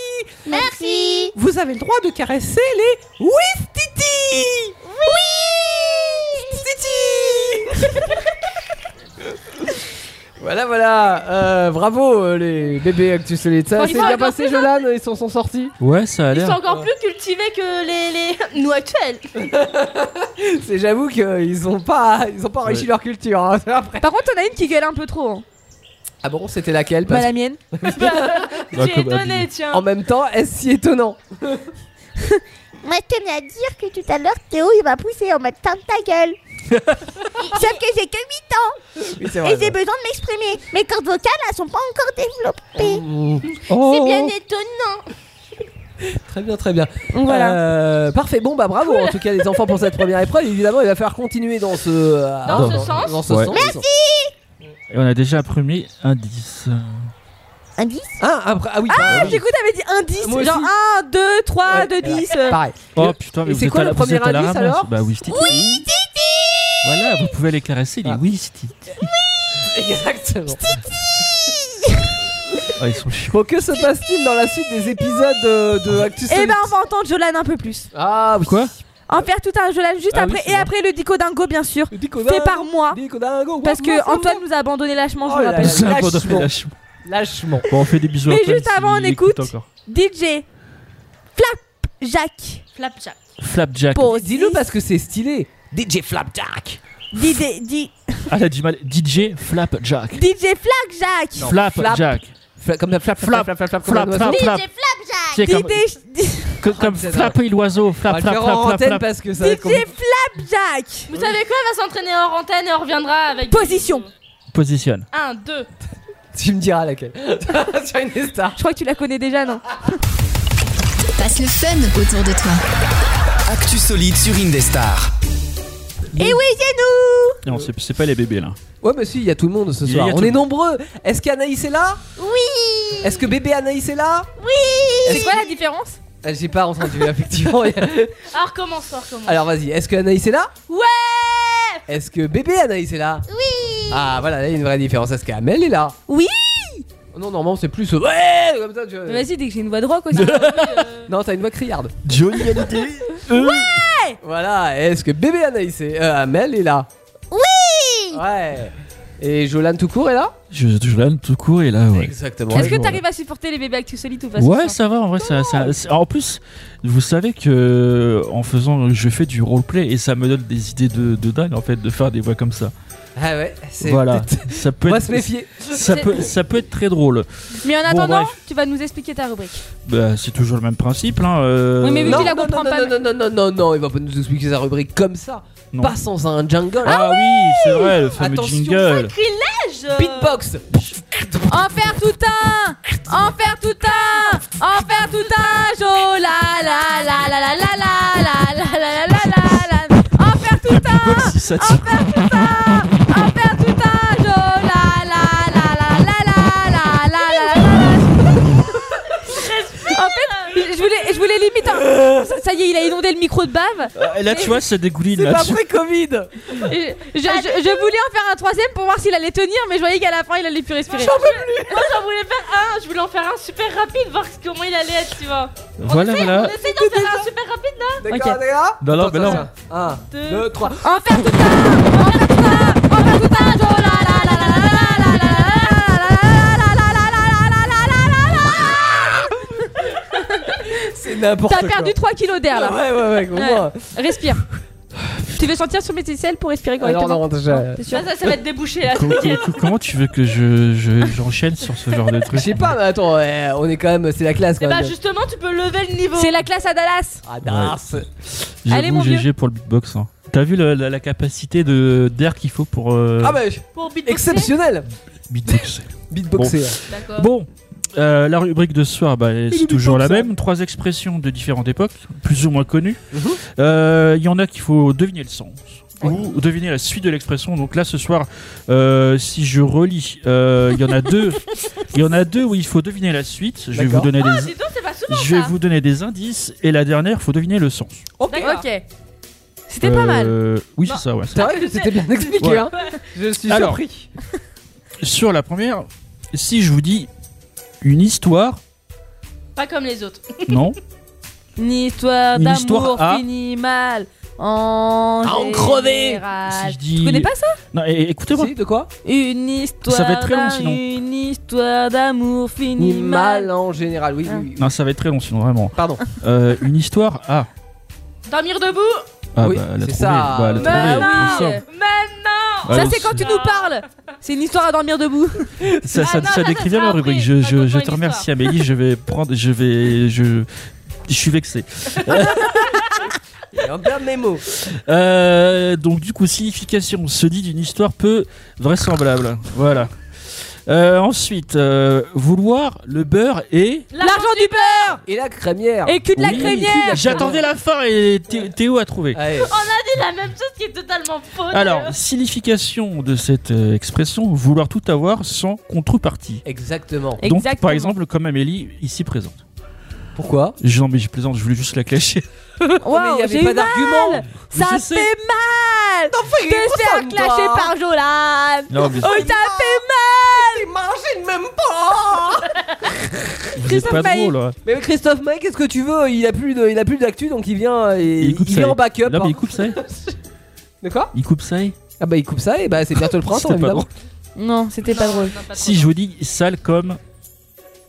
Speaker 11: Merci.
Speaker 12: Vous avez le droit de caresser les Wistiti Oui
Speaker 5: Voilà, voilà. Euh, bravo euh, les bébés Actus Solide. Ça
Speaker 8: Bon,
Speaker 5: s'est
Speaker 8: ils sont
Speaker 5: bien
Speaker 8: encore
Speaker 5: passé, Jolan. Ils s'en sont sortis.
Speaker 7: Ouais, ça a
Speaker 8: Ils sont
Speaker 7: l'air.
Speaker 8: encore plus cultivés que les, les... nous actuels.
Speaker 5: C'est j'avoue qu'ils ont pas, ils ont pas enrichi
Speaker 7: Ouais.
Speaker 5: leur culture. hein, c'est après.
Speaker 6: Par contre, on a une qui gueule un peu trop. hein.
Speaker 5: Ah bon, c'était laquelle
Speaker 6: Bah,
Speaker 5: parce-
Speaker 6: la mienne.
Speaker 8: J'ai étonné, tiens.
Speaker 5: En même temps, est-ce si étonnant
Speaker 11: Moi, je tenais à dire que tout à l'heure, Théo, il m'a poussé en mode « Tente ta gueule !» Sauf que j'ai que 8 ans
Speaker 5: Oui, c'est
Speaker 11: et j'ai besoin de m'exprimer. Mes cordes vocales, elles sont pas encore développées.
Speaker 5: Oh,
Speaker 11: C'est bien étonnant.
Speaker 5: Très bien, très bien.
Speaker 6: Voilà.
Speaker 5: Euh, parfait. Bon, bah bravo en tout cas les enfants pour cette première épreuve. Évidemment, il va falloir continuer dans ce euh,
Speaker 8: Dans ce sens.
Speaker 5: dans ce
Speaker 7: Ouais.
Speaker 5: sens.
Speaker 7: Et on a déjà imprimé un 10.
Speaker 11: Indice
Speaker 5: Ah, après, ah oui. Ah,
Speaker 6: J'écoute, t'avais dit indice.
Speaker 5: Moi
Speaker 6: Genre
Speaker 5: aussi.
Speaker 6: 1, 2, 3, 2, 10.
Speaker 5: Pareil.
Speaker 7: Oh putain, mais
Speaker 5: Et
Speaker 7: vous
Speaker 5: c'est
Speaker 7: êtes
Speaker 5: quoi
Speaker 7: à la,
Speaker 5: le
Speaker 7: vous
Speaker 5: premier
Speaker 7: êtes à la
Speaker 5: indice,
Speaker 7: ramasse.
Speaker 5: alors
Speaker 7: Bah, Wistiti. Voilà, vous pouvez les caresser, les Wistiti.
Speaker 5: Exactement.
Speaker 7: Ah, ils sont chiants.
Speaker 5: Bon, que se passe-t-il dans la suite des épisodes euh, de Actus
Speaker 6: Et
Speaker 5: Solide
Speaker 6: ben, on va entendre Jolan un peu plus.
Speaker 5: Ah oui.
Speaker 7: Quoi
Speaker 6: En faire tout un Jolan juste
Speaker 7: Ah oui,
Speaker 6: après.
Speaker 7: c'est
Speaker 6: et
Speaker 7: bon.
Speaker 6: après, le dico dingo, bien sûr.
Speaker 5: Dis qu'on
Speaker 6: Fait
Speaker 5: a-
Speaker 6: par moi.
Speaker 5: dis qu'on a un gros-
Speaker 6: Parce que
Speaker 5: Lâchement.
Speaker 6: Antoine nous a abandonné lâchement, je
Speaker 5: Oh
Speaker 6: vous
Speaker 5: là
Speaker 6: rappelle.
Speaker 5: là.
Speaker 7: C'est un peu de
Speaker 5: Lâchement.
Speaker 7: lâchement.
Speaker 5: Lâchement.
Speaker 7: Bon, on fait des bisous à
Speaker 6: Ah, Mais
Speaker 7: Antoine
Speaker 6: juste avant,
Speaker 7: s'il
Speaker 6: on écoute.
Speaker 7: encore.
Speaker 6: DJ Flap Jack
Speaker 8: Flapjack.
Speaker 7: Flapjack.
Speaker 6: Pose.
Speaker 5: Dis-le parce que c'est stylé. DJ Flapjack.
Speaker 6: DJ, di-
Speaker 7: Ah, elle a du mal. DJ Flapjack.
Speaker 6: DJ Flap Jack
Speaker 7: Flapjack.
Speaker 5: Fla- comme la flap, flap, flap, flap, flap, comme
Speaker 7: Flap,
Speaker 5: un
Speaker 7: flap,
Speaker 5: oiseau.
Speaker 7: flap.
Speaker 11: Flapjack
Speaker 7: C'est comme,
Speaker 6: DJ
Speaker 7: que- comme
Speaker 5: c'est
Speaker 7: flapper l'oiseau.
Speaker 5: On va
Speaker 7: Flap,
Speaker 5: le
Speaker 7: flap,
Speaker 5: faire en
Speaker 7: flap,
Speaker 5: antenne
Speaker 7: flap, flap.
Speaker 5: parce que ça va être compliqué.
Speaker 6: Flap Jack
Speaker 8: Vous savez quoi Elle va s'entraîner hors antenne et on reviendra avec.
Speaker 6: Position.
Speaker 7: Positionne.
Speaker 8: 1, 2.
Speaker 5: Tu me diras laquelle. Sur une star.
Speaker 6: Je crois que tu la connais déjà, non
Speaker 3: Passe le fun autour de toi.
Speaker 4: Actu solide sur Indestar.
Speaker 11: Et oui, c'est nous
Speaker 7: Non, c'est c'est pas les bébés là.
Speaker 5: Ouais, mais si, il y a tout le monde ce
Speaker 7: Il y a-
Speaker 5: soir.
Speaker 7: il y a
Speaker 5: On
Speaker 7: tout
Speaker 5: est
Speaker 7: le monde.
Speaker 5: nombreux. Est-ce qu'Anaïs est là
Speaker 11: Oui
Speaker 5: Est-ce que bébé Anaïs est là
Speaker 6: C'est quoi la différence
Speaker 5: Ah, J'ai pas entendu, effectivement.
Speaker 8: Ah, recommence, on recommence.
Speaker 5: Alors vas-y, est-ce que Anaïs est là
Speaker 8: Ouais
Speaker 5: Est-ce que bébé Anaïs est là
Speaker 11: Oui
Speaker 5: Ah, voilà, là, il y a une vraie différence. Est-ce qu'Amel est là
Speaker 6: Oui
Speaker 5: Non, normalement, c'est plus. euh, Ouais Comme ça, tu vois.
Speaker 6: Vas-y, dès que j'ai une voix de rock aussi.
Speaker 5: Non, t'as une voix criarde.
Speaker 7: Johnny Hallyday.
Speaker 5: Voilà, est-ce que bébé Anaïs est. euh, Amel est là Oui Ouais. Et Jolan tout court est là
Speaker 7: Je, je l'aime tout court et là, ouais.
Speaker 5: Exactement.
Speaker 6: Est-ce que t'arrives à supporter les bébés Actu Solide ou pas ce
Speaker 7: Ouais,
Speaker 6: soir
Speaker 7: ça va en vrai. Ça, ça- c'est- en plus, vous savez que euh, en faisant, je fais du roleplay et ça me donne des idées de, de dingue en fait de faire des voix comme ça.
Speaker 5: Ah ouais, c'est.
Speaker 7: Voilà, ça peut
Speaker 5: On va
Speaker 7: être,
Speaker 5: se méfier.
Speaker 7: ça peut, ça peut être très drôle.
Speaker 6: Mais en
Speaker 7: Bon,
Speaker 6: attendant,
Speaker 7: bref.
Speaker 6: tu vas nous expliquer ta rubrique.
Speaker 7: Bah, c'est toujours le même principe. Hein, euh,
Speaker 6: Oui, mais vu
Speaker 5: non,
Speaker 6: qu'il la
Speaker 5: non,
Speaker 6: comprend
Speaker 5: non,
Speaker 6: pas,
Speaker 5: Non, non, non, non, non, non, il va pas nous expliquer sa rubrique comme ça.
Speaker 7: Non.
Speaker 5: Pas sans un jungle.
Speaker 7: Ah, oui, c'est vrai, le fameux
Speaker 5: Attention,
Speaker 7: jingle.
Speaker 5: Euh,
Speaker 8: Sacrilège
Speaker 5: Beatbox
Speaker 6: En faire tout un En faire tout un En faire tout un Jo la la la la la la la la la la la la la En faire tout un
Speaker 7: Ça tient.
Speaker 6: En faire tout un Jo la la la la la la la la la la En fait, je voulais, je voulais limite. un- Ça, ça y est, il a inondé le micro de bave.
Speaker 7: Ah, Et là, tu vois, ça dégouline.
Speaker 5: C'est
Speaker 7: Là,
Speaker 5: pas
Speaker 7: tu-
Speaker 5: vrai Covid
Speaker 6: Et Je, je- je voulais en faire un troisième pour voir s'il allait tenir, mais je voyais qu'à la fin, il allait plus respirer.
Speaker 8: Moi j'en voulais faire un, je voulais en faire un super rapide, voir comment il allait être, tu vois.
Speaker 7: Voilà,
Speaker 8: On
Speaker 7: voilà.
Speaker 8: essaie d'en faire un super rapide là
Speaker 5: D'accord,
Speaker 6: Ok.
Speaker 5: d'accord
Speaker 7: Ah Non, non, mais non.
Speaker 5: 1,
Speaker 8: Deux.
Speaker 5: 2, 3.
Speaker 6: En faire tout un, en faire tout un, en faire tout un, jo la la la la la la la la la la la la la la la la la la la la.
Speaker 5: C'est n'importe
Speaker 6: T'as
Speaker 5: quoi.
Speaker 6: perdu 3 kilos d'air là.
Speaker 5: Ouais, ouais, ouais, comprends.
Speaker 6: Respire. Tu veux sentir sur mes aisselles pour respirer
Speaker 5: Alors,
Speaker 6: correctement
Speaker 5: non, déjà.
Speaker 6: T'es sûr
Speaker 8: Ah, ça, ça va être débouché là.
Speaker 7: Comment, comment- comment tu veux que je je- j'enchaîne sur ce genre de truc
Speaker 5: Je sais pas, mais attends, euh, on est quand même. C'est la classe
Speaker 6: Eh
Speaker 8: Et
Speaker 5: quand
Speaker 6: ben,
Speaker 8: bah
Speaker 5: même.
Speaker 8: justement, tu peux lever le niveau.
Speaker 6: C'est la classe à Dallas.
Speaker 5: Ah, das
Speaker 7: Euh,
Speaker 6: Allez,
Speaker 7: J'avoue,
Speaker 6: mon vieux.
Speaker 7: GG pour le beatbox. hein. T'as vu le- la, la capacité de d'air qu'il faut pour euh,
Speaker 5: Ah, bah,
Speaker 8: Pour beatboxer.
Speaker 5: exceptionnel
Speaker 7: beatboxer
Speaker 5: Beatboxer.
Speaker 8: D'accord.
Speaker 7: Bon, Euh, la rubrique de ce soir, bah,
Speaker 9: Il est
Speaker 7: c'est toujours la
Speaker 9: comme ça.
Speaker 7: même. Trois expressions de différentes époques, plus ou moins connues.
Speaker 9: Mhm.
Speaker 7: Euh, Il y en a qu'il faut deviner le sens. Ou deviner la suite de l'expression. Donc là, ce soir, euh, si je relis, euh, il y en a deux. Il y en a deux où il faut deviner la suite. Je vais vous
Speaker 9: D'accord.
Speaker 7: donner
Speaker 9: Oh,
Speaker 7: des.
Speaker 9: dis donc, c'est pas souvent,
Speaker 7: je vais
Speaker 9: ça.
Speaker 7: vous donner des indices et la dernière, faut deviner le sens.
Speaker 6: Ok. C'était pas mal.
Speaker 7: Euh, Oui, c'est ça. Ouais.
Speaker 6: C'est vrai que c'était bien expliqué,
Speaker 7: Ouais.
Speaker 6: hein.
Speaker 5: Je suis
Speaker 7: Alors,
Speaker 5: surpris.
Speaker 7: Sur la première, si je vous dis une histoire,
Speaker 8: Pas comme les autres.
Speaker 7: non.
Speaker 6: Une histoire
Speaker 7: Une histoire
Speaker 6: d'amour
Speaker 7: à-
Speaker 6: finit mal. En,
Speaker 7: À en crever.
Speaker 9: Ah,
Speaker 6: général.
Speaker 7: Si je dis-
Speaker 6: Tu connais pas ça
Speaker 7: Non, et- et écoutez-moi.
Speaker 5: de quoi
Speaker 6: Une histoire.
Speaker 7: Ça va être très long,
Speaker 6: d'am-
Speaker 7: sinon.
Speaker 6: Une histoire d'amour finit
Speaker 5: Ni
Speaker 6: mal.
Speaker 5: mal en général, oui, oui, oui.
Speaker 7: Non, ça va être très long sinon vraiment. Euh,
Speaker 5: Pardon.
Speaker 7: une histoire à.
Speaker 8: Dormir debout
Speaker 7: Ah
Speaker 5: Oui,
Speaker 7: bah elle a
Speaker 5: c'est
Speaker 7: trouvé.
Speaker 5: ça.
Speaker 7: Bah, elle a
Speaker 5: Bah
Speaker 7: trouvé,
Speaker 5: oui.
Speaker 7: comme ça.
Speaker 8: Maintenant
Speaker 7: Ah,
Speaker 6: Ça,
Speaker 7: non,
Speaker 6: c'est quand tu nous parles. C'est une histoire à dormir debout.
Speaker 7: Ça, ça,
Speaker 6: Ah non,
Speaker 7: ça
Speaker 6: ça, ça
Speaker 7: décrit bien
Speaker 6: sera
Speaker 7: la
Speaker 6: après.
Speaker 7: rubrique. Je, je, je
Speaker 6: Raconte-moi
Speaker 7: te
Speaker 6: une
Speaker 7: remercie, Amélie. Je vais prendre. Je vais. Je. Je suis vexé.
Speaker 5: Et en perd mes mots.
Speaker 7: Euh, donc, du coup, signification se dit d'une histoire peu vraisemblable. Voilà. Euh, ensuite, euh, vouloir le beurre et.
Speaker 6: L'argent du beurre
Speaker 5: Et la crémière.
Speaker 6: Et cul de la
Speaker 7: Oui,
Speaker 6: crémière
Speaker 7: J'attendais la fin et Thé- Théo a trouvé.
Speaker 8: On a dit la même chose qui est totalement fausse.
Speaker 7: Alors, signification de cette euh, expression, vouloir tout avoir sans contrepartie.
Speaker 5: Exactement.
Speaker 7: Donc, par exemple, comme Amélie, ici présente.
Speaker 5: Pourquoi
Speaker 7: Non, mais je plaisante, je voulais juste la clasher.
Speaker 5: il y
Speaker 6: Waouh,
Speaker 5: avait
Speaker 6: j'ai
Speaker 5: pas
Speaker 6: eu mal
Speaker 5: d'argument.
Speaker 6: Ça
Speaker 5: Je
Speaker 6: fait mal
Speaker 5: il
Speaker 6: De
Speaker 5: est
Speaker 6: se faire
Speaker 5: content,
Speaker 6: clasher
Speaker 5: toi.
Speaker 6: par Jolan
Speaker 7: Non, mais-
Speaker 6: Oh, ça fait mal
Speaker 5: T'es mangé de même pas
Speaker 7: Vous êtes pas drôle. hein.
Speaker 5: Mais Christophe May, qu'est-ce que tu veux Il a plus de, il a plus d'actu donc il vient euh, et
Speaker 7: Il coupe
Speaker 5: il
Speaker 7: ça,
Speaker 5: vient
Speaker 7: il-
Speaker 5: en backup.
Speaker 7: Non, mais
Speaker 5: hein.
Speaker 7: il coupe ça.
Speaker 5: De quoi
Speaker 7: Il coupe ça.
Speaker 5: Ah bah il coupe ça et bah c'est bientôt le printemps
Speaker 7: C'était pas
Speaker 5: évidemment.
Speaker 7: drôle.
Speaker 6: Non, c'était pas drôle.
Speaker 7: Si je vous dis sale comme.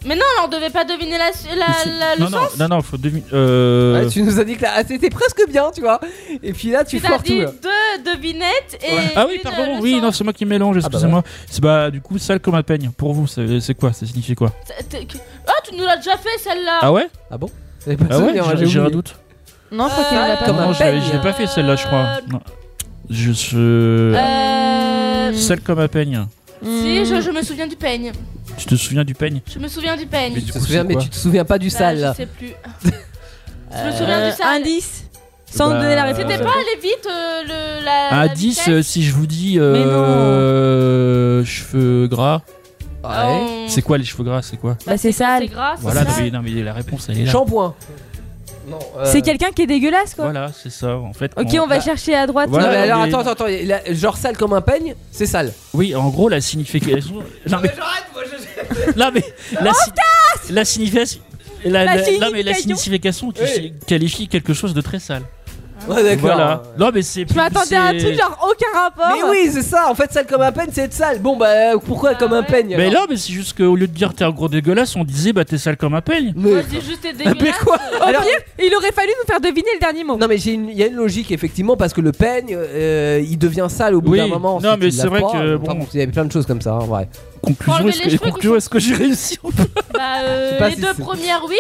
Speaker 8: Mais non, là, on devait pas deviner la, su- la-
Speaker 7: Si-
Speaker 8: la- le
Speaker 7: non, non,
Speaker 8: sens.
Speaker 7: non, non, faut deviner. Euh...
Speaker 5: Ouais, tu nous as dit que là, ah, c'était presque bien, tu vois. Et puis là, tu
Speaker 8: T'as
Speaker 5: foires tout.
Speaker 8: dit
Speaker 5: là.
Speaker 8: deux devinettes et.
Speaker 7: Ah oui,
Speaker 8: une, euh,
Speaker 7: pardon,
Speaker 8: le
Speaker 7: oui,
Speaker 8: sens.
Speaker 7: non, c'est moi qui
Speaker 5: Ah,
Speaker 7: mélange, excusez-moi. C'est bah, du coup, sale comme un peigne. Pour vous, c'est c'est quoi Ça signifie quoi
Speaker 8: T'es- t'es- que- Ah, tu nous l'as déjà fait celle-là.
Speaker 7: Ah ouais
Speaker 5: Ah bon pas
Speaker 7: Ah ouais
Speaker 5: souvenir, hein,
Speaker 7: J'ai-
Speaker 5: j'ai
Speaker 7: J'ai un
Speaker 5: oublié.
Speaker 7: doute.
Speaker 6: Non, je crois qu'il
Speaker 8: Euh,
Speaker 6: en a pas
Speaker 7: Non,
Speaker 6: parlé.
Speaker 7: je l'avais- je l'ai pas fait celle-là, je crois. Non. Je suis.
Speaker 8: Euh.
Speaker 7: Sale comme un peigne.
Speaker 6: Hmm.
Speaker 8: Si, je, je me souviens du peigne.
Speaker 7: Tu te souviens du peigne
Speaker 8: Je me souviens du peigne.
Speaker 7: du
Speaker 5: Tu te
Speaker 7: coup,
Speaker 5: souviens,
Speaker 7: c'est
Speaker 5: mais
Speaker 7: quoi
Speaker 5: tu te souviens pas du
Speaker 8: Bah,
Speaker 5: sale.
Speaker 8: Je sais plus. je me souviens
Speaker 7: Euh,
Speaker 8: du sale.
Speaker 6: Euh, Indice Sans
Speaker 7: Bah,
Speaker 6: donner la réponse.
Speaker 8: C'était pas aller vite euh, le, la.
Speaker 7: À
Speaker 8: la
Speaker 7: 10,
Speaker 8: vitesse.
Speaker 7: si je vous dis
Speaker 6: Mais non.
Speaker 7: euh, cheveux gras.
Speaker 8: Oh.
Speaker 7: euh, C'est quoi les cheveux gras C'est quoi
Speaker 6: Bah, c'est
Speaker 8: C'est
Speaker 6: sale
Speaker 8: gras, c'est
Speaker 7: Voilà, non
Speaker 8: sale.
Speaker 7: mais, non, mais la réponse elle est là.
Speaker 5: Shampoing. Non. euh,
Speaker 6: C'est quelqu'un qui est dégueulasse, quoi
Speaker 7: Voilà, c'est ça en fait.
Speaker 6: Ok, on va chercher à droite. Euh,
Speaker 7: Voilà, Bah,
Speaker 5: non, mais
Speaker 7: non,
Speaker 5: alors
Speaker 7: mais-
Speaker 5: attends, attends, attends. il a- Genre sale comme un peigne, c'est sale.
Speaker 7: Oui, en gros la signification. non mais non mais la, si- la signification. La,
Speaker 6: La
Speaker 7: la- non mais
Speaker 6: signification.
Speaker 7: la signification qui
Speaker 5: Oui.
Speaker 7: qualifie quelque chose de très sale.
Speaker 8: Ah.
Speaker 5: Ouais, d'accord.
Speaker 7: Voilà. Non mais c'est.
Speaker 6: Je m'attendais à un truc
Speaker 7: c'est-
Speaker 6: genre aucun rapport
Speaker 5: Mais oui, c'est ça. En fait, sale comme un peigne, c'est être sale. Bon bah euh, pourquoi
Speaker 6: Ah
Speaker 5: comme un peigne
Speaker 7: Mais
Speaker 5: alors
Speaker 7: non mais c'est juste qu'au lieu de dire t'es un gros dégueulasse, on disait bah t'es sale comme un peigne.
Speaker 5: Mais-
Speaker 8: Moi, je dis juste t'es dégueulasse.
Speaker 5: Mais quoi
Speaker 6: Au
Speaker 5: Alors-
Speaker 6: pire, il aurait fallu nous faire deviner le dernier mot.
Speaker 5: Non mais j'ai une- il y a une logique effectivement parce que le peigne euh, il devient sale au bout
Speaker 7: Oui.
Speaker 5: d'un moment.
Speaker 7: Non,
Speaker 5: ensuite,
Speaker 7: mais
Speaker 5: il lave
Speaker 7: c'est vrai
Speaker 5: pas.
Speaker 7: que,
Speaker 5: Enfin,
Speaker 7: bon.
Speaker 5: il y avait plein de choses comme ça. hein, ouais.
Speaker 7: Conclusion,
Speaker 8: Enlever
Speaker 7: est-ce
Speaker 8: les
Speaker 7: que,
Speaker 8: cheveux qui
Speaker 7: conclusion,
Speaker 8: sont-
Speaker 7: est-ce que j'ai réussi ou pas
Speaker 8: Bah, euh,
Speaker 5: sais pas
Speaker 8: les
Speaker 5: si
Speaker 8: deux
Speaker 5: c'est-
Speaker 8: premières, oui.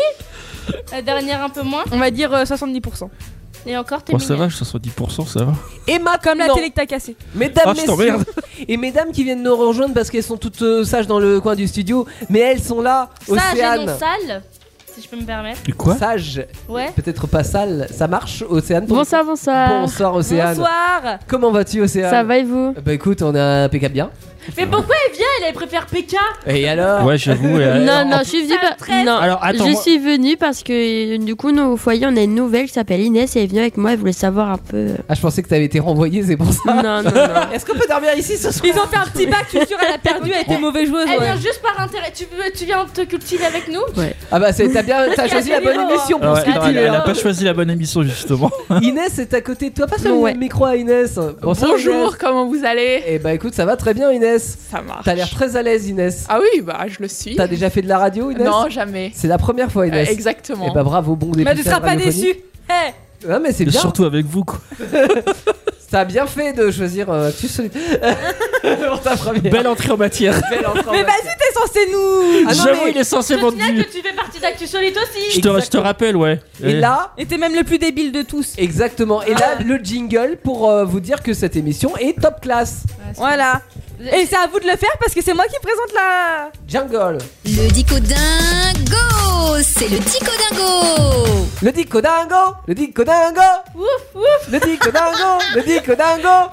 Speaker 8: La dernière, un peu moins.
Speaker 6: On va dire euh, 70%.
Speaker 8: Et encore, t'es
Speaker 7: Bon, ça
Speaker 8: mignonne.
Speaker 7: va, ça soit 10%, ça va.
Speaker 5: Et
Speaker 6: Comme la
Speaker 5: maintenant,
Speaker 6: télé que t'as cassée.
Speaker 5: mesdames,
Speaker 7: Ah, je
Speaker 5: messieurs,
Speaker 7: t'emmerde.
Speaker 5: et mesdames qui viennent nous rejoindre parce qu'elles sont toutes euh, sages dans le coin du studio, mais elles sont là,
Speaker 8: Ça, j'ai non
Speaker 5: Océane.
Speaker 8: sale, si je peux me permettre.
Speaker 7: Quoi
Speaker 5: Sage,
Speaker 8: Ouais.
Speaker 5: peut-être pas sale, ça marche, Océane. pour-
Speaker 13: Bonsoir, bonsoir.
Speaker 5: Bonsoir, Océane.
Speaker 6: Bonsoir
Speaker 5: Comment vas-tu, Océane
Speaker 13: Ça va et vous
Speaker 5: Bah écoute, on est impeccable bien.
Speaker 8: Mais pourquoi elle vient Elle, elle préfère PK
Speaker 5: Et alors
Speaker 7: Ouais, j'avoue. et- euh,
Speaker 13: Non, non, je suis venue. par- Non,
Speaker 7: Alors, attends,
Speaker 13: je
Speaker 7: moi-
Speaker 13: suis venue parce que euh, du coup, nous, au foyer, on a une nouvelle qui s'appelle Inès et elle est venue avec moi. Elle voulait savoir un peu. euh,
Speaker 5: Ah, je pensais que t'avais été renvoyé, c'est pour ça.
Speaker 13: Non, non, non.
Speaker 5: Est-ce qu'on peut dormir ici ce soir
Speaker 6: Ils ont fait un petit bac, je suis sûre, elle a perdu, elle était mauvaise joueuse.
Speaker 8: Elle
Speaker 6: ouais.
Speaker 8: vient juste par intérêt. Tu, veux- tu viens te cultiver avec nous
Speaker 13: Ouais.
Speaker 5: Ah bah c'est- t'as bien, t'as choisi la bonne émission pour
Speaker 7: Ah ouais,
Speaker 5: ce que
Speaker 7: non,
Speaker 5: tu
Speaker 7: elle,
Speaker 5: es,
Speaker 7: elle a
Speaker 5: hein.
Speaker 7: pas choisi la bonne émission justement.
Speaker 5: Inès est à côté de toi, passe le
Speaker 13: Ouais.
Speaker 5: micro à Inès. Bonsoir,
Speaker 14: Bonjour,
Speaker 5: Inès.
Speaker 14: comment vous allez
Speaker 5: Eh bah écoute, ça va très bien Inès.
Speaker 14: Ça marche.
Speaker 5: T'as l'air très à l'aise Inès.
Speaker 14: Ah oui, bah je le suis.
Speaker 5: T'as déjà fait de la radio Inès
Speaker 14: Non, jamais.
Speaker 5: C'est la première fois Inès.
Speaker 14: Euh, exactement.
Speaker 5: Eh bah bravo, bon début.
Speaker 6: Mais tu
Speaker 5: de ta
Speaker 6: seras pas Eh,
Speaker 5: radiophonie.
Speaker 6: déçu. Hey,
Speaker 5: Non mais c'est
Speaker 7: Et
Speaker 5: bien.
Speaker 7: surtout avec vous quoi.
Speaker 5: T'as bien fait de choisir euh, tu solide. Pour ta première.
Speaker 7: Belle entrée en matière.
Speaker 5: Belle enfant.
Speaker 6: mais vas-y, t'es censé nous
Speaker 5: Ah non,
Speaker 7: J'avoue,
Speaker 5: mais-
Speaker 7: il est censé
Speaker 8: Je te
Speaker 7: vendre
Speaker 8: signale
Speaker 7: du.
Speaker 8: que tu fais partie d'Actu Solite
Speaker 7: Je
Speaker 8: aussi
Speaker 7: te, je te
Speaker 5: Exactement.
Speaker 7: rappelle, ouais.
Speaker 5: Et
Speaker 7: Eh.
Speaker 5: là,
Speaker 6: Et t'es même le plus débile de tous.
Speaker 8: Ah.
Speaker 6: Ah,
Speaker 5: exactement. Et là, le jingle pour euh, vous dire que cette émission est top classe.
Speaker 6: Voilà. Et c'est à vous de le faire parce que c'est moi qui présente la.
Speaker 12: Jungle.
Speaker 3: Le dicodingo, c'est le dicodingo.
Speaker 12: Le dicodingo, le dicodingo.
Speaker 8: Ouf, ouf.
Speaker 12: Le dicodingo, le dicodingo.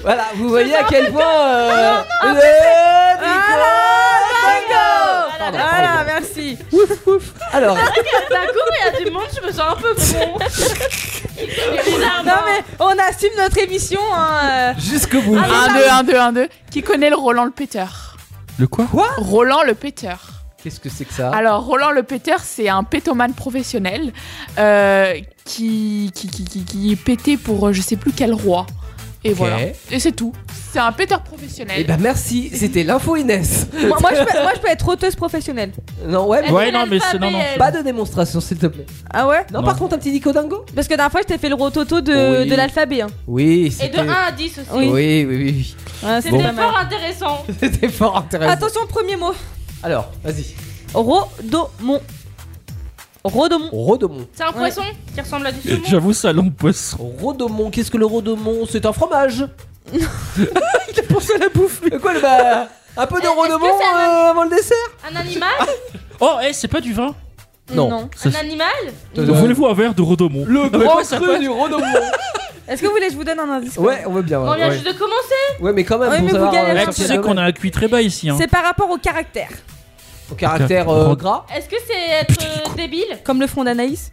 Speaker 12: Voilà, vous voyez à quel point. euh, le
Speaker 8: Ah, Voilà,
Speaker 12: dingo Pardon,
Speaker 8: voilà,
Speaker 12: pardon.
Speaker 8: merci.
Speaker 12: Ouf, ouf. Alors,
Speaker 8: D'un coup, il y a du monde, je me sens un peu con. Bizarrement.
Speaker 6: Non mais on assume notre émission. Hein.
Speaker 5: Jusque bout.
Speaker 14: Un, deux, un, deux, un, deux. Qui connaît le Roland le péteur
Speaker 5: Le quoi
Speaker 14: Roland le péteur.
Speaker 5: Qu'est-ce que c'est que ça
Speaker 14: Alors, Roland Le Péteur, c'est un pétomane professionnel euh, qui, qui, qui, qui, qui est pété pour euh, je sais plus quel roi. Et
Speaker 5: Ok.
Speaker 14: voilà. Et c'est tout. C'est un péteur professionnel.
Speaker 5: Eh ben merci, c'était l'info Inès.
Speaker 6: Moi, moi, je peux, moi, je peux être hôteuse professionnelle.
Speaker 5: Non, ouais,
Speaker 6: Elle Ouais, fait non, mais c'est- non, non. l'alphabet,
Speaker 5: Pas de démonstration, s'il te plaît.
Speaker 6: Ah ouais
Speaker 5: Non, par contre, un petit dicodingo
Speaker 6: Parce que la dernière fois, je t'ai fait le rototo de,
Speaker 5: Oui.
Speaker 6: de l'alphabet. hein.
Speaker 5: Oui,
Speaker 8: Et de
Speaker 5: c'était.
Speaker 8: 1 à 10 aussi.
Speaker 5: Oui, oui, oui. oui.
Speaker 6: Ouais,
Speaker 8: C'était
Speaker 5: Bon.
Speaker 8: fort intéressant.
Speaker 5: C'était fort intéressant.
Speaker 6: Attention, premier mot.
Speaker 5: Alors, vas-y.
Speaker 6: Rodomont. Rodomont.
Speaker 5: Rodomont.
Speaker 8: C'est un poisson qui ressemble à du saumon.
Speaker 7: J'avoue, ça long poisson.
Speaker 5: Rodomont, qu'est-ce que le rodomont C'est un fromage. Il a pensé à la bouffe. lui. Quoi, le bah Un peu de rodomont
Speaker 8: c'est un
Speaker 5: euh, avant le dessert
Speaker 8: Un animal
Speaker 7: Oh, eh, c'est pas du vin
Speaker 5: Non.
Speaker 7: Ça,
Speaker 8: Un
Speaker 7: c'est-
Speaker 8: animal
Speaker 7: Voulez-vous un verre de Rodomont
Speaker 5: Euh, Le
Speaker 7: Ah, mais
Speaker 5: grand
Speaker 7: quoi, ça
Speaker 5: cru
Speaker 7: passe
Speaker 5: du rodomont.
Speaker 6: Est-ce que vous voulez que je vous donne un indice quand
Speaker 5: Ouais,
Speaker 6: même
Speaker 5: on veut bien.
Speaker 8: On
Speaker 5: Ouais,
Speaker 8: vient
Speaker 5: ouais.
Speaker 8: juste de commencer.
Speaker 5: Ouais, mais quand même,
Speaker 6: Ouais,
Speaker 5: pour
Speaker 6: mais vous
Speaker 5: savoir,
Speaker 6: galérez
Speaker 5: euh,
Speaker 7: Eh, tu sais qu'on a un cuit très bas ici. Hein.
Speaker 6: C'est par rapport au caractère.
Speaker 5: Au caractère euh,
Speaker 7: Rod-
Speaker 5: gras
Speaker 8: Est-ce que c'est être euh, débile
Speaker 6: Comme le front d'Anaïs.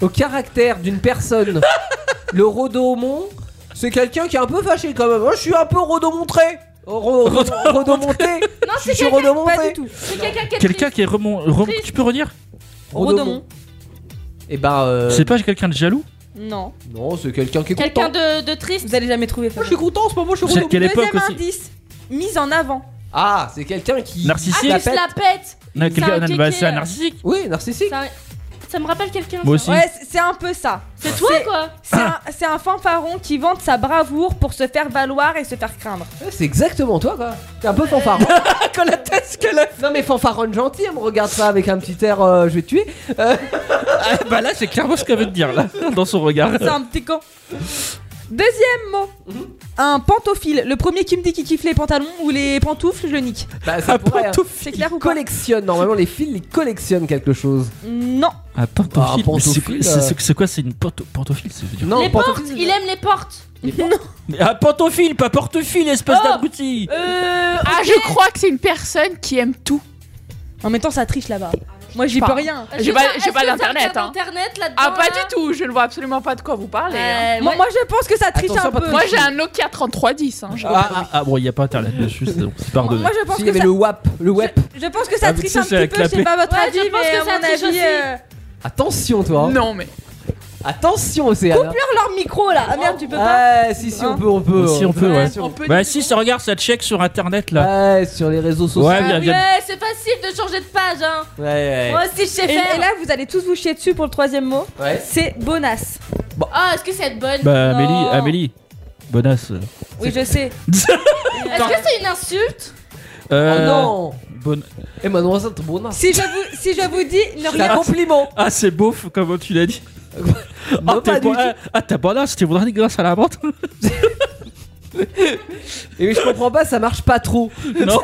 Speaker 5: Au caractère d'une personne. le rodomont, c'est quelqu'un qui est un peu fâché quand même. Moi, je suis un peu rodomontré. Oh, Ro- ro- Rodomonté.
Speaker 8: Non,
Speaker 5: Je
Speaker 8: c'est
Speaker 5: suis
Speaker 8: quelqu'un.
Speaker 5: rodomonté.
Speaker 6: Pas du tout.
Speaker 8: C'est quelqu'un qui est
Speaker 7: Quelqu'un qui est remon... rem-
Speaker 8: Triste.
Speaker 7: Tu peux redire
Speaker 6: Rodomont.
Speaker 5: Et ben. euh,
Speaker 7: C'est pas quelqu'un de jaloux
Speaker 6: Non.
Speaker 5: Non, c'est quelqu'un qui est
Speaker 8: Quelqu'un
Speaker 5: content.
Speaker 8: de, de triste.
Speaker 6: Vous allez jamais trouver. Fabien.
Speaker 5: Je suis content en ce moment, je suis
Speaker 7: C'est à
Speaker 5: rodomont.
Speaker 7: quelle époque
Speaker 6: Deuxième
Speaker 7: aussi
Speaker 6: indice. Mise en avant.
Speaker 5: Ah, c'est quelqu'un qui.
Speaker 8: Ah,
Speaker 7: Narcissique
Speaker 8: tu
Speaker 5: La
Speaker 8: se
Speaker 5: pète.
Speaker 8: la pètes.
Speaker 7: Non, quelqu'un-
Speaker 8: un
Speaker 7: bah,
Speaker 8: kéké,
Speaker 7: C'est un
Speaker 8: euh.
Speaker 7: narcissique
Speaker 5: Oui, narcissique.
Speaker 8: Ça, ça me rappelle quelqu'un.
Speaker 7: Moi
Speaker 8: ça.
Speaker 7: aussi.
Speaker 6: Ouais, c'est- c'est un peu ça.
Speaker 8: C'est toi quoi
Speaker 6: C'est un, c'est un fanfaron qui vante sa bravoure pour se faire valoir et se faire craindre.
Speaker 5: Ouais, C'est exactement toi, quoi. T'es un peu fanfaron. Quand la tête qu'elle a. Non, mais fanfaron gentil, elle me regarde pas avec un petit air, euh, je vais te tuer. Euh,
Speaker 7: Ah, Bah là, c'est clairement ce qu'elle veut te dire, là, dans son regard.
Speaker 6: C'est un petit con. Deuxième mot.
Speaker 8: Mhm.
Speaker 6: Un pantophile. Le premier qui me dit qu'il kiffe les pantalons ou les pantoufles, je le nique.
Speaker 5: bah, ça pourrait. hein.
Speaker 6: C'est
Speaker 5: Ils
Speaker 6: clair ou pas
Speaker 5: collectionnent, normalement les fils ils collectionnent quelque chose.
Speaker 6: Non.
Speaker 7: Un pantophile,
Speaker 5: Ah,
Speaker 7: mais c'est-
Speaker 5: pantophile,
Speaker 7: c'est-
Speaker 5: euh.
Speaker 7: c'est c'est quoi C'est une panto- pantophile ça veut dire
Speaker 5: Non,
Speaker 8: Les
Speaker 5: pas
Speaker 8: portes Il aime les portes
Speaker 7: Mais Un pantophile, pas portefile, espèce
Speaker 8: Oh.
Speaker 7: d'abruti
Speaker 8: Euh.
Speaker 14: Ah,
Speaker 8: ok.
Speaker 14: je crois que c'est une personne qui aime tout.
Speaker 6: En même temps, ça triche là-bas.
Speaker 8: Ah,
Speaker 6: Moi, j'y peux
Speaker 14: Pardon.
Speaker 6: rien.
Speaker 8: Est-ce
Speaker 14: J'ai
Speaker 8: que
Speaker 14: pas-
Speaker 8: ça-
Speaker 14: j'ai
Speaker 8: est-ce
Speaker 14: pas
Speaker 8: que ça
Speaker 14: d'internet,
Speaker 8: regarde
Speaker 14: hein.
Speaker 8: internet là-dedans
Speaker 14: Ah, pas
Speaker 8: là
Speaker 14: du tout. Je ne vois absolument pas de quoi vous parlez. hein.
Speaker 8: Euh,
Speaker 6: Moi,
Speaker 8: moi-
Speaker 6: moi, je pense que ça triche
Speaker 5: Attention,
Speaker 6: un peu.
Speaker 5: pas
Speaker 14: Moi, j'ai un Nokia 3310. hein, je-
Speaker 7: ah, ah, ah, bon, y a pas internet dessus, c'est donc c'est pardonné.
Speaker 6: Moi, je pense
Speaker 5: Si, il
Speaker 6: que
Speaker 5: y avait
Speaker 6: ça,
Speaker 5: le WAP, le WAP.
Speaker 6: je pense que ça
Speaker 7: Ah, mais
Speaker 6: triche
Speaker 7: ça,
Speaker 6: un
Speaker 7: c'est
Speaker 6: petit
Speaker 7: à
Speaker 6: peu. Je sais
Speaker 7: clapper.
Speaker 6: pas votre
Speaker 8: Ouais,
Speaker 6: avis,
Speaker 8: je pense
Speaker 6: mais
Speaker 8: que
Speaker 6: à
Speaker 8: ça
Speaker 6: mon
Speaker 8: triche
Speaker 6: avis,
Speaker 8: aussi.
Speaker 6: euh,
Speaker 5: Attention toi. hein.
Speaker 14: Non, mais.
Speaker 5: Attention Océane.
Speaker 6: coupe-leur leur micro là. Ah merde, tu peux pas.
Speaker 5: Ah si si on peut on peut.
Speaker 7: Si, on peut, ouais.
Speaker 5: Si, on peut.
Speaker 7: Bah si, ça regarde, ça check sur internet là.
Speaker 5: Ouais, sur les réseaux sociaux.
Speaker 7: Ouais, bien,
Speaker 8: Ouais,
Speaker 7: bien.
Speaker 8: c'est facile de changer de page hein
Speaker 7: Eh.
Speaker 5: Ouais, ouais,
Speaker 8: Moi aussi je sais
Speaker 6: Et, et
Speaker 8: faire
Speaker 6: là, vous allez tous vous chier dessus pour le troisième mot.
Speaker 5: Ouais.
Speaker 6: C'est bonasse.
Speaker 8: Ah, est-ce que c'est être bonne
Speaker 7: Bah
Speaker 8: Non.
Speaker 7: Amélie, Amélie, bonasse.
Speaker 6: Oui, je sais.
Speaker 8: Est-ce que c'est une insulte
Speaker 7: Euh,
Speaker 5: Oh non.
Speaker 7: bonne-
Speaker 5: Et mademoiselle Tribona.
Speaker 6: Si je vous, si je vous dis, ne
Speaker 5: C'est un
Speaker 6: regarde
Speaker 5: compliment.
Speaker 7: Ah c'est beauf comme tu l'as dit.
Speaker 5: Non,
Speaker 7: ah t'es
Speaker 5: pas du
Speaker 7: bon- ah, ah, t'es bonasse, t'es bonasse grâce à la vente.
Speaker 5: Et je comprends pas, ça marche pas trop.
Speaker 7: non.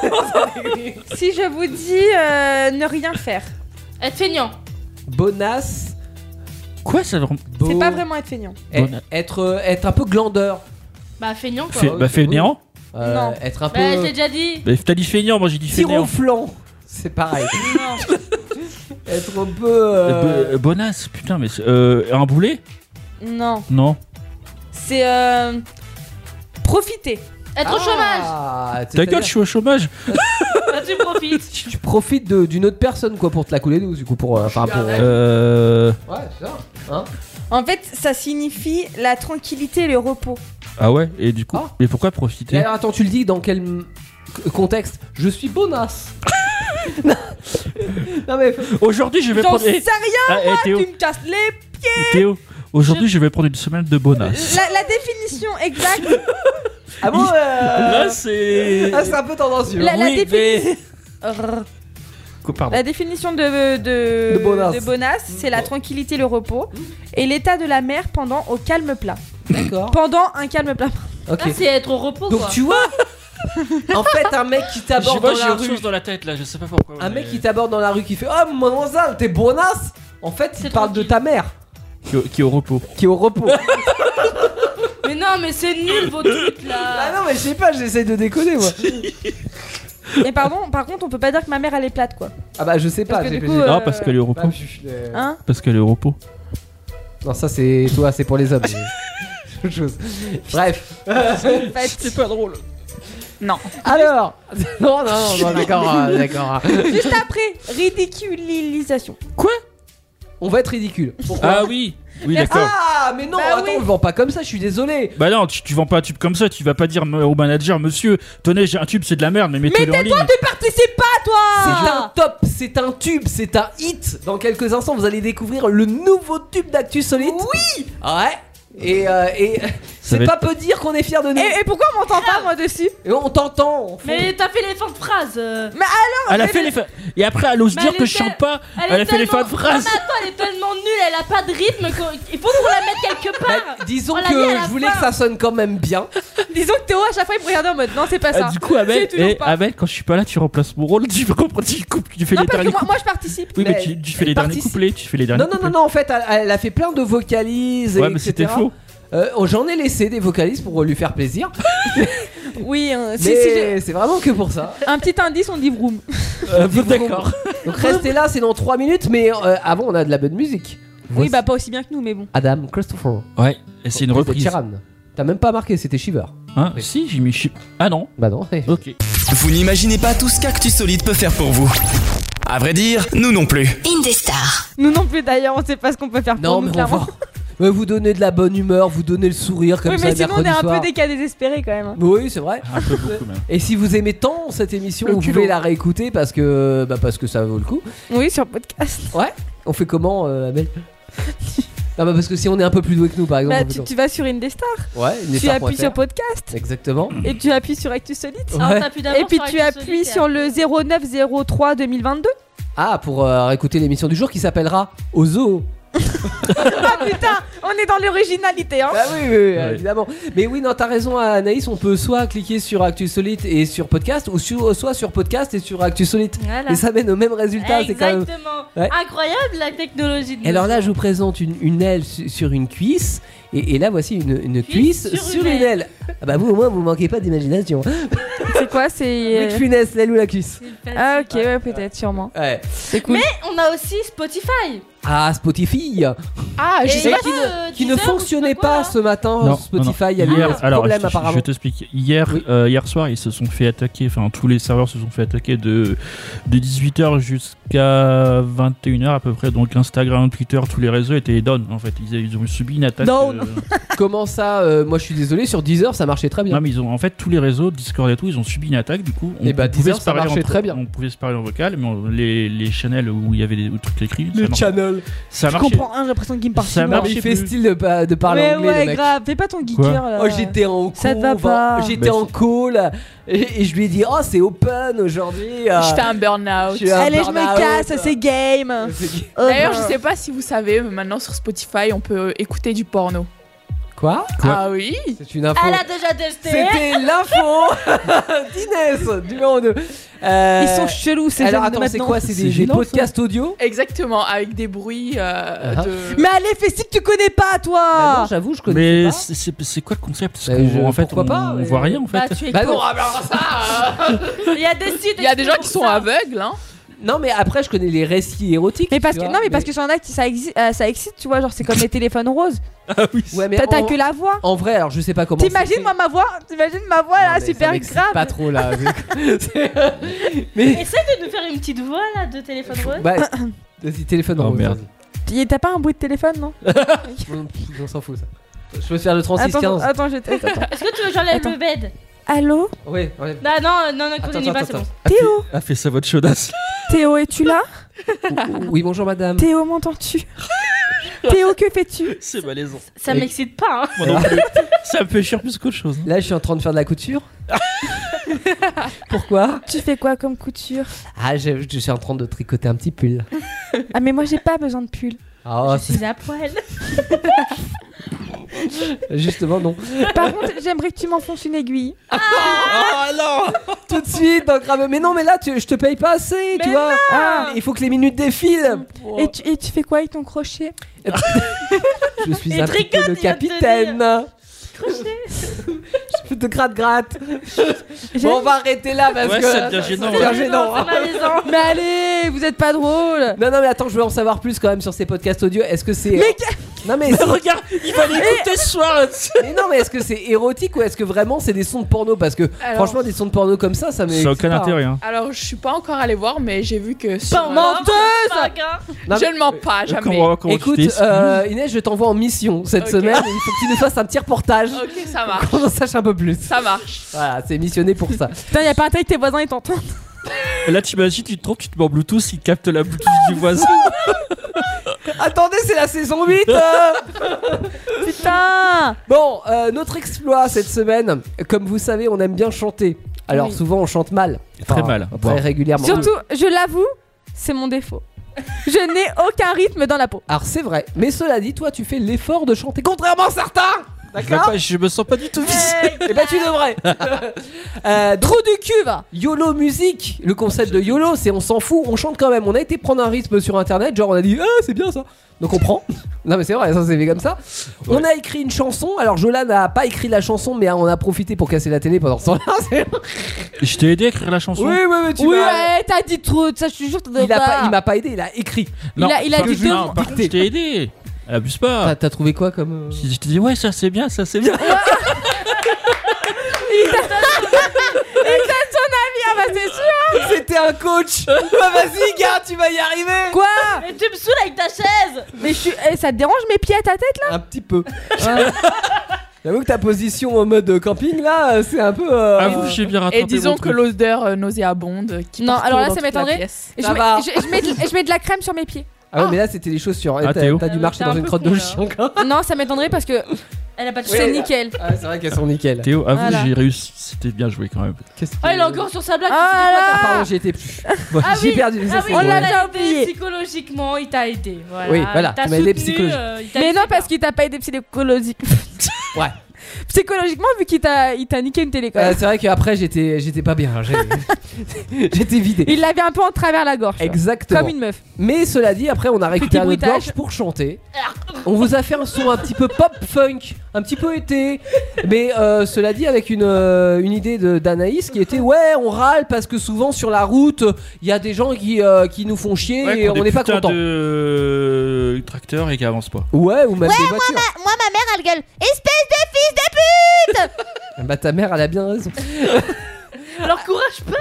Speaker 6: Si je vous dis euh, ne rien faire,
Speaker 8: Être feignant
Speaker 5: Bonasse.
Speaker 7: Quoi ça vraiment
Speaker 5: beau-
Speaker 6: c'est pas vraiment être feignant.
Speaker 5: Eh,
Speaker 7: Bona-
Speaker 5: Être euh, être un peu glandeur.
Speaker 8: Bah feignant quoi
Speaker 7: Fait-
Speaker 5: oui,
Speaker 7: Bah
Speaker 5: c'est
Speaker 7: fait
Speaker 5: beau.
Speaker 7: néant.
Speaker 5: Euh,
Speaker 6: Non.
Speaker 5: Être un peu
Speaker 8: Bah je l'ai déjà dit
Speaker 7: Bah t'as dit feignant, moi j'ai dit fainéant.
Speaker 5: tironflant. C'est pareil. être un peu. euh,
Speaker 7: Euh, bo- Bonasse, putain mais c'est- euh, un boulet
Speaker 6: Non,
Speaker 7: Non.
Speaker 6: c'est euh, profiter.
Speaker 8: Être au chômage
Speaker 5: Ah,
Speaker 7: Ta gueule, je suis au chômage.
Speaker 8: Bah tu profites
Speaker 5: tu profites de- d'une autre personne quoi pour te la couler douce du coup pour euh, enfin pour euh,
Speaker 7: Euh...
Speaker 5: ouais c'est ça hein
Speaker 6: En fait, ça signifie la tranquillité et le repos.
Speaker 7: Ah ouais, et du coup,
Speaker 5: Ah.
Speaker 7: mais pourquoi
Speaker 5: et
Speaker 7: profiter
Speaker 5: alors attends tu le dis dans quel m- contexte je suis bonasse Non. non mais
Speaker 7: Aujourd'hui, je vais
Speaker 6: J'en
Speaker 7: prendre.
Speaker 6: sais
Speaker 7: Eh,
Speaker 6: rien,
Speaker 7: ah, eh, Théo,
Speaker 6: tu me casses les.
Speaker 7: Théo, aujourd'hui, je vais prendre une semaine de bonasse.
Speaker 6: La, la définition exacte.
Speaker 5: ah bon euh...
Speaker 7: Là, c'est.
Speaker 5: ah, c'est un peu tendancieux
Speaker 6: La- Euh, la
Speaker 7: Oui, mais-
Speaker 6: Rrr.
Speaker 7: Quoi, Pardon.
Speaker 6: La définition de de,
Speaker 5: De bonasse. Oh.
Speaker 6: bonasse, c'est la tranquillité, et le repos et l'état de la mer pendant au calme plat.
Speaker 5: d'accord
Speaker 6: Pendant un calme plat.
Speaker 15: Ok.
Speaker 8: Là, c'est être au repos.
Speaker 5: Donc
Speaker 8: quoi.
Speaker 5: tu vois, en fait, un mec qui
Speaker 7: J'ai-
Speaker 5: t'aborde
Speaker 7: moi,
Speaker 5: dans
Speaker 7: j'ai
Speaker 5: la
Speaker 7: autre
Speaker 5: rue,
Speaker 7: chose dans la tête là, je sais pas pourquoi.
Speaker 5: un
Speaker 7: mais-
Speaker 5: mec qui t'aborde dans la rue qui fait Ah, mademoiselle, t'es bonasse En fait, il parle de ta mère.
Speaker 7: qui, est au repos.
Speaker 5: Qui est au repos.
Speaker 8: Mais non, mais c'est nul vos trucs
Speaker 7: Bah,
Speaker 8: là.
Speaker 5: Ah non, mais je sais pas, j'essaie de déconner moi.
Speaker 6: Mais pardon, par contre, on peut pas dire que ma mère elle est plate quoi.
Speaker 5: Ah bah, je sais pas.
Speaker 6: Parce que
Speaker 5: j'ai-
Speaker 6: du coup,
Speaker 5: j'ai-
Speaker 6: euh,
Speaker 7: Non, parce qu'elle est au repos.
Speaker 5: bah,
Speaker 6: Hein
Speaker 7: Parce qu'elle est au repos.
Speaker 5: euh, Non, ça c'est toi, c'est pour les hommes. Autre chose. Bref.
Speaker 6: C'est
Speaker 7: pas drôle. Ah
Speaker 14: Non.
Speaker 5: Alors Non, non, non, non, d'accord, euh, d'accord.
Speaker 6: Juste après, ridiculisation.
Speaker 5: Quoi On va être ridicule. Pourquoi
Speaker 7: Ah oui, oui d'accord.
Speaker 5: Ah, mais non,
Speaker 6: Bah
Speaker 5: attends, je vends pas comme ça, je suis désolé.
Speaker 7: Bah non, tu, tu vends pas un tube comme ça, tu vas pas dire me- au manager, monsieur, tenez, j'ai un tube, c'est de la merde, mais mettez-le en ligne.
Speaker 5: tu
Speaker 6: participes pas,
Speaker 5: C'est
Speaker 6: Ah.
Speaker 5: un top, c'est un tube, c'est un hit. Dans quelques instants, vous allez découvrir le nouveau tube d'Actu Solide. Oui Ouais. Et, euh, et c'est
Speaker 7: va
Speaker 5: pas
Speaker 7: être-
Speaker 5: peu dire qu'on est fier de nous.
Speaker 6: Et, et pourquoi on m'entend pas moi dessus
Speaker 5: Et on t'entend. on fait-
Speaker 8: Mais t'as fait les fins de phrase. euh.
Speaker 6: Mais alors
Speaker 7: Elle a fait les fa- Et après, elle ose
Speaker 8: Mais
Speaker 7: dire
Speaker 8: elle
Speaker 7: que
Speaker 8: est
Speaker 7: je chante
Speaker 8: tel-
Speaker 7: pas. Elle, a fait les
Speaker 8: tellement-
Speaker 7: fins de phrase.
Speaker 8: Non, mais attends, elle est tellement nulle, elle a pas de rythme. que- Il faut qu'on la mette quelque
Speaker 7: Bah,
Speaker 8: part.
Speaker 5: Bah, Disons
Speaker 8: On l'a
Speaker 5: que
Speaker 8: mis à la
Speaker 5: je voulais que ça sonne quand même bien.
Speaker 6: Disons que Théo à chaque fois il me regardait en mode non c'est pas ça.
Speaker 7: Ah, du coup,
Speaker 6: C'est
Speaker 7: Abel,
Speaker 6: toujours
Speaker 7: eh,
Speaker 6: pas.
Speaker 7: Abel, quand je suis pas là, tu remplaces mon rôle, tu comprends, tu coupes, tu fais
Speaker 6: Non
Speaker 7: les
Speaker 6: parce
Speaker 7: derniers
Speaker 6: que moi,
Speaker 7: couplets.
Speaker 6: moi je participe.
Speaker 7: Oui, mais
Speaker 5: Mais
Speaker 7: tu, tu fais
Speaker 5: elle
Speaker 7: les derniers
Speaker 5: participe.
Speaker 7: couplets, tu fais les derniers
Speaker 5: Non, non, non, non, en fait, elle, elle a fait plein de vocalises.
Speaker 7: Ouais,
Speaker 5: et
Speaker 7: mais c'était
Speaker 5: etc..
Speaker 7: faux.
Speaker 5: Euh, oh, J'en ai laissé des vocalises pour lui faire plaisir.
Speaker 6: Oui, hein, si, si, j'ai-
Speaker 5: mais c'est vraiment que pour ça.
Speaker 6: un petit indice on dit vroom.
Speaker 7: Euh, D'accord.
Speaker 5: Donc restez là, c'est dans 3 minutes, mais euh, avant, on a de la bonne musique.
Speaker 6: Oui bah pas aussi bien que nous mais bon.
Speaker 5: Adam Christopher.
Speaker 7: Ouais, et c'est une
Speaker 5: C'était
Speaker 7: reprise.
Speaker 5: Tyrann. T'as même pas marqué, c'était Shiver.
Speaker 7: Hein Si, j'ai mis. chi- Ah non.
Speaker 5: Bah non.
Speaker 7: Ok.
Speaker 4: Vous n'imaginez pas tout ce qu'Actus Solide peut faire pour vous. À vrai dire, nous non plus.
Speaker 3: Indestar.
Speaker 6: Nous non plus d'ailleurs on sait pas ce qu'on peut faire pour
Speaker 5: Non,
Speaker 6: nous
Speaker 5: mais on
Speaker 6: clairement.
Speaker 5: va. Mais vous donnez de la bonne humeur, vous donnez le sourire comme
Speaker 6: oui
Speaker 5: ça
Speaker 6: mais
Speaker 5: le
Speaker 6: sinon on est
Speaker 5: mercredi
Speaker 6: un
Speaker 5: soir.
Speaker 6: peu des cas désespérés quand même. hein.
Speaker 5: Oui, c'est vrai.
Speaker 7: Un peu beaucoup même.
Speaker 5: Et si vous aimez tant cette émission,
Speaker 6: Le
Speaker 5: vous
Speaker 6: culot.
Speaker 5: pouvez la réécouter parce que bah parce que ça vaut le coup.
Speaker 6: Oui sur podcast.
Speaker 5: Ouais. On fait comment, euh, Abel Non, bah parce que si on est un peu plus doué que nous, par exemple.
Speaker 6: Bah,
Speaker 5: on fait
Speaker 6: tu, tu vas sur Indestar.
Speaker 5: comment Ouais.
Speaker 6: Tu
Speaker 5: nestar.fr.
Speaker 6: appuies sur podcast
Speaker 5: Exactement.
Speaker 6: et tu appuies sur Actus Solide.
Speaker 5: Ah, Ouais.
Speaker 8: t'appuies d'abord
Speaker 6: Et puis
Speaker 8: sur
Speaker 6: tu
Speaker 8: Actus
Speaker 6: appuies
Speaker 8: Solide,
Speaker 6: sur le 0903 2022.
Speaker 5: Ah, pour euh, réécouter l'émission du jour qui s'appellera Ozo.
Speaker 6: Ah putain, on est dans l'originalité hein.
Speaker 5: Ah oui, oui, oui, évidemment. Mais oui, non, t'as raison, Anaïs. On peut soit cliquer sur Actu Solite et sur podcast, ou sur- euh, soit sur podcast et sur Actu Solite.
Speaker 8: Voilà.
Speaker 5: Et ça mène au même résultat. C'est quand même.
Speaker 8: Exactement.
Speaker 5: Ouais.
Speaker 8: Incroyable la technologie de
Speaker 5: Et Alors là, je vous présente une, une aile su- sur une cuisse. Et, et là, voici une, une cuisse, sur, une, aile. Ah bah vous, au moins, vous manquez pas d'imagination.
Speaker 6: C'est quoi C'est. euh,
Speaker 5: Luc Funès, l'aile ou la cuisse
Speaker 6: Ah ok, ouais, peut-être, sûrement.
Speaker 5: Ouais. C'est cool.
Speaker 8: Mais on a aussi Spotify.
Speaker 5: Ah, Spotify
Speaker 6: Ah,
Speaker 8: je sais pas,
Speaker 5: qui
Speaker 8: euh,
Speaker 5: ne, qui ne
Speaker 8: Deezer,
Speaker 5: fonctionnait pas ce matin
Speaker 7: Non,
Speaker 5: Spotify.
Speaker 7: non, non.
Speaker 5: Il y a eu
Speaker 7: Hier-
Speaker 5: un
Speaker 7: alors,
Speaker 5: problème
Speaker 7: je, te- Je
Speaker 5: apparemment.
Speaker 7: t'explique. Hier, euh, hier soir, ils se sont fait attaquer. Enfin, tous les serveurs se sont fait attaquer de, de 18h jusqu'à 21h à peu près. Donc, Instagram, Twitter, tous les réseaux étaient down. En fait, ils, ils ont subi une attaque.
Speaker 5: Down.
Speaker 7: euh,
Speaker 5: Comment ça euh, Moi, je suis désolé. Sur Deezer, ça marchait très bien.
Speaker 7: Non, mais ils ont en fait tous les réseaux, Discord et tout, ils ont subi une attaque. Du coup, on
Speaker 5: Eh bah,
Speaker 7: pouvait
Speaker 5: Deezer,
Speaker 7: se
Speaker 5: ça
Speaker 7: parler
Speaker 5: marchait
Speaker 7: entre-
Speaker 5: très bien.
Speaker 7: On pouvait se parler en vocal, mais on- les, les channels où il y avait des trucs écrits, ça marchait-
Speaker 5: channel.
Speaker 7: ça
Speaker 6: Je
Speaker 7: marchait.
Speaker 6: comprends, hein, j'ai l'impression qu'il me parle
Speaker 7: Ça
Speaker 6: chinois.
Speaker 7: marche.
Speaker 5: Il
Speaker 7: marchait
Speaker 5: fait
Speaker 7: plus.
Speaker 5: style de, pa- de parler
Speaker 6: Mais
Speaker 5: anglais, le
Speaker 6: ouais,
Speaker 5: mec.
Speaker 6: grave, fais pas ton geeker euh.
Speaker 7: Quoi
Speaker 6: là.
Speaker 5: Oh, j'étais en call.
Speaker 6: Ça te va pas.
Speaker 5: J'étais
Speaker 7: Bah,
Speaker 5: en call et, et je lui ai dit, oh, c'est open aujourd'hui. euh,
Speaker 14: Je fais un
Speaker 5: je
Speaker 14: burn-out.
Speaker 5: suis un
Speaker 6: Allez, je me
Speaker 5: burn-out.
Speaker 6: casse, c'est game. Oh,
Speaker 14: D'ailleurs, je sais pas si vous savez, mais maintenant sur Spotify, on peut euh, écouter du porno.
Speaker 5: Quoi
Speaker 14: ah oui
Speaker 5: C'est une info.
Speaker 8: Elle a déjà testé.
Speaker 5: C'était l'info d'Inès, numéro 2.
Speaker 6: Ils sont chelous ces
Speaker 5: Alors
Speaker 6: jeunes de
Speaker 5: attends, c'est
Speaker 6: maintenant.
Speaker 5: quoi C'est
Speaker 7: C'est
Speaker 5: des, des
Speaker 7: gênant, ça.
Speaker 5: podcasts audio
Speaker 14: Exactement, avec des bruits euh,
Speaker 5: Ah.
Speaker 14: de...
Speaker 6: Mais allez, fais si que tu connais pas
Speaker 5: Bah non,
Speaker 6: toi.
Speaker 5: j'avoue, je connais
Speaker 7: Mais
Speaker 5: pas.
Speaker 7: c'est- c'est c'est quoi le concept Parce
Speaker 5: Bah,
Speaker 7: qu'on-
Speaker 5: je-
Speaker 7: En fait,
Speaker 5: pourquoi
Speaker 7: on,
Speaker 5: pas,
Speaker 7: on
Speaker 5: mais-
Speaker 7: voit rien en fait.
Speaker 8: Bah, tu es
Speaker 5: Bah
Speaker 8: con.
Speaker 5: non, ah, bah, alors ça
Speaker 8: Il y a des sites.
Speaker 14: Il y a des gens qui sont
Speaker 8: ça.
Speaker 14: aveugles, hein
Speaker 5: Non, mais après, je connais les récits érotiques.
Speaker 6: Mais parce
Speaker 5: tu
Speaker 6: que
Speaker 5: vois,
Speaker 6: non, mais parce que sur un acte, ça exi- euh, ça excite, tu vois, genre c'est comme les téléphones roses.
Speaker 7: Ah oui,
Speaker 5: Ouais, mais
Speaker 6: T'as t'as
Speaker 5: en...
Speaker 6: que la voix.
Speaker 5: en vrai, alors je sais pas comment. c'est fait.
Speaker 6: T'imagines moi ma voix, t'imagines ma voix
Speaker 5: Non, mais
Speaker 6: là,
Speaker 5: ça
Speaker 6: super
Speaker 5: m'excite
Speaker 6: grave.
Speaker 5: Pas trop là. C'est- mais
Speaker 8: Essaye de nous faire une petite voix là de téléphone rose.
Speaker 5: bah, vas-y, téléphone.
Speaker 7: Oh,
Speaker 5: en haut,
Speaker 7: merde.
Speaker 5: vas-y.
Speaker 6: Y- T'as pas un bruit de téléphone non
Speaker 5: Bon, pff, On s'en fout ça. Je peux faire le
Speaker 6: Attends,
Speaker 5: 36-15.
Speaker 6: attends, je teste. attends.
Speaker 8: Est-ce que tu veux que j'enlève
Speaker 6: Attends.
Speaker 8: le bed
Speaker 6: Allô,
Speaker 5: Ouais, enlève.
Speaker 8: Bah non, non, non,
Speaker 5: Attends,
Speaker 8: continue
Speaker 5: attends,
Speaker 8: pas, c'est
Speaker 5: attends,
Speaker 8: bon.
Speaker 6: Théo,
Speaker 7: A fait Ah, ça votre chaudasse.
Speaker 6: Théo, es-tu là
Speaker 5: attends. Oui, bonjour madame.
Speaker 6: Théo, m'entends-tu Théo, que fais-tu
Speaker 7: C'est malaisant.
Speaker 8: Ça
Speaker 5: Et-
Speaker 8: m'excite pas, hein.
Speaker 7: Moi non plus. ça me fait chier plus qu'autre chose.
Speaker 5: Là, je suis en train de faire de la couture. Pourquoi
Speaker 6: Tu fais quoi comme couture
Speaker 5: Ah, je, je suis en train de tricoter un petit pull. oh,
Speaker 6: Ah mais moi j'ai pas besoin de pull.
Speaker 5: Ah,
Speaker 8: Je suis à poil.
Speaker 5: Justement, non.
Speaker 6: Par contre, j'aimerais que tu m'enfonces une aiguille. Ah,
Speaker 5: Oh non Tout de suite, donc, ah, mais non, mais là, tu- je te paye pas assez, tu vois. Ah, il faut que les minutes défilent.
Speaker 6: Et tu, et tu fais quoi avec ton crochet
Speaker 5: Je suis
Speaker 6: Il
Speaker 5: un petit peu
Speaker 6: tricote, il vient de
Speaker 5: le
Speaker 6: te
Speaker 5: capitaine. Je te gratte gratte. Bon, on va arrêter là parce
Speaker 7: Ouais,
Speaker 5: que
Speaker 7: ça devient gênant,
Speaker 5: devient
Speaker 7: ouais.
Speaker 5: gênant, hein.
Speaker 6: Mais allez, vous êtes pas drôle.
Speaker 5: Non, non, mais attends, je veux en savoir plus quand même sur ces podcasts audio. Est-ce que c'est
Speaker 6: Mais
Speaker 5: non mais regarde, il va l'écouter ce soir. mais non, mais est-ce que c'est érotique ou est-ce que vraiment c'est des sons de porno Parce que
Speaker 14: Alors-
Speaker 5: franchement, des sons de porno comme ça, ça me.
Speaker 7: Ça a aucun intérêt, hein.
Speaker 14: Alors, je suis pas encore allée voir, mais j'ai vu que. Sur...
Speaker 6: menteuse
Speaker 5: Non,
Speaker 14: Je
Speaker 5: mais-
Speaker 14: ne mens pas, jamais.
Speaker 5: Écoute, euh, Inès, je t'envoie en mission cette
Speaker 14: Ok.
Speaker 5: semaine. Il faut que tu nous fasses un petit reportage.
Speaker 14: Ok, ça marche.
Speaker 5: Qu'on en sache un peu plus.
Speaker 14: Ça marche.
Speaker 5: Voilà, c'est missionné pour ça.
Speaker 6: Putain, y a pas intérêt que tes voisins ils t'entendent.
Speaker 7: Là, t'imagines, tu te trompes, tu te mets en Bluetooth, il capte la Bluetooth du voisin.
Speaker 5: Attendez, c'est la saison 8 hein
Speaker 6: Ah,
Speaker 5: Putain Bon, euh, notre exploit cette semaine, comme vous savez, on aime bien chanter. Alors
Speaker 6: Oui.
Speaker 5: souvent, on chante mal.
Speaker 7: Très mal.
Speaker 5: Très régulièrement.
Speaker 6: Surtout, je l'avoue, c'est mon défaut. Je n'ai aucun rythme dans la peau.
Speaker 5: Alors c'est vrai, mais cela dit, toi, tu fais l'effort de chanter, contrairement à certains
Speaker 7: Je vais
Speaker 5: D'accord
Speaker 7: pas- Je me sens pas du tout visé.
Speaker 5: Eh ben tu devrais. Euh, Trop du cul va. YOLO musique. Le concept de YOLO, c'est on s'en fout, on chante quand même. On a été prendre un rythme sur internet, genre on a dit ah c'est bien ça. Donc on prend. Non mais c'est vrai, ça c'est fait comme ça. On a écrit une chanson. Alors Jola n'a pas écrit la chanson, mais on a profité pour casser la télé pendant ce temps-là. C'est-
Speaker 7: Je t'ai aidé à écrire la chanson.
Speaker 5: Oui, oui, mais tu
Speaker 6: oui,
Speaker 5: m'as-
Speaker 6: ouais, t'as dit trop de ça, je suis sûr que t'as
Speaker 5: Il a pas, il m'a pas aidé, il a écrit.
Speaker 6: Il a- il a
Speaker 7: par
Speaker 6: dit
Speaker 7: contre,
Speaker 6: deux
Speaker 7: non,
Speaker 6: mots.
Speaker 7: par contre, je t'ai aidé. Elle abuse pas.
Speaker 5: T'as trouvé quoi comme. euh
Speaker 7: Je je t'ai dit, ouais, ça c'est bien, ça c'est bien.
Speaker 6: Il t'a Il t'a ton avis, ah bah c'est sûr
Speaker 5: C'était un coach. Bah vas-y, gars, tu vas y arriver.
Speaker 6: Quoi
Speaker 8: Mais tu me saoules avec ta chaise
Speaker 6: Mais je suis... eh, ça te dérange mes pieds à ta tête là
Speaker 5: Un petit peu. J'avoue que ta position en mode camping là, euh, c'est un peu. euh,
Speaker 7: Avoue, j'ai bien rattrapé.
Speaker 14: Et disons
Speaker 7: mon
Speaker 14: que
Speaker 7: truc.
Speaker 14: l'odeur euh, nauséabonde qui
Speaker 6: Non,
Speaker 14: parcourt
Speaker 6: alors là
Speaker 14: dans
Speaker 6: ça
Speaker 14: toute la
Speaker 6: m'étonnerait.
Speaker 14: pièce.
Speaker 6: Je,
Speaker 5: Ça
Speaker 6: mets-
Speaker 5: va.
Speaker 6: je- je mets de- je mets de la crème sur mes pieds.
Speaker 5: Ah ouais, mais là c'était les chaussures. Et
Speaker 7: Ah,
Speaker 5: T'as
Speaker 7: Théo.
Speaker 5: t'as dû marcher
Speaker 6: t'es
Speaker 5: dans
Speaker 6: un
Speaker 5: une
Speaker 6: peu
Speaker 5: crotte
Speaker 6: con,
Speaker 5: de
Speaker 6: là.
Speaker 8: hein.
Speaker 5: chien. quoi.
Speaker 6: Non, ça m'étonnerait parce que
Speaker 8: Elle a pas de
Speaker 6: c'est
Speaker 8: chaise.
Speaker 6: nickel.
Speaker 5: Ah, c'est vrai qu'elles sont nickel.
Speaker 7: Théo, avoue,
Speaker 6: Voilà.
Speaker 7: j'ai réussi. C'était bien joué quand même.
Speaker 8: Oh, il est encore sur sa blague.
Speaker 5: Ah,
Speaker 6: Ah
Speaker 5: pardon, j'y étais plus.
Speaker 8: Ah
Speaker 5: J'ai
Speaker 8: oui,
Speaker 5: perdu les
Speaker 8: ah
Speaker 5: essais.
Speaker 8: oui,
Speaker 6: On
Speaker 8: il
Speaker 6: l'a
Speaker 8: t'a
Speaker 6: déjà
Speaker 8: aidé
Speaker 6: oublié.
Speaker 8: Psychologiquement, il t'a aidé. Voilà.
Speaker 5: Oui, voilà,
Speaker 8: Il t'a
Speaker 5: tu m'as aidé
Speaker 8: soutenu,
Speaker 5: psychologiquement.
Speaker 8: euh, il t'a
Speaker 6: Mais
Speaker 8: aidé.
Speaker 6: non, parce qu'il t'a pas aidé psychologiquement.
Speaker 5: Ouais.
Speaker 6: Psychologiquement, vu qu'il t'a il t'a niqué une télé quand
Speaker 5: Euh,
Speaker 6: même.
Speaker 5: c'est vrai qu'après j'étais j'étais pas bien. j'ai- J'étais vidé.
Speaker 6: Il l'avait un peu en travers la gorge. quoi.
Speaker 5: Exactement.
Speaker 6: Comme une meuf.
Speaker 5: Mais cela dit, après on a récupéré notre
Speaker 6: bruitage.
Speaker 5: gorge pour chanter. On vous a fait un son un petit peu pop funk, un petit peu été, mais euh, cela dit avec une, euh, une idée de- d'Anaïs qui était ouais on râle parce que souvent sur la route il y a des gens qui, euh, qui nous font chier
Speaker 7: Ouais,
Speaker 5: et
Speaker 7: qu'on
Speaker 5: on
Speaker 7: des
Speaker 5: n'est pas
Speaker 7: putains
Speaker 5: content.
Speaker 7: de tracteur et qui avance pas.
Speaker 5: Ouais ou même des voitures.
Speaker 11: Ma- moi, ma mère, elle gueule Espèce de fils de pute
Speaker 5: Bah ta mère elle a bien raison.
Speaker 8: Alors courage pas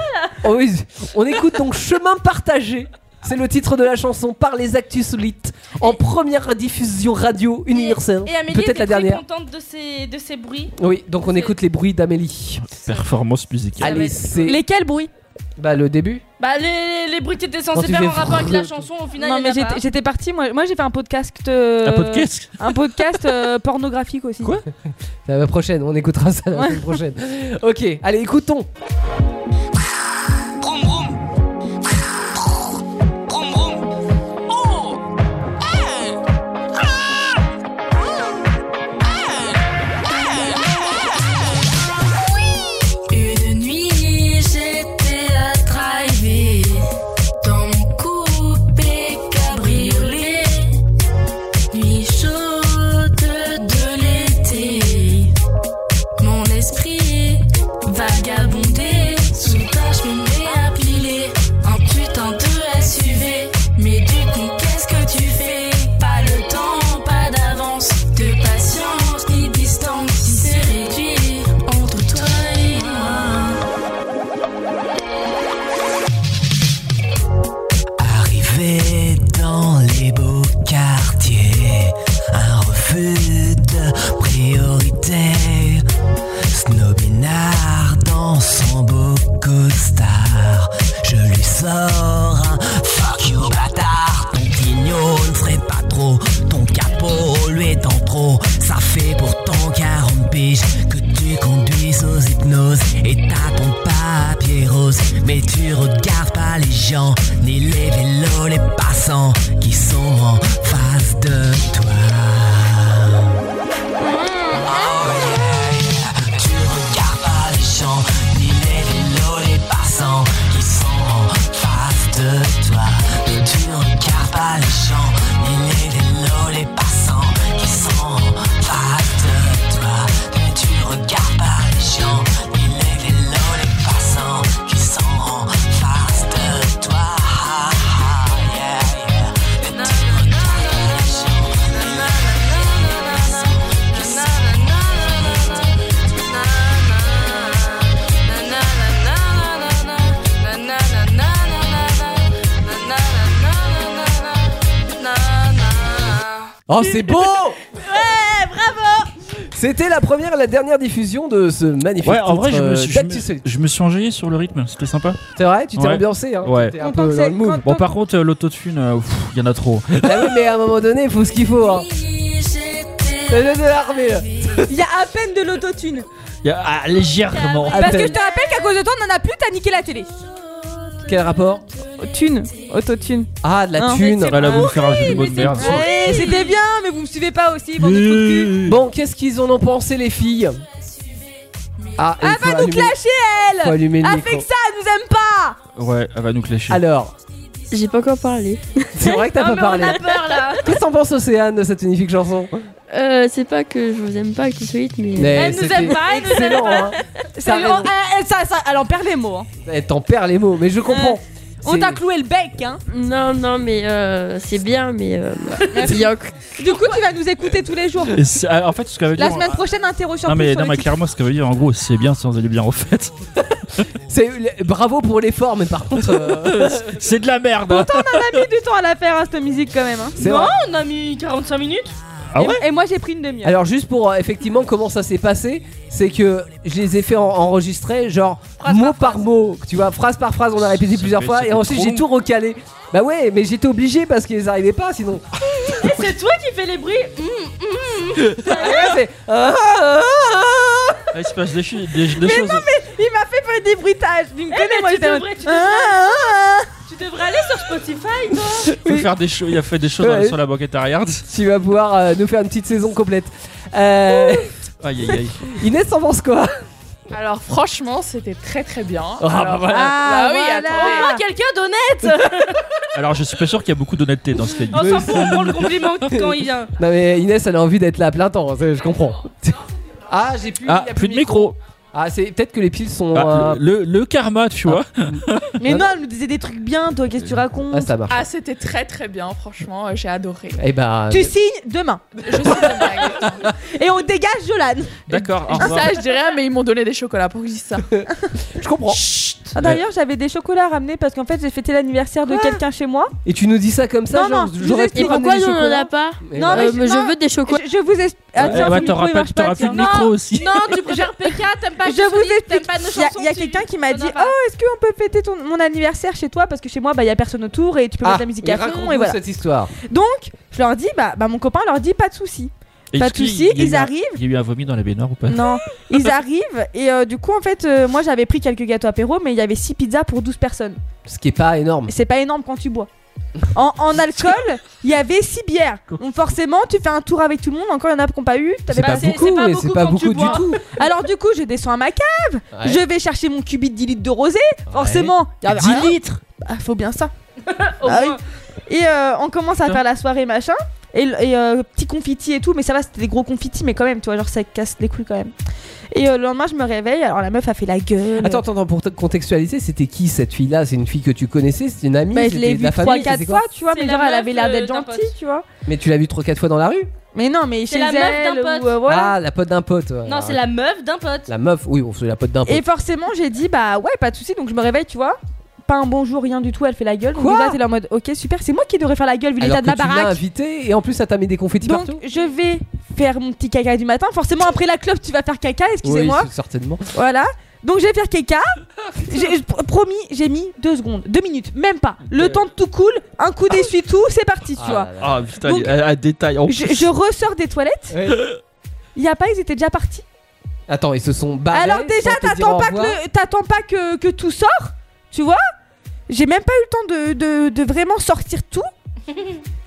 Speaker 5: Oh oui, on écoute donc Chemin partagé. C'est le titre de la chanson par les Actus Solites en première diffusion radio universelle.
Speaker 8: Et Amélie
Speaker 5: Peut-être
Speaker 8: était
Speaker 5: la
Speaker 8: très
Speaker 5: dernière.
Speaker 8: contente de ces, de ces bruits.
Speaker 5: Oui, donc on écoute les bruits d'Amélie.
Speaker 7: Performance musicale.
Speaker 5: Allez, c'est
Speaker 6: Lesquels bruits
Speaker 5: bah, le début.
Speaker 8: Bah les, les bruits que t'étais
Speaker 5: Quand
Speaker 8: censé
Speaker 5: tu
Speaker 8: faire en
Speaker 5: fais
Speaker 8: rapport avec la
Speaker 5: vrrr.
Speaker 8: chanson, au final,
Speaker 6: Non,
Speaker 8: il y en
Speaker 6: mais
Speaker 8: a pas.
Speaker 6: j'étais- j'étais partie. Moi, moi j'ai fait un podcast. euh,
Speaker 7: Un podcast
Speaker 6: Un podcast euh, pornographique aussi.
Speaker 5: Quoi C'est la prochaine, on écoutera ça la
Speaker 6: Ouais.
Speaker 5: semaine prochaine. Ok, allez, écoutons.
Speaker 9: Broum broum. Broum broum. Oh. Hey. Ah.
Speaker 16: Une nuit, j'étais à driver dans mon coupé cabriolet. Nuit chaude de l'été, mon esprit vagabondait. Sous tâche, je me mets à piler un putain de SUV. Mais du coup, qu'est-ce que tu fais? Pas le temps, pas d'avance, de patience ni distance. C'est réduit entre toi et moi.
Speaker 17: Arrivé dans les beaux quartiers, un refus de priorité. Snobinard dans son beau costard, je lui sors un fuck you bâtard. Ton guignol ne serait pas trop, ton capot lui est en trop. Ça fait pourtant 40 piges que tu conduis aux hypnoses et t'as ton papier rose. Mais tu regardes pas les gens, ni les vélos, les passants qui sont en face de toi.
Speaker 5: Oh, c'est beau
Speaker 8: Ouais, bravo
Speaker 5: C'était la première et la dernière diffusion de ce magnifique
Speaker 7: Ouais, en vrai,
Speaker 5: titre,
Speaker 7: je me
Speaker 5: euh,
Speaker 7: suis, je
Speaker 5: d'Actu
Speaker 7: me, je me suis enjaillé sur le rythme, c'était sympa.
Speaker 5: C'est vrai, tu t'es
Speaker 7: Ouais.
Speaker 5: ambiancé. Hein,
Speaker 7: Ouais.
Speaker 5: T'étais un peu dans le mood.
Speaker 7: Bon, par contre, euh, l'autotune, euh, pff, il y en a trop.
Speaker 5: Ah oui, mais à un moment donné, il faut ce qu'il faut. Hein. Le jeu de l'armée. là.
Speaker 6: Il y a à peine de l'autotune.
Speaker 7: Il y a- ah, légèrement.
Speaker 6: Parce que je te rappelle qu'à cause de toi, on en a plus, t'as niqué la télé.
Speaker 5: Quel rapport
Speaker 6: Thune, autotune.
Speaker 5: Ah, de la
Speaker 6: Non,
Speaker 5: thune.
Speaker 6: c'est Là, là, vous me
Speaker 7: faire un jeu de horrible, mots de mais merde. c'est
Speaker 6: Ouais, c'était bien, mais vous me suivez pas aussi. bande de trous de cul.
Speaker 5: Bon, qu'est-ce qu'ils en ont pensé, les filles Ah,
Speaker 6: Elle
Speaker 5: il faut
Speaker 6: va nous
Speaker 5: allumer-
Speaker 6: clasher,
Speaker 5: Faut
Speaker 6: elle
Speaker 5: allumer
Speaker 6: Elle
Speaker 5: le
Speaker 6: fait
Speaker 5: micro.
Speaker 6: que ça, elle nous aime pas
Speaker 7: Ouais, elle va nous clasher.
Speaker 5: Alors,
Speaker 13: J'ai pas encore parlé.
Speaker 5: c'est vrai que t'as
Speaker 13: Non,
Speaker 5: pas
Speaker 13: mais on
Speaker 5: parlé.
Speaker 13: a peur, là.
Speaker 5: Qu'est-ce que t'en penses, Océane, de cette magnifique chanson
Speaker 13: Euh, c'est pas que je vous aime pas, tout de suite, mais.
Speaker 5: Mais Elle nous c'était aime pas,
Speaker 6: elle nous aime excellent, pas. hein.
Speaker 5: T'as
Speaker 6: C'est-
Speaker 5: raison.
Speaker 6: elle- elle- ça- ça- Elle en perd les mots. hein.
Speaker 5: Eh, T'en perds les mots, mais je comprends.
Speaker 6: On
Speaker 5: C'est-
Speaker 6: t'a cloué le bec, hein
Speaker 13: Non, non, mais euh, c'est bien, mais. euh, il y a encore-
Speaker 6: Du coup, tu vas nous écouter tous les jours.
Speaker 7: Et c'est- ah, en fait, ce qu'elle veut dire.
Speaker 6: La semaine prochaine, interro sur
Speaker 7: Non, mais,
Speaker 6: sur
Speaker 7: non,
Speaker 6: le
Speaker 7: mais
Speaker 6: titre.
Speaker 7: clairement, ce qu'elle veut dire, en gros, c'est bien sans aller bien, en fait.
Speaker 5: C'est bravo pour l'effort, mais par contre. euh,
Speaker 7: c'est de la merde.
Speaker 6: Pourtant, on a mis du temps à la faire, hein, cette musique, quand même. hein.
Speaker 5: C'est vrai.
Speaker 6: on a mis 45 minutes.
Speaker 5: Ah
Speaker 6: et,
Speaker 5: ouais
Speaker 6: et moi, j'ai pris une demi-heure.
Speaker 5: Alors juste pour euh, effectivement comment ça s'est passé, c'est que je les ai fait en- enregistrer genre mot par mot, tu vois, phrase par phrase, on a répété plusieurs
Speaker 12: fait- ça
Speaker 5: fois et
Speaker 12: fait
Speaker 5: ensuite
Speaker 12: trop
Speaker 5: j'ai
Speaker 12: long.
Speaker 5: tout recalé. Bah ouais, mais j'étais obligé parce qu'ils arrivaient pas sinon.
Speaker 8: Et c'est toi qui fais les bruits Hum, hum, hum.
Speaker 5: Ah ouais, c'est- Ah, ah, ah.
Speaker 7: Ah, il se passe des, chi- des- des
Speaker 6: Mais
Speaker 7: choses.
Speaker 6: non, mais il m'a fait faire des bruitages. Vous me
Speaker 8: Eh,
Speaker 6: connaissez,
Speaker 8: mais
Speaker 6: moi,
Speaker 8: tu
Speaker 6: j'étais en mode,
Speaker 8: devrais- tu
Speaker 6: Ah,
Speaker 8: devrais-
Speaker 6: ah, ah.
Speaker 8: Tu devrais aller sur Spotify, toi
Speaker 7: Il, faut faire des choses- il a fait des choses dans-
Speaker 5: Ouais.
Speaker 7: sur la banquette arrière.
Speaker 5: Tu vas pouvoir euh, nous faire une petite saison complète. Euh,
Speaker 7: Aïe, aïe, aïe.
Speaker 5: Inès t'en pense quoi
Speaker 14: Alors franchement, c'était très très bien.
Speaker 5: Ah, bah
Speaker 14: Alors-
Speaker 5: voilà.
Speaker 14: Ah, oui,
Speaker 8: voilà.
Speaker 14: attendez.
Speaker 8: Au moins quelqu'un d'honnête
Speaker 7: Alors, je suis pas sûr qu'il y a beaucoup d'honnêteté dans ce qu'elle dit.
Speaker 8: On s'en fout, on prend le compliment quand il vient.
Speaker 5: Non mais Inès elle a envie d'être là à plein temps, hein, c'est- je comprends. Ah j'ai plus,
Speaker 7: Ah, plus de micro.
Speaker 5: Ah c'est peut-être que les piles sont...
Speaker 7: Ah,
Speaker 5: euh,
Speaker 7: le, le karma, tu vois. Ah.
Speaker 6: Mais non, elle nous disait des trucs bien, toi, qu'est-ce que tu racontes
Speaker 5: Ah, ça marche.
Speaker 14: Ah, c'était très très bien, franchement, euh, j'ai adoré.
Speaker 5: Eh bah...
Speaker 6: Tu signes demain. Et on dégage Jolan. Ah,
Speaker 7: D'accord,
Speaker 8: ah,
Speaker 7: au revoir.
Speaker 14: Ça, je dis rien, mais ils m'ont donné des chocolats pour que je dise ça.
Speaker 5: je comprends.
Speaker 6: Ah, D'ailleurs, j'avais des chocolats à ramener parce qu'en fait, j'ai fêté l'anniversaire de quelqu'un chez moi.
Speaker 5: Et tu nous dis ça comme ça,
Speaker 6: Non,
Speaker 5: genre
Speaker 6: non, je vous
Speaker 5: j'aurais pu
Speaker 6: explique
Speaker 5: ramener
Speaker 6: pourquoi
Speaker 5: du
Speaker 6: nous, on en a
Speaker 5: chocolat
Speaker 6: pas.
Speaker 5: Mais bah,
Speaker 6: Non,
Speaker 7: Euh,
Speaker 5: voilà.
Speaker 6: mais je- non,
Speaker 13: des chocolats.
Speaker 6: Je, je vous explique. Ah,
Speaker 7: Ouais,
Speaker 6: tiens,
Speaker 7: bah,
Speaker 6: le micro,
Speaker 7: t'auras
Speaker 6: il
Speaker 7: pas-
Speaker 6: marche
Speaker 7: t'auras
Speaker 6: tiens.
Speaker 7: plus de micro aussi.
Speaker 8: Non, tu préfères PK, t'aimes pas
Speaker 6: Je vous explique.
Speaker 8: pas nos
Speaker 6: Il y a-
Speaker 8: chansons,
Speaker 6: Il y a,
Speaker 8: tu-
Speaker 6: quelqu'un qui m'a
Speaker 8: t'en
Speaker 6: dit
Speaker 8: as pas.
Speaker 6: Oh, est-ce qu'on peut fêter ton- mon anniversaire chez toi Parce que chez moi, bah, il y a personne autour et tu peux
Speaker 5: Ah,
Speaker 6: mettre la musique
Speaker 5: mais
Speaker 6: à fond.
Speaker 5: raconte-nous
Speaker 6: Et voilà.
Speaker 5: cette histoire.
Speaker 6: Donc, je leur dis bah, bah, mon copain leur dit Pas de soucis.
Speaker 7: Et
Speaker 6: Pas
Speaker 7: est-ce
Speaker 6: de
Speaker 7: qu'il-
Speaker 6: soucis,
Speaker 7: il y a eu
Speaker 6: ils
Speaker 7: un-
Speaker 6: arrivent.
Speaker 7: Il y a eu un vomi dans la baignoire ou
Speaker 5: Bah.
Speaker 7: pas
Speaker 6: Non, ils arrivent et euh, du coup en fait euh, moi j'avais pris quelques gâteaux apéro mais il y avait 6 pizzas pour 12 personnes.
Speaker 5: Ce qui est pas énorme.
Speaker 6: C'est pas énorme quand tu bois. En, en alcool, il y avait 6 bières. Donc forcément, tu fais un tour avec tout le monde. Encore, il y en a qui n'ont pas eu. T'avais
Speaker 5: C'est pas
Speaker 6: assez-
Speaker 5: beaucoup, mais c'est pas
Speaker 6: quand tu
Speaker 5: beaucoup du
Speaker 6: bois.
Speaker 5: tout.
Speaker 6: Alors du coup, je descends à ma cave.
Speaker 5: Ouais.
Speaker 6: Je vais chercher mon cubit de 10 litres de rosé. Forcément, il y avait
Speaker 5: 10
Speaker 6: rien.
Speaker 5: litres
Speaker 6: Ah, faut bien ça. Ah oui. Et euh, on commence à faire la soirée machin. Et, le- et, euh, petit confiti et tout, mais ça va, c'était des gros confitis, mais quand même, tu vois, genre ça casse les couilles quand même. Et euh, le lendemain, je me réveille, alors la meuf a fait la gueule.
Speaker 5: Attends, attends, attends, pour te contextualiser, c'était qui cette fille-là C'est une fille que tu connaissais C'est une amie
Speaker 6: Bah, je
Speaker 5: C'était
Speaker 6: l'ai
Speaker 5: de
Speaker 6: vue
Speaker 5: la famille
Speaker 6: 3-4
Speaker 5: C'était quoi
Speaker 6: fois, tu vois, mais
Speaker 8: C'est
Speaker 6: genre
Speaker 8: la
Speaker 6: elle avait
Speaker 8: meuf,
Speaker 6: l'air
Speaker 8: euh,
Speaker 6: d'être
Speaker 8: d'un
Speaker 6: gentille, tu vois.
Speaker 5: Mais tu l'as vue 3-4 fois dans la rue
Speaker 6: Mais non, mais
Speaker 8: C'est
Speaker 6: chez
Speaker 8: la meuf
Speaker 6: elle,
Speaker 8: d'un pote.
Speaker 6: ou, euh, voilà.
Speaker 5: Ah, la pote d'un pote. ouais. Ah,
Speaker 8: Non, c'est la meuf d'un pote.
Speaker 5: La meuf, oui, Ah bon, c'est la pote d'un pote.
Speaker 6: Et forcément, j'ai dit, bah ouais, pas de soucis, donc je me réveille, tu vois. Pas un bonjour, rien du tout, elle fait la gueule.
Speaker 5: Quoi
Speaker 6: donc déjà, t'es là en mode, ok, super, c'est moi qui devrais faire la gueule vu
Speaker 5: Alors
Speaker 6: l'état
Speaker 5: que
Speaker 6: de la
Speaker 5: tu l'as
Speaker 6: baraque.
Speaker 5: invitée et en plus, ça t'a mis des confettis
Speaker 6: Donc
Speaker 5: partout
Speaker 6: je vais faire mon petit caca du matin. Forcément, après la clope, tu vas faire caca, excusez-moi.
Speaker 5: Oui, c'est- certainement.
Speaker 6: Voilà. Donc je vais faire caca. J'ai- je- promis, j'ai mis deux secondes, deux minutes, même pas. Le temps de tout coule, un coup d'essuie tout, c'est parti, tu vois.
Speaker 7: Ah putain,
Speaker 6: Donc,
Speaker 7: à, détail. en
Speaker 6: Je,
Speaker 7: plus.
Speaker 6: je ressors des toilettes.
Speaker 5: Ouais.
Speaker 6: Il y a pas, ils étaient déjà partis.
Speaker 5: Attends, ils se sont barrés.
Speaker 6: Alors déjà,
Speaker 5: sans te dire
Speaker 6: t'attends
Speaker 5: au
Speaker 6: pas, que,
Speaker 5: revoir.
Speaker 6: le- t'attends pas que, que tout sort, tu vois. J'ai même pas eu le temps de, de, de vraiment sortir tout.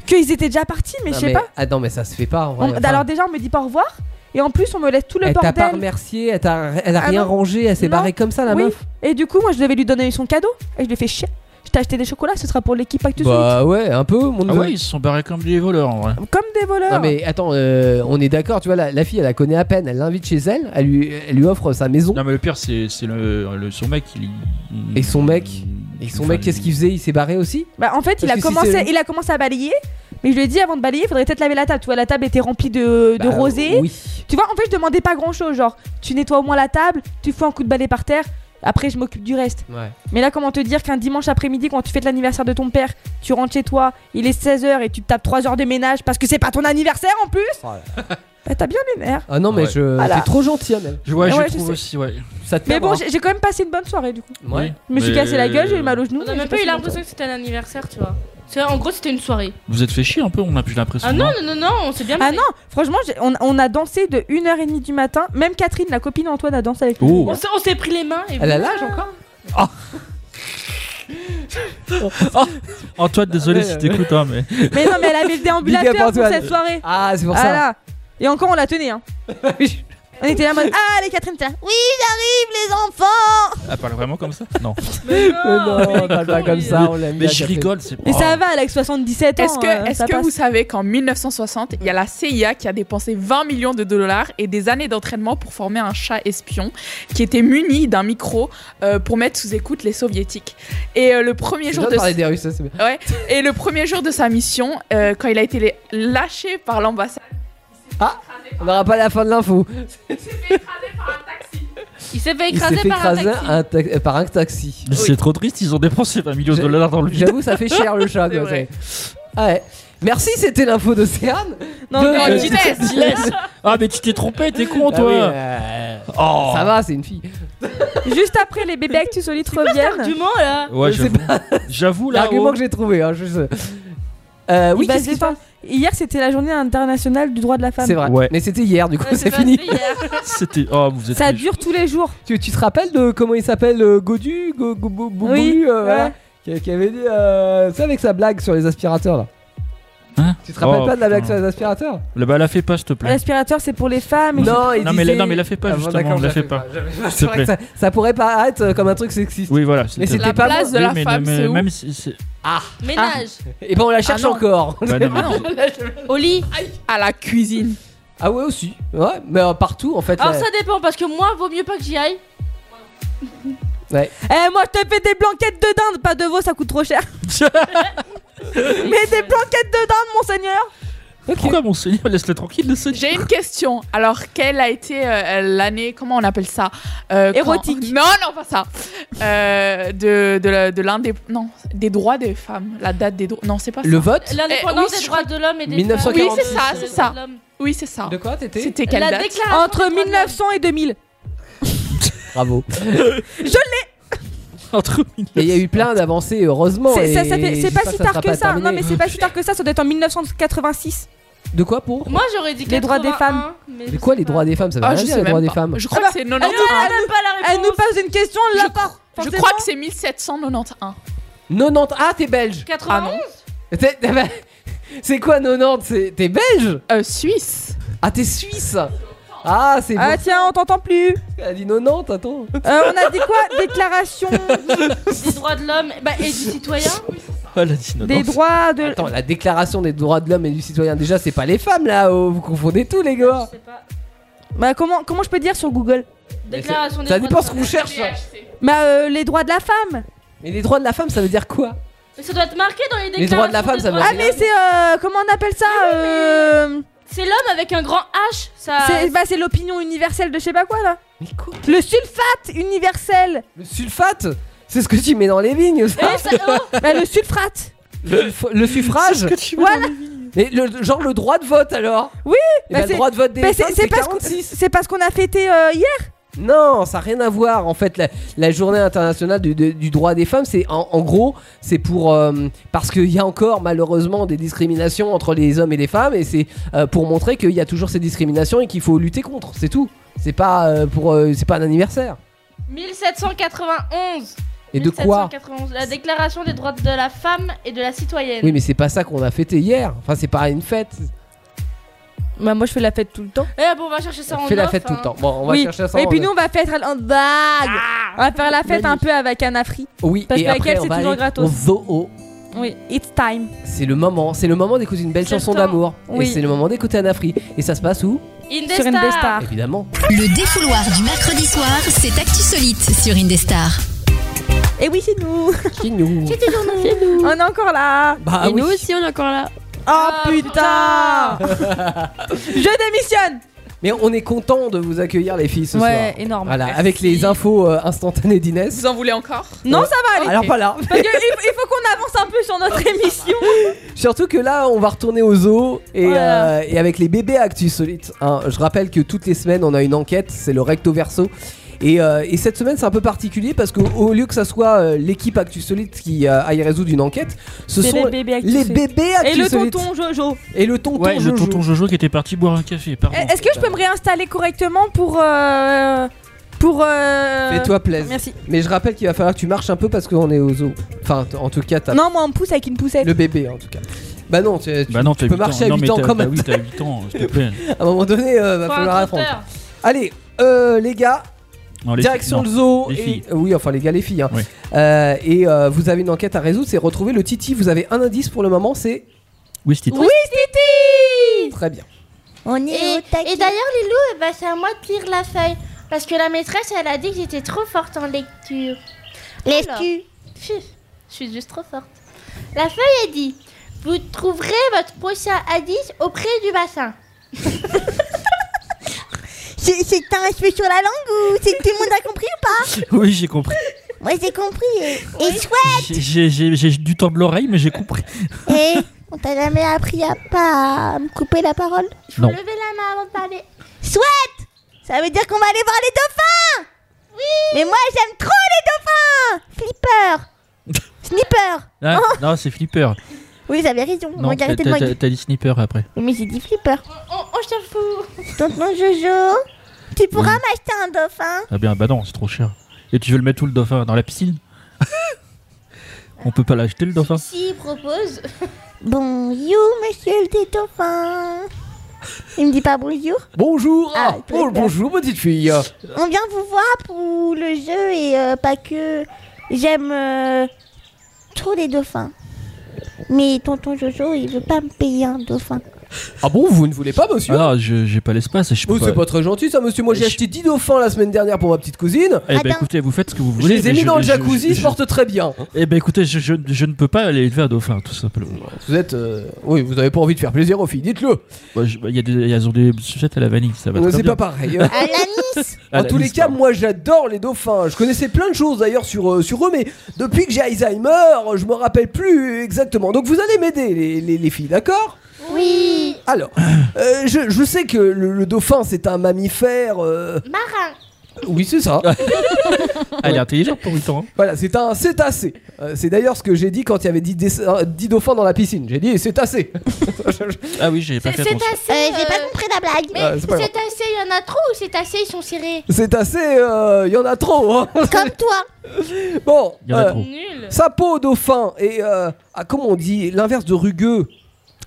Speaker 6: Qu'ils étaient déjà partis, mais
Speaker 5: Non,
Speaker 6: je sais pas.
Speaker 5: Ah non, mais ça se fait pas en vrai.
Speaker 6: On-
Speaker 5: Enfin,
Speaker 6: Alors déjà, on me dit pas au revoir. Et en plus, on me laisse tout le
Speaker 5: elle t'a
Speaker 6: bordel.
Speaker 5: pas remercié, elle, t'a- elle a
Speaker 6: Ah
Speaker 5: rien
Speaker 6: non.
Speaker 5: rangé, elle s'est
Speaker 6: Non.
Speaker 5: barrée comme ça la
Speaker 6: Oui.
Speaker 5: meuf.
Speaker 6: Et du coup, moi, je devais lui donner son cadeau. Et je lui ai fait chier. Je t'ai acheté des chocolats, ce sera pour l'équipe Actus
Speaker 5: Bah ouais, un peu, mon
Speaker 7: Ah
Speaker 5: neveu.
Speaker 7: ouais, ils se sont barrés comme des voleurs en vrai.
Speaker 6: Comme des voleurs.
Speaker 5: Non mais attends, euh, on est d'accord, tu vois, la, la fille elle la connaît à peine, elle l'invite chez elle, elle lui, elle lui offre sa maison.
Speaker 7: Non, mais le pire, c'est c'est le, le- son mec. Il, il-
Speaker 5: Et son mec Et son
Speaker 7: Enfin,
Speaker 5: mec, qu'est-ce qu'il faisait Il s'est barré aussi
Speaker 6: Bah, en fait, il a,
Speaker 5: Parce que si
Speaker 6: commencé,
Speaker 5: c'est-
Speaker 6: il a commencé à balayer. Mais je lui ai dit avant de balayer, il faudrait peut-être laver la table. Tu vois, la table était remplie de, de
Speaker 5: Bah,
Speaker 6: rosé.
Speaker 5: Oui.
Speaker 6: Tu vois, en fait, je demandais pas grand chose. Genre, tu nettoies au moins la table, tu fous un coup de balai par terre. Après, je m'occupe du reste.
Speaker 5: Ouais.
Speaker 6: Mais là, comment te dire qu'un dimanche après-midi, quand tu fêtes l'anniversaire de ton père, tu rentres chez toi, il est 16h et tu te tapes 3 heures de ménage parce que c'est pas ton anniversaire en plus
Speaker 7: Oh
Speaker 6: Bah, T'as bien les nerfs.
Speaker 5: Ah non, mais
Speaker 7: Ouais.
Speaker 5: je.
Speaker 7: Voilà.
Speaker 5: T'es trop gentil, Amel.
Speaker 7: Je, ouais,
Speaker 6: Ah
Speaker 7: je
Speaker 6: ouais, je
Speaker 7: trouve
Speaker 6: sais.
Speaker 7: aussi, ouais.
Speaker 5: Ça te
Speaker 6: Mais
Speaker 5: perd,
Speaker 6: bon,
Speaker 5: hein.
Speaker 6: j'ai j'ai quand même passé une bonne soirée du coup.
Speaker 5: Ouais.
Speaker 6: Je me suis
Speaker 7: Mais- euh,
Speaker 6: cassé la gueule, j'ai eu mal au genou.
Speaker 8: On a même pas eu l'impression que c'était un anniversaire, tu vois. C'est- En gros, c'était une soirée.
Speaker 7: Vous êtes fait chier un peu, on a plus l'impression.
Speaker 8: Ah non, non, non, non, on s'est bien
Speaker 6: Ah
Speaker 8: marré.
Speaker 6: non, franchement, j'ai- on, on a dansé de 1h30 du matin. Même Catherine, la copine d'Antoine, a dansé avec nous.
Speaker 7: Oh.
Speaker 8: On s'est- On s'est pris les mains. Et
Speaker 6: Elle a
Speaker 8: voilà.
Speaker 6: l'âge encore
Speaker 7: Antoine, désolé
Speaker 6: Ah, mais,
Speaker 7: si t'écoutes, hein, mais.
Speaker 6: Mais non, mais elle avait le
Speaker 7: Big up,
Speaker 6: déambulateur pour
Speaker 7: Antoine.
Speaker 6: cette soirée.
Speaker 5: Ah, c'est
Speaker 7: pour ça.
Speaker 6: Et encore, on la tenait. Hein. on était là en mode Ah, les Catherine, tiens. Oui, j'arrive, les enfants
Speaker 7: Elle parle Ah, vraiment comme ça Non.
Speaker 6: Mais non,
Speaker 5: on Oh, parle pas comme ça, on l'aime
Speaker 7: Mais
Speaker 5: bien,
Speaker 7: je
Speaker 5: Catherine.
Speaker 7: rigole, c'est Oh. pas.
Speaker 6: Mais
Speaker 5: Oh.
Speaker 6: ça va, avec 77 ans.
Speaker 14: Est-ce que,
Speaker 6: euh,
Speaker 14: est-ce
Speaker 6: ça
Speaker 14: que
Speaker 6: passe.
Speaker 14: vous savez qu'en 1960, il y a la CIA qui a dépensé 20 millions de dollars et des années d'entraînement pour former un chat espion qui était muni d'un micro euh, pour mettre sous écoute les soviétiques. Et euh, le premier
Speaker 5: C'est
Speaker 14: jour
Speaker 5: bien
Speaker 14: de
Speaker 5: de parler des Russes, ça, c'est bien.
Speaker 14: Ouais. Et le premier jour de sa mission, euh, quand il a été lé- lâché par l'ambassade,
Speaker 5: Ah, on n'aura pas la fin de l'info.
Speaker 8: Il s'est fait
Speaker 5: Il s'est
Speaker 8: écraser
Speaker 5: fait
Speaker 8: par
Speaker 5: écraser
Speaker 8: un taxi.
Speaker 5: un ta- euh, par un taxi.
Speaker 7: Mais C'est trop triste, ils ont dépensé 20 millions de dollars dans le vide.
Speaker 5: J'avoue, ça fait cher le chat.
Speaker 7: C'est
Speaker 5: quoi,
Speaker 7: vrai.
Speaker 5: c'est- Ah ouais. Merci, c'était l'info d'Océane.
Speaker 6: Non,
Speaker 5: De-
Speaker 7: mais tu laisses, tu laisses. Ah, mais tu t'es trompé, t'es con,
Speaker 5: Ah
Speaker 7: toi
Speaker 5: oui, euh,
Speaker 7: Oh.
Speaker 5: Ça va, c'est une fille.
Speaker 6: Juste après, les bébés Actu Solite reviennent.
Speaker 8: argument là
Speaker 7: Ouais,
Speaker 5: Je sais
Speaker 7: j'avoue. J'avoue, là.
Speaker 5: L'argument
Speaker 7: oh.
Speaker 5: que j'ai trouvé, hein, je sais. Euh, oui,
Speaker 6: Bah,
Speaker 5: qu'est-ce qui
Speaker 6: c'est
Speaker 5: se passe
Speaker 6: pas- Hier, c'était la journée internationale du droit de la femme.
Speaker 5: C'est vrai.
Speaker 7: Ouais.
Speaker 5: Mais c'était hier, du coup, c'est fini.
Speaker 7: C'était. Oh, vous êtes.
Speaker 6: Ça
Speaker 7: riches.
Speaker 6: dure tous les jours.
Speaker 5: Tu, tu te rappelles de comment il s'appelle euh, Godu Go- Go- Bo- Boubou,
Speaker 6: Oui,
Speaker 5: euh, voilà,
Speaker 6: ouais.
Speaker 5: qui, qui avait dit. euh, tu sais, avec sa blague sur les aspirateurs là. tu te rappelles
Speaker 7: Oh,
Speaker 5: pas de la blague
Speaker 7: putain.
Speaker 5: sur les aspirateurs
Speaker 7: Là, bah, la fais pas, s'il te plaît.
Speaker 6: L'aspirateur, c'est pour les femmes. et
Speaker 5: Non,
Speaker 6: c'est-
Speaker 5: il
Speaker 7: Non, mais la-
Speaker 5: disait-
Speaker 7: non, mais la fais
Speaker 5: Ah
Speaker 7: pas,
Speaker 5: bon,
Speaker 7: justement,
Speaker 5: d'accord,
Speaker 7: la
Speaker 5: je
Speaker 7: fais
Speaker 5: la
Speaker 7: pas.
Speaker 5: C'est
Speaker 7: S'il te
Speaker 5: vrai que
Speaker 7: plaît.
Speaker 5: ça, ça pourrait paraître euh, comme un truc sexiste.
Speaker 7: Oui, voilà.
Speaker 5: Mais c'était
Speaker 14: la
Speaker 5: pas
Speaker 14: place de
Speaker 7: Oui,
Speaker 14: la
Speaker 7: mais
Speaker 14: femme,
Speaker 7: non, mais
Speaker 14: c'est où
Speaker 7: même si c'est-
Speaker 5: Ah
Speaker 8: Ménage.
Speaker 5: Et ben on la cherche
Speaker 14: Ah non.
Speaker 5: encore.
Speaker 7: Bah non, mais- Ah
Speaker 8: Au lit.
Speaker 14: à la cuisine.
Speaker 5: Ah ouais aussi. Ouais, mais euh, partout en fait.
Speaker 8: Alors
Speaker 5: ouais.
Speaker 8: Ah, ça dépend parce que moi, vaut mieux pas que j'y aille.
Speaker 5: Ouais.
Speaker 6: Eh, moi, je te fais des blanquettes de dinde, pas de veau, ça coûte trop cher. mais des blanquettes de dinde, monseigneur.
Speaker 7: Pourquoi mon seigneur Laisse-le tranquille, le seigneur.
Speaker 14: J'ai une question. Alors, quelle a été euh, l'année, comment on appelle ça Euh, quand-
Speaker 6: Érotique.
Speaker 14: Non, non, pas ça. Euh, de de, la- de l'un des, non, des droits des femmes. La date des droits. Non, c'est pas ça.
Speaker 5: Le vote
Speaker 8: L'indépendance
Speaker 14: Eh, oui,
Speaker 8: des
Speaker 14: je
Speaker 8: droits
Speaker 14: crois-
Speaker 8: de l'homme et des femmes.
Speaker 5: 1940.
Speaker 14: Oui, c'est ça,
Speaker 8: Euh,
Speaker 14: c'est
Speaker 8: de
Speaker 14: ça.
Speaker 8: l'homme.
Speaker 14: Oui, c'est ça.
Speaker 5: De quoi t'étais
Speaker 14: C'était quelle
Speaker 8: La
Speaker 14: date
Speaker 8: déclaration.
Speaker 6: Entre 1900 et 2000.
Speaker 5: Bravo.
Speaker 6: Je l'ai.
Speaker 7: Entre
Speaker 5: Et il y a eu plein d'avancées heureusement.
Speaker 6: C'est- ça,
Speaker 5: et
Speaker 6: ça fait- c'est
Speaker 5: j'espère
Speaker 6: pas si
Speaker 5: sera
Speaker 6: tard que ça.
Speaker 5: terminé.
Speaker 6: Non, mais c'est pas si tard que ça. Ça doit être en 1986.
Speaker 5: De quoi pour
Speaker 8: Moi, j'aurais dit
Speaker 6: Les droits des
Speaker 8: 81,
Speaker 6: femmes.
Speaker 8: mais
Speaker 5: Mais quoi les droits des femmes Ça veut
Speaker 14: Ah,
Speaker 5: rien
Speaker 14: je
Speaker 5: dire
Speaker 14: sais
Speaker 5: les droits
Speaker 14: même
Speaker 5: des
Speaker 14: pas.
Speaker 5: femmes. Ah,
Speaker 14: Je
Speaker 11: Ah
Speaker 14: crois que c'est
Speaker 11: bah,
Speaker 14: 91.
Speaker 8: Ah Elle a même pas la
Speaker 6: Elle
Speaker 8: réponse.
Speaker 6: nous passe une question, on l'a pas.
Speaker 14: Je
Speaker 6: Forcément.
Speaker 14: crois que c'est 1791.
Speaker 5: 90 Ah t'es belge.
Speaker 8: 91
Speaker 5: T'es- t'es- bah, C'est quoi 90 C'est- T'es belge
Speaker 14: Euh, Suisse.
Speaker 5: Ah t'es suisse. Ah c'est
Speaker 6: Ah,
Speaker 5: bon.
Speaker 6: tiens, on t'entend plus.
Speaker 5: Elle a dit 90 attends.
Speaker 6: Euh, on a dit quoi Déclaration
Speaker 8: Des droits de l'homme bah, et du citoyen.
Speaker 5: Oh,
Speaker 7: Ah, la dino-
Speaker 6: des droits de.
Speaker 5: Attends la déclaration des droits de l'homme et du citoyen déjà c'est pas les femmes là oh, vous confondez tout les gars.
Speaker 6: Bah, comment, comment je peux dire sur Google
Speaker 8: Déclaration des
Speaker 5: Ça
Speaker 8: droits
Speaker 5: dépend
Speaker 8: de
Speaker 5: ce
Speaker 8: l'homme.
Speaker 5: qu'on cherche.
Speaker 6: Bah, euh, les droits de la femme.
Speaker 5: Mais les droits de la femme ça veut dire quoi
Speaker 8: Mais ça doit être marqué dans les déclarations.
Speaker 5: Les droits de la femme,
Speaker 8: des
Speaker 5: ça
Speaker 8: droits
Speaker 5: va.
Speaker 6: Ah, mais c'est. euh, comment on appelle ça euh,
Speaker 8: C'est l'homme avec un grand H. Ça.
Speaker 6: C'est bah, c'est l'opinion universelle de je sais pas quoi là.
Speaker 5: Mais quoi
Speaker 6: Le sulfate universel.
Speaker 5: Le sulfate C'est ce que tu mets dans les vignes ça
Speaker 8: Eh, ça- oh,
Speaker 6: Bah, le sulfrate.
Speaker 5: Le, sulf- le suffrage
Speaker 6: Voilà.
Speaker 5: Mais le, genre le droit de vote alors
Speaker 6: Oui,
Speaker 5: Eh
Speaker 6: bah
Speaker 5: ben,
Speaker 6: c'est-
Speaker 5: Le droit de vote des
Speaker 6: bah, c'est-
Speaker 5: femmes
Speaker 6: c'est
Speaker 5: c'est
Speaker 6: parce qu'on-
Speaker 5: 46
Speaker 6: c'est parce qu'on a fêté euh, hier.
Speaker 5: Non, ça n'a rien à voir. En fait, la, la journée internationale du, de- du droit des femmes, c'est en, en gros, c'est pour euh, parce qu'il y a encore malheureusement des discriminations entre les hommes et les femmes, et c'est euh, pour montrer qu'il y a toujours ces discriminations et qu'il faut lutter contre. C'est tout. C'est pas euh, pour, euh, c'est pas un anniversaire.
Speaker 8: 1791.
Speaker 5: Et de quoi
Speaker 8: 1791, La déclaration des droits de la femme et de la citoyenne.
Speaker 5: Oui, mais c'est pas ça qu'on a fêté hier. Enfin, c'est pas une fête.
Speaker 6: Bah moi je fais la fête tout le temps.
Speaker 18: ben,
Speaker 8: Eh bon, on va chercher ça en
Speaker 5: Fais la
Speaker 8: off,
Speaker 5: fête tout
Speaker 8: hein.
Speaker 5: le temps. Bon, on va
Speaker 6: oui.
Speaker 5: chercher ça.
Speaker 6: Et
Speaker 5: en-
Speaker 6: puis nous on va fêter en vague. on va faire la fête un peu avec Anafri.
Speaker 5: oui,
Speaker 6: parce
Speaker 5: et
Speaker 6: que la
Speaker 5: après
Speaker 6: cale,
Speaker 5: on
Speaker 6: c'est
Speaker 5: va
Speaker 6: toujours
Speaker 5: aller
Speaker 6: gratos.
Speaker 5: au zoo. Oh,
Speaker 6: Oui. It's time.
Speaker 5: C'est le moment. C'est le moment d'écouter une belle
Speaker 6: C'est le
Speaker 5: chanson
Speaker 6: temps.
Speaker 5: d'amour.
Speaker 6: Oui.
Speaker 5: Et c'est le moment d'écouter Anafri. Et ça se passe où
Speaker 8: Indestar.
Speaker 6: Sur Indestar.
Speaker 5: Évidemment.
Speaker 3: Le défouloir du mercredi soir, c'est Actu Solite sur Indestar.
Speaker 6: Et oui c'est nous.
Speaker 5: Chez nous.
Speaker 13: C'est toujours nous. C'est nous.
Speaker 6: on est encore là.
Speaker 5: Bah
Speaker 13: Et
Speaker 5: oui.
Speaker 13: nous aussi, on est encore là.
Speaker 6: Oh putain. je démissionne.
Speaker 5: Mais on est content de vous accueillir les filles ce soir.
Speaker 6: Ouais, énorme.
Speaker 5: Voilà, avec les infos euh, instantanées d'Inès.
Speaker 14: Vous en voulez encore
Speaker 6: Non, ça va aller.
Speaker 5: Alors, pas là.
Speaker 6: Parce que il, il faut qu'on avance un peu sur notre émission.
Speaker 5: Surtout que là, on va retourner aux zoo et,
Speaker 6: Voilà.
Speaker 5: euh, et avec les bébés Actu Solite. hein. je rappelle que toutes les semaines, on a une enquête, c'est le recto verso. Et, euh, et cette semaine, c'est un peu particulier parce qu'au lieu que ça soit euh, l'équipe Actu Solite qui euh, aille résoudre une enquête, ce
Speaker 6: C'est
Speaker 5: sont
Speaker 6: les bébés Actu
Speaker 5: les
Speaker 6: Solite.
Speaker 5: bébés
Speaker 6: Et
Speaker 5: Actu
Speaker 6: le
Speaker 5: Solite.
Speaker 6: tonton Jojo.
Speaker 5: Et le tonton
Speaker 7: Ouais, le
Speaker 5: Jojo.
Speaker 7: tonton Jojo qui était parti boire un café, pardon.
Speaker 6: Eh, Est-ce que je peux me réinstaller correctement pour. euh, pour. euh,
Speaker 5: Fais-toi plaisir.
Speaker 6: Merci.
Speaker 5: Mais je rappelle qu'il va falloir que tu marches un peu parce qu'on est aux zoo. Enfin, t- en tout cas, t'as
Speaker 6: Non, moi, on me pousse avec une poussette.
Speaker 5: le bébé en tout cas. Bah non, tu, tu-
Speaker 7: Bah non,
Speaker 5: tu
Speaker 7: t'as
Speaker 5: peux
Speaker 7: 8
Speaker 5: marcher
Speaker 7: ans.
Speaker 5: à 8
Speaker 7: Non,
Speaker 5: ans
Speaker 7: mais
Speaker 5: quand
Speaker 7: t'as-
Speaker 5: même.
Speaker 7: bah oui, t'as 8 ans, s'il te plaît.
Speaker 5: À un moment donné, euh, va
Speaker 7: Faut un
Speaker 5: falloir apprendre.
Speaker 7: trotteur.
Speaker 5: Allez, euh, les gars,
Speaker 7: Non, les
Speaker 5: direction
Speaker 7: filles,
Speaker 5: le
Speaker 7: non,
Speaker 5: zoo.
Speaker 7: les
Speaker 5: et-
Speaker 7: filles.
Speaker 5: Oui, enfin les gars, les filles. hein. Euh, et euh, vous avez une enquête à résoudre, c'est retrouver le Titi. Vous avez un indice pour le moment, c'est
Speaker 7: Oui, Titi.
Speaker 5: Titi. Très bien.
Speaker 11: On
Speaker 18: et, et d'ailleurs, Lilou, eh ben, c'est à moi de lire la feuille. Parce que la maîtresse, elle a dit que j'étais trop forte en lecture.
Speaker 11: Lecture.
Speaker 18: Alors, pfiou, Je suis juste trop forte. La feuille a dit Vous trouverez votre prochain indice auprès du bassin.
Speaker 11: C'est c'est un cheveu sur la langue ou c'est tout le monde a compris ou pas
Speaker 7: Oui, j'ai compris.
Speaker 11: Moi j'ai compris. Et, et chouette
Speaker 7: J'ai- J'ai j'ai- j'ai du temps de l'oreille, mais j'ai compris.
Speaker 11: Et on t'a jamais appris à pas à me couper la parole
Speaker 7: faut Non. lever
Speaker 11: la main avant de parler. Chouette Ça veut dire qu'on va aller voir les dauphins Oui Mais moi j'aime trop les dauphins Flipper Snipper
Speaker 7: Ah,
Speaker 11: Oh,
Speaker 7: non, c'est flipper.
Speaker 11: Oui, vous avez raison,
Speaker 7: Non, t'as
Speaker 11: regardez moi.
Speaker 7: t'as- t'as dit snipper après.
Speaker 11: Mais j'ai dit flipper. On,
Speaker 18: Oh,
Speaker 11: s'en fout. Tonton Jojo, tu pourras m'acheter un dauphin
Speaker 7: Ah bien, bah non, c'est trop cher. Et tu veux le mettre où le dauphin Dans la piscine On peut pas l'acheter le dauphin
Speaker 11: S'il propose. Bonjour, monsieur le petit dauphin. Il me dit pas bonjour.
Speaker 5: Bonjour.
Speaker 11: Ah,
Speaker 5: Oh, bonjour, petite fille.
Speaker 11: On vient vous voir pour le jeu et euh, pas que. J'aime euh, trop les dauphins. Mais tonton Jojo, il veut pas me payer un dauphin.
Speaker 5: Ah bon, vous ne voulez pas, monsieur
Speaker 7: Ah non, je- j'ai pas l'espace et je peux
Speaker 5: Oh, c'est pas très gentil ça, monsieur. Moi j'ai acheté 10 dauphins la semaine dernière pour ma petite cousine.
Speaker 7: Eh ben écoutez, vous faites ce que vous
Speaker 5: je
Speaker 7: voulez.
Speaker 5: les ai
Speaker 7: mais
Speaker 5: mis dans le
Speaker 7: je-
Speaker 5: jacuzzi,
Speaker 7: je-
Speaker 5: ils se portent très bien.
Speaker 7: Eh ben écoutez, je, je- je ne peux pas aller élever un dauphin, tout simplement.
Speaker 5: Vous êtes. euh, Oui, vous avez pas envie de faire plaisir aux filles, dites-le. Ah bah,
Speaker 7: Bah, je- bah, Il y a des, elles ont des sucettes à la vanille, ça va
Speaker 5: Non,
Speaker 7: très
Speaker 5: c'est
Speaker 7: bien. Ah,
Speaker 5: pas pareil. hein.
Speaker 11: Euh, Alanis
Speaker 7: À
Speaker 18: Ah,
Speaker 5: En tous les
Speaker 7: l'anis,
Speaker 5: cas, moi j'adore les dauphins. Je connaissais plein de choses d'ailleurs sur, euh, sur eux, mais depuis que j'ai Alzheimer, je me rappelle plus exactement. Donc vous allez m'aider, les, les- les filles, d'accord
Speaker 18: Oui
Speaker 5: Alors, euh, je, je sais que le, le dauphin c'est un mammifère. euh,
Speaker 18: Marin
Speaker 5: Oui, c'est ça.
Speaker 7: Ah, Elle est intelligente pour 8 ans. hein.
Speaker 5: Voilà, c'est un cétacé. Euh, c'est d'ailleurs ce que j'ai dit quand il y avait 10, dess- euh, 10 dauphins dans la piscine. J'ai dit eh, cétacé.
Speaker 7: Ah oui, j'ai pas fait attention.
Speaker 18: assez.
Speaker 11: euh,
Speaker 18: euh,
Speaker 11: j'ai pas compris la blague.
Speaker 18: Mais
Speaker 5: Ah, c'est pas grave.
Speaker 18: c'est assez, il y en a trop ou c'est assez, ils sont serrés
Speaker 5: Cétacé, il y en a trop. hein.
Speaker 11: Comme toi
Speaker 5: Bon, euh,
Speaker 18: Y en a trop. Nul.
Speaker 5: sa peau dauphin et euh, ah, comment on dit l'inverse de rugueux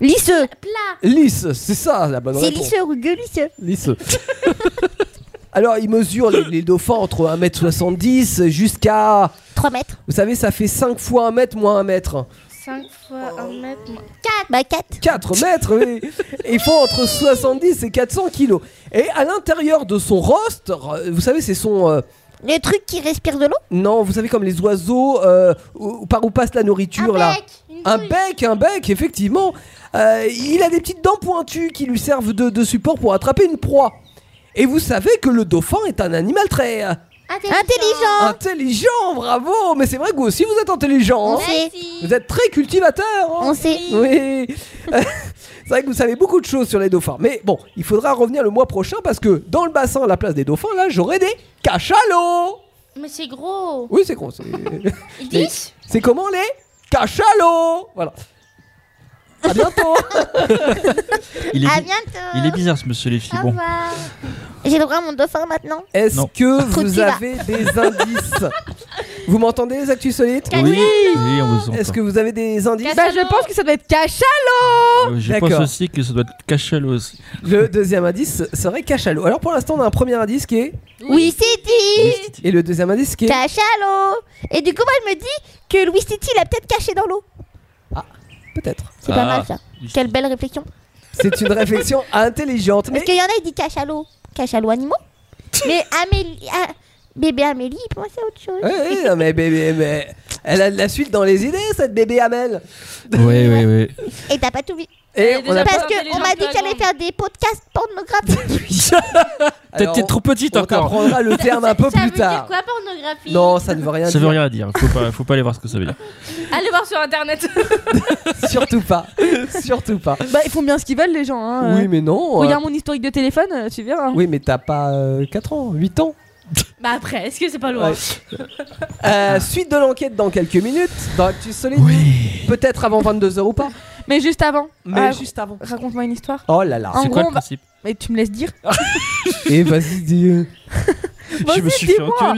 Speaker 11: Lisseux
Speaker 18: Plat
Speaker 5: Lisse, c'est ça la bonne
Speaker 11: C'est
Speaker 5: réponse.
Speaker 11: lisseux ou gueux lisseux
Speaker 5: Lisse. Alors, ils mesurent les, les dauphins entre 1m70 jusqu'à.
Speaker 11: 3 mètres.
Speaker 5: Vous savez, ça fait 5 fois 1 mètre moins 1 mètre.
Speaker 18: 5 fois 1 mètre moins.
Speaker 11: 4 Bah 4
Speaker 5: 4 mètres, oui. Et ils font entre 70 et 400 kilos. Et à l'intérieur de son rostre, euh, vous savez, c'est son. euh,
Speaker 11: Le truc qui respire de l'eau
Speaker 5: non, vous savez, comme les oiseaux, euh, où- par où passe la nourriture, là. un bec, un bec, effectivement. Euh, il a des petites dents pointues qui lui servent de, de support pour attraper une proie. Et vous savez que le dauphin est un animal très. euh,
Speaker 11: Intelligent, Ah.
Speaker 5: Intelligent, bravo Mais c'est vrai que vous aussi vous êtes intelligent.
Speaker 11: On
Speaker 5: hein.
Speaker 11: sait.
Speaker 5: Vous êtes très cultivateur. hein.
Speaker 11: On sait.
Speaker 5: Oui. c'est vrai que vous savez beaucoup de choses sur les dauphins. Mais bon, il faudra revenir le mois prochain parce que dans le bassin à la place des dauphins, là, j'aurai des cachalots.
Speaker 18: Mais c'est gros
Speaker 5: Oui, c'est con. c'est- Mais
Speaker 18: Dix
Speaker 5: C'est comment les cachalots Voilà. À bientôt.
Speaker 6: Ah,
Speaker 7: Il est,
Speaker 11: À
Speaker 7: bi-
Speaker 11: bientôt.
Speaker 7: il est bizarre ce monsieur, les filles. Bon.
Speaker 11: J'ai le droit à mon dauphin maintenant
Speaker 5: Est-ce
Speaker 7: Non.
Speaker 5: que
Speaker 11: Trop
Speaker 5: vous
Speaker 11: divin.
Speaker 5: avez des indices Vous m'entendez les actus solides
Speaker 7: Oui, oui, on vous entend.
Speaker 5: Est-ce que vous avez des indices
Speaker 6: Bah, je pense que ça doit être cachalot
Speaker 7: Euh, Je pense
Speaker 5: D'accord.
Speaker 7: aussi que ça doit être cachalot aussi.
Speaker 5: Le deuxième indice serait cachalot. Alors pour l'instant, on a un premier indice qui est
Speaker 11: Oui, c'est dit
Speaker 5: et le deuxième indice qui est
Speaker 11: Cachalot Et du coup, moi, je me dis que Louis Titi l'a peut-être caché dans l'eau.
Speaker 5: peut-être.
Speaker 11: C'est pas mal ça. Quelle belle réflexion.
Speaker 5: C'est une réflexion intelligente.
Speaker 11: Parce
Speaker 5: Mais
Speaker 11: qu'il y en a, il dit cachalot. Cachalot animaux Mais Amélie. ah, Bébé Amélie, il pensait à autre chose.
Speaker 5: Ouais, ouais, non, mais, mais- mais- mais- elle a de la suite dans les idées cette bébé Amel.
Speaker 7: Oui, oui, oui.
Speaker 11: Et t'as pas tout vu.
Speaker 5: Et on a
Speaker 11: Parce
Speaker 5: pas-
Speaker 11: qu'on m'a dit qu'elle allait faire des podcasts pornographiques.
Speaker 5: Alors,
Speaker 7: T'es trop petite
Speaker 5: on
Speaker 7: encore.
Speaker 5: t'apprendra le terme un peu
Speaker 18: Ça
Speaker 5: plus
Speaker 18: veut dire
Speaker 5: tard.
Speaker 18: quoi, pornographie
Speaker 5: oh, Non, ça ne veut rien
Speaker 7: Ça
Speaker 5: dire.
Speaker 7: veut rien dire. Faut pas, faut pas aller voir ce que ça veut dire.
Speaker 18: Allez voir sur internet.
Speaker 5: Surtout pas. Surtout pas.
Speaker 6: Bah, ils font bien ce qu'ils veulent, les gens. Hein.
Speaker 5: Oui,
Speaker 6: Euh,
Speaker 5: mais non.
Speaker 6: Regarde
Speaker 5: euh,
Speaker 6: mon historique de téléphone, euh, tu verras.
Speaker 5: Oui, mais t'as pas 4 ans, 8 ans.
Speaker 18: Bah après, est-ce que c'est pas loin
Speaker 5: Ouais. Euh, suite de l'enquête dans quelques minutes, dans Actu Solide. Peut-être avant 22h ou pas.
Speaker 6: Mais juste avant.
Speaker 5: Mais
Speaker 6: Ah,
Speaker 5: juste avant.
Speaker 6: Raconte-moi une histoire.
Speaker 5: Oh là là.
Speaker 6: En gros,
Speaker 5: C'est
Speaker 6: bah,
Speaker 5: quoi le
Speaker 6: on va-
Speaker 5: principe
Speaker 6: Mais tu me laisses dire.
Speaker 5: Et vas-y, dis. euh.
Speaker 6: Vas-y, dis-moi.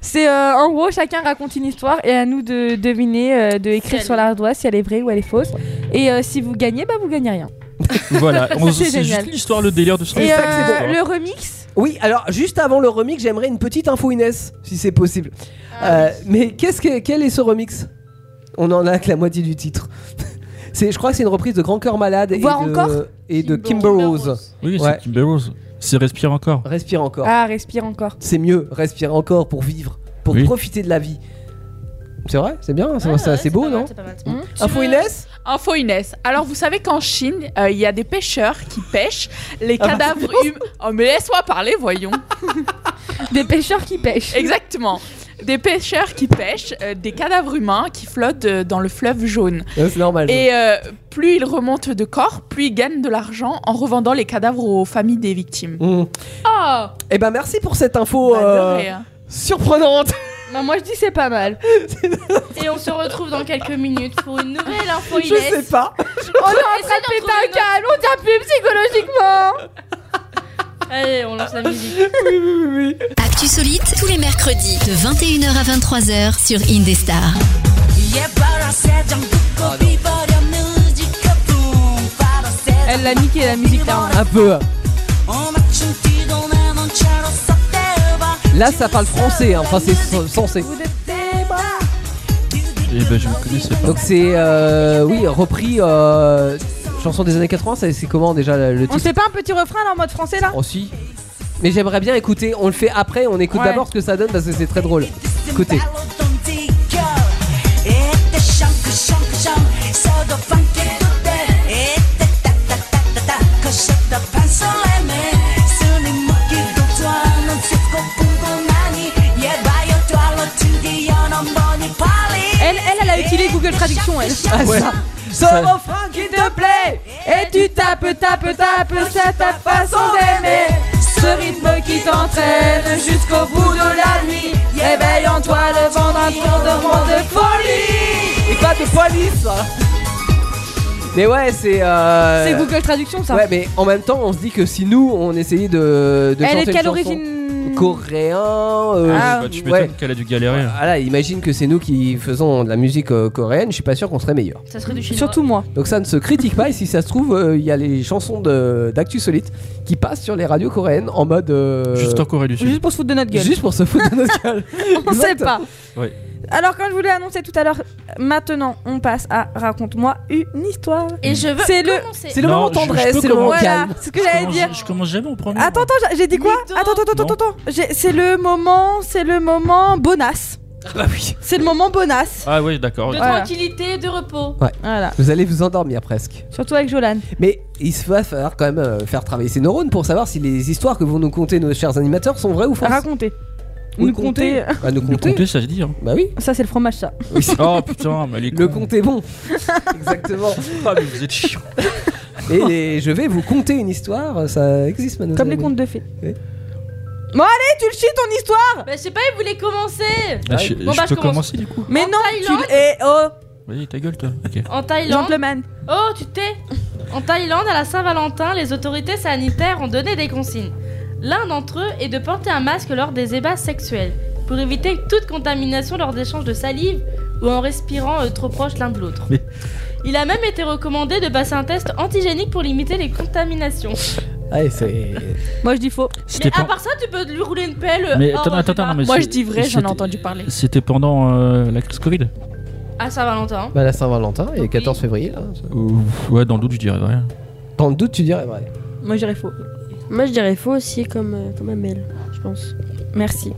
Speaker 6: C'est euh, en gros, chacun raconte une histoire et à nous de deviner, euh, de écrire sur l'ardoise si elle est vraie ou elle est fausse. Et euh, si vous gagnez, bah vous gagnez rien.
Speaker 7: Voilà. On-
Speaker 6: C'est
Speaker 7: C'est
Speaker 6: génial.
Speaker 7: juste l'histoire, le délire de ce
Speaker 6: Et
Speaker 7: truc.
Speaker 6: euh,
Speaker 5: hein.
Speaker 6: le remix
Speaker 5: Oui, alors juste avant le remix, j'aimerais une petite info Inès, si c'est possible. Euh, mais qu'est-ce que, quel est ce remix On en a que la moitié du titre. C'est, je crois que c'est une reprise de Grand Cœur Malade
Speaker 6: Voir
Speaker 5: et de,
Speaker 6: encore
Speaker 5: et de Kimber Rose.
Speaker 7: Oui,
Speaker 5: Ouais.
Speaker 7: c'est Kimber Rose. C'est respire encore.
Speaker 5: Respire encore.
Speaker 6: Ah, respire encore.
Speaker 5: C'est mieux, respire encore pour vivre, pour
Speaker 7: Oui.
Speaker 5: profiter de la vie. C'est vrai, c'est bien,
Speaker 8: Ah,
Speaker 5: c'est, c'est assez beau, non Info Inès
Speaker 14: Info Inès. Alors, vous savez qu'en Chine, euh, il y a des pêcheurs qui pêchent les
Speaker 6: Ah bah,
Speaker 14: cadavres humains. Oh, mais laisse-moi parler, voyons.
Speaker 6: des pêcheurs qui pêchent.
Speaker 14: Exactement. Des pêcheurs qui pêchent euh, des cadavres humains qui flottent euh, dans le fleuve jaune.
Speaker 5: Ouais, C'est normal.
Speaker 14: Et euh, plus ils remontent de corps, plus ils gagnent de l'argent en revendant les cadavres aux familles des victimes.
Speaker 5: Mm.
Speaker 14: Oh
Speaker 5: Eh ben merci pour cette info euh,
Speaker 14: rien.
Speaker 5: surprenante.
Speaker 18: Oh.
Speaker 6: Bah, moi je dis c'est pas mal.
Speaker 18: Et on se retrouve dans quelques minutes pour une nouvelle info
Speaker 5: Je
Speaker 18: Inès.
Speaker 5: sais pas.
Speaker 6: On est en train de péter un câble, on tient plus psychologiquement.
Speaker 18: Allez, on lance la musique.
Speaker 5: Oui, oui, oui, oui.
Speaker 3: Actu Solite, tous les mercredis, de 21h à 23h sur Indestar.
Speaker 6: Elle l'a niqué la musique là.
Speaker 5: Un peu. Là, ça parle français, hein. enfin c'est so- censé.
Speaker 7: Et ben, je ne connaissais pas.
Speaker 5: Ah. Donc c'est euh, oui repris euh, chanson des années 80. C'est c'est comment déjà le- le
Speaker 6: On
Speaker 5: titre
Speaker 6: sait pas un petit refrain là en mode français là
Speaker 5: Aussi. Mais j'aimerais bien écouter. On le fait après. On écoute
Speaker 6: Ouais.
Speaker 5: d'abord ce que ça donne parce que c'est très drôle. Écoutez.
Speaker 6: Elle, elle, elle a utilisé Google Traduction, elle.
Speaker 5: Ah, ça.
Speaker 6: Ce refrain qui te plaît Et tu tapes, tapes, tapes, c'est ta façon d'aimer Ce rythme qui t'entraîne jusqu'au bout de la nuit Réveille en toi le vent d'un tournement de folie
Speaker 5: Et pas de police. Mais ouais, c'est. euh,
Speaker 6: C'est Google Traduction ça
Speaker 5: Ouais, mais en même temps, on se dit que si nous, on essayait de. de
Speaker 6: Elle
Speaker 5: chanter
Speaker 6: est de
Speaker 5: une
Speaker 6: quelle
Speaker 5: chanson
Speaker 6: origine
Speaker 5: Coréen. euh,
Speaker 6: Ah.
Speaker 7: Bah, tu
Speaker 5: ouais.
Speaker 7: m'étonnes qu'elle a dû galérer.
Speaker 5: Ah là, imagine que c'est nous qui faisons de la musique euh, coréenne, je suis pas sûr qu'on serait meilleur.
Speaker 18: Ça serait du chinois.
Speaker 6: Surtout moi.
Speaker 5: Donc ça ne se critique pas et si ça se trouve, euh, il y a les chansons de- d'Actu Solite qui passent sur les radios coréennes en mode... euh,
Speaker 7: Juste en Corée du Sud.
Speaker 6: Juste pour se foutre de notre gueule.
Speaker 5: Juste pour se foutre de notre gueule.
Speaker 6: On sait
Speaker 5: Exact.
Speaker 6: pas.
Speaker 7: Ouais.
Speaker 6: Alors comme je vous l'ai annoncé tout à l'heure, maintenant on passe à raconte-moi une histoire.
Speaker 18: Et je veux
Speaker 6: C'est le-
Speaker 18: commencer.
Speaker 5: C'est le
Speaker 7: Non,
Speaker 5: moment
Speaker 7: je-
Speaker 5: tendresse,
Speaker 7: je peux
Speaker 5: c'est le moment
Speaker 7: commencer.
Speaker 6: Voilà,
Speaker 5: calme.
Speaker 6: c'est ce que j'allais
Speaker 7: commence-
Speaker 6: dire.
Speaker 7: je commence jamais au premier.
Speaker 6: Attends, attends, j'ai- j'ai dit quoi
Speaker 18: Mytho.
Speaker 6: Attends, attends, attends,
Speaker 7: Non.
Speaker 6: attends. J'ai- C'est le moment, c'est le moment bonasse.
Speaker 5: Ah bah oui.
Speaker 6: C'est le moment bonasse.
Speaker 7: Ah oui, d'accord.
Speaker 18: De
Speaker 6: Voilà.
Speaker 18: tranquillité, de repos.
Speaker 6: Voilà.
Speaker 5: Vous allez vous endormir presque.
Speaker 6: Surtout avec Jolan.
Speaker 5: Mais il se va falloir quand même euh, faire travailler ses neurones pour savoir si les histoires que vont nous conter nos chers animateurs sont vraies ou fausses.
Speaker 6: Racontez.
Speaker 5: Ou
Speaker 6: Nous
Speaker 5: le compter.
Speaker 6: comptez.
Speaker 5: Ah, nous
Speaker 7: Le
Speaker 5: compter.
Speaker 7: compter, ça se dit. hein.
Speaker 5: Bah oui.
Speaker 6: Ça, c'est le fromage, ça.
Speaker 7: Oh putain, mais elle est
Speaker 5: Le
Speaker 7: con.
Speaker 5: compte est bon. Exactement.
Speaker 7: Ah, mais vous êtes chiant.
Speaker 5: Et les- je vais vous conter une histoire, euh, ça existe maintenant.
Speaker 6: Comme les contes de fées.
Speaker 5: Oui.
Speaker 6: Bon, allez, tu le chies ton histoire
Speaker 18: Bah, je sais pas, il voulait commencer.
Speaker 7: Ah, je,
Speaker 18: Bon,
Speaker 7: je
Speaker 18: bah, je
Speaker 7: peux
Speaker 18: commence.
Speaker 7: commencer du coup.
Speaker 6: Mais non, tu
Speaker 18: Thaïlande
Speaker 6: le. Eh oh
Speaker 7: Vas-y, ta gueule, toi. Ok.
Speaker 18: En Thaïlande.
Speaker 6: Gentleman
Speaker 18: Oh, tu t'es En Thaïlande, à la Saint-Valentin, les autorités sanitaires ont donné des consignes. L'un d'entre eux est de porter un masque lors des ébats sexuels, pour éviter toute contamination lors d'échanges de salive ou en respirant euh, trop proche l'un de l'autre.
Speaker 7: Mais-
Speaker 18: Il a même été recommandé de passer un test antigénique pour limiter les contaminations.
Speaker 5: Allez, Ah, c'est.
Speaker 6: Moi, je dis faux.
Speaker 7: C'était
Speaker 18: Mais à
Speaker 7: pas.
Speaker 18: part ça, tu peux lui rouler une pelle. euh,
Speaker 7: Mais
Speaker 18: hors
Speaker 7: attends, attends,
Speaker 18: débat.
Speaker 7: attends, mais
Speaker 14: Moi,
Speaker 7: c'est-
Speaker 14: je dis vrai, j'en ai
Speaker 7: c'était-
Speaker 14: entendu parler.
Speaker 7: C'était pendant euh, la crise Covid
Speaker 18: À Saint-Valentin.
Speaker 5: Bah, la Saint-Valentin, et 14 février. hein. là.
Speaker 7: Ou- Ouais, dans le doute, je dirais rien.
Speaker 5: Dans le doute, tu dirais vrai.
Speaker 6: Moi, j'irai faux.
Speaker 13: Moi, je dirais faux aussi, comme, euh, comme Amel, je pense.
Speaker 6: Merci.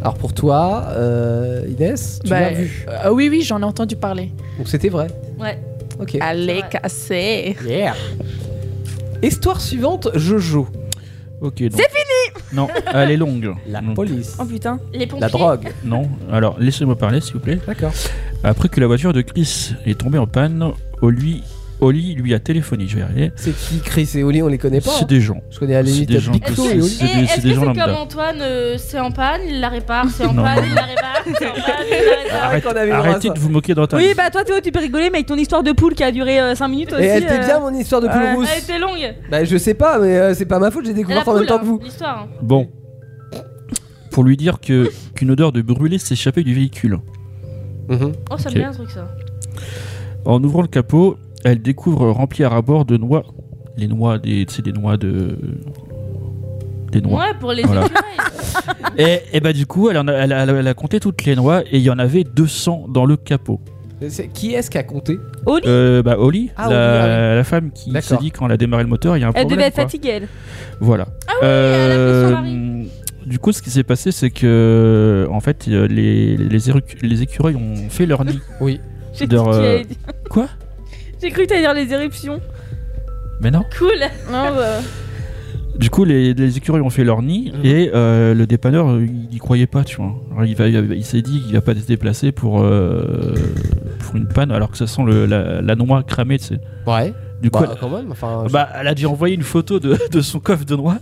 Speaker 5: Alors pour toi, euh, Inès, tu
Speaker 14: Bah,
Speaker 5: l'as vu.
Speaker 14: euh, oui, oui, j'en ai entendu parler.
Speaker 5: Donc c'était vrai.
Speaker 18: Ouais.
Speaker 5: Ok.
Speaker 6: Ah.
Speaker 14: Allez, casser.
Speaker 5: Yeah. Histoire suivante, Jojo.
Speaker 7: Ok, donc.
Speaker 14: C'est fini
Speaker 7: Non, elle est longue.
Speaker 5: La
Speaker 7: police.
Speaker 6: Oh putain.
Speaker 18: Les
Speaker 7: La drogue. Non, alors laissez-moi parler s'il vous plaît.
Speaker 5: D'accord.
Speaker 7: Après que la voiture de Chris est tombée en panne, Oli, Oli lui a téléphoné. Je vais y arriver.
Speaker 5: C'est qui Chris et Oli On les connaît pas.
Speaker 7: C'est
Speaker 5: hein.
Speaker 7: des gens.
Speaker 5: Je connais à la
Speaker 7: C'est
Speaker 5: limite
Speaker 7: des gens
Speaker 5: Picto
Speaker 7: que
Speaker 5: et Oli.
Speaker 7: c'est-
Speaker 18: Et
Speaker 7: des-
Speaker 18: est-ce
Speaker 7: des
Speaker 18: que c'est
Speaker 7: gens
Speaker 18: comme
Speaker 7: lambda.
Speaker 18: Antoine, euh, c'est en panne, il la répare, c'est en
Speaker 7: Non,
Speaker 18: panne,
Speaker 7: non.
Speaker 18: il la répare, c'est en panne, il la répare.
Speaker 7: Arrête-
Speaker 5: Ah, qu'on avait droit à
Speaker 7: arrêtez
Speaker 5: ça.
Speaker 7: de vous moquer d'Antoine.
Speaker 6: Oui, bah toi Théo, tu peux rigoler, mais avec ton histoire de poule qui a duré 5 minutes aussi.
Speaker 5: Et Eh, elle était
Speaker 6: euh,
Speaker 5: bien mon histoire de poule
Speaker 6: ouais.
Speaker 5: rousse.
Speaker 18: Elle était longue.
Speaker 5: Bah je sais pas, mais euh, c'est pas ma faute. J'ai
Speaker 18: Elle a
Speaker 5: découvert en
Speaker 18: poule,
Speaker 5: même temps
Speaker 18: hein,
Speaker 5: que vous.
Speaker 18: l'histoire. hein.
Speaker 7: Bon. Pour lui dire que qu'une odeur de brûlé s'échappait du véhicule.
Speaker 18: Oh, ça
Speaker 7: Ok.
Speaker 18: me bien un truc ça.
Speaker 7: En ouvrant le capot, elle découvre rempli à rabord de noix. Les noix, des, c'est des noix de. Des noix.
Speaker 18: Ouais, pour les
Speaker 7: Voilà.
Speaker 18: écureuils.
Speaker 7: Et, et bah du coup, elle, en a, elle, a, elle a compté toutes les noix et il y en avait 200 dans le capot.
Speaker 5: C'est- Qui est-ce qui a compté
Speaker 6: Oli
Speaker 7: Euh, bah, Oli,
Speaker 5: Ah,
Speaker 7: la,
Speaker 5: Oli, ah
Speaker 7: la femme qui s'est
Speaker 5: D'accord.
Speaker 7: dit quand elle a démarré le moteur, il y a un
Speaker 6: Elle
Speaker 7: problème.
Speaker 6: devait être
Speaker 7: quoi.
Speaker 6: fatiguée, elle.
Speaker 7: Voilà. Euh, du coup, ce qui s'est passé, c'est que en fait, euh, les, les, éruc- les écureuils ont fait leur nid.
Speaker 5: Oui.
Speaker 6: J'ai
Speaker 7: Leur,
Speaker 6: cru que tu
Speaker 7: euh,
Speaker 6: allais dire-
Speaker 7: Quoi
Speaker 6: J'ai cru que t'allais dire les éruptions.
Speaker 7: Mais non.
Speaker 18: Cool.
Speaker 6: Non, bah.
Speaker 7: Du coup, les, les écureuils ont fait leur nid et euh, le dépanneur, euh, il n'y croyait pas, tu vois. Alors, il va- il va- il s'est dit qu'il va pas se déplacer pour, euh, pour une panne alors que ça sent le, la, la noix cramée, tu sais.
Speaker 5: Ouais.
Speaker 7: Du coup,
Speaker 5: Bah,
Speaker 7: elle,
Speaker 5: quand même, enfin, je-
Speaker 7: bah, elle a dû envoyer une photo de, de son coffre de noix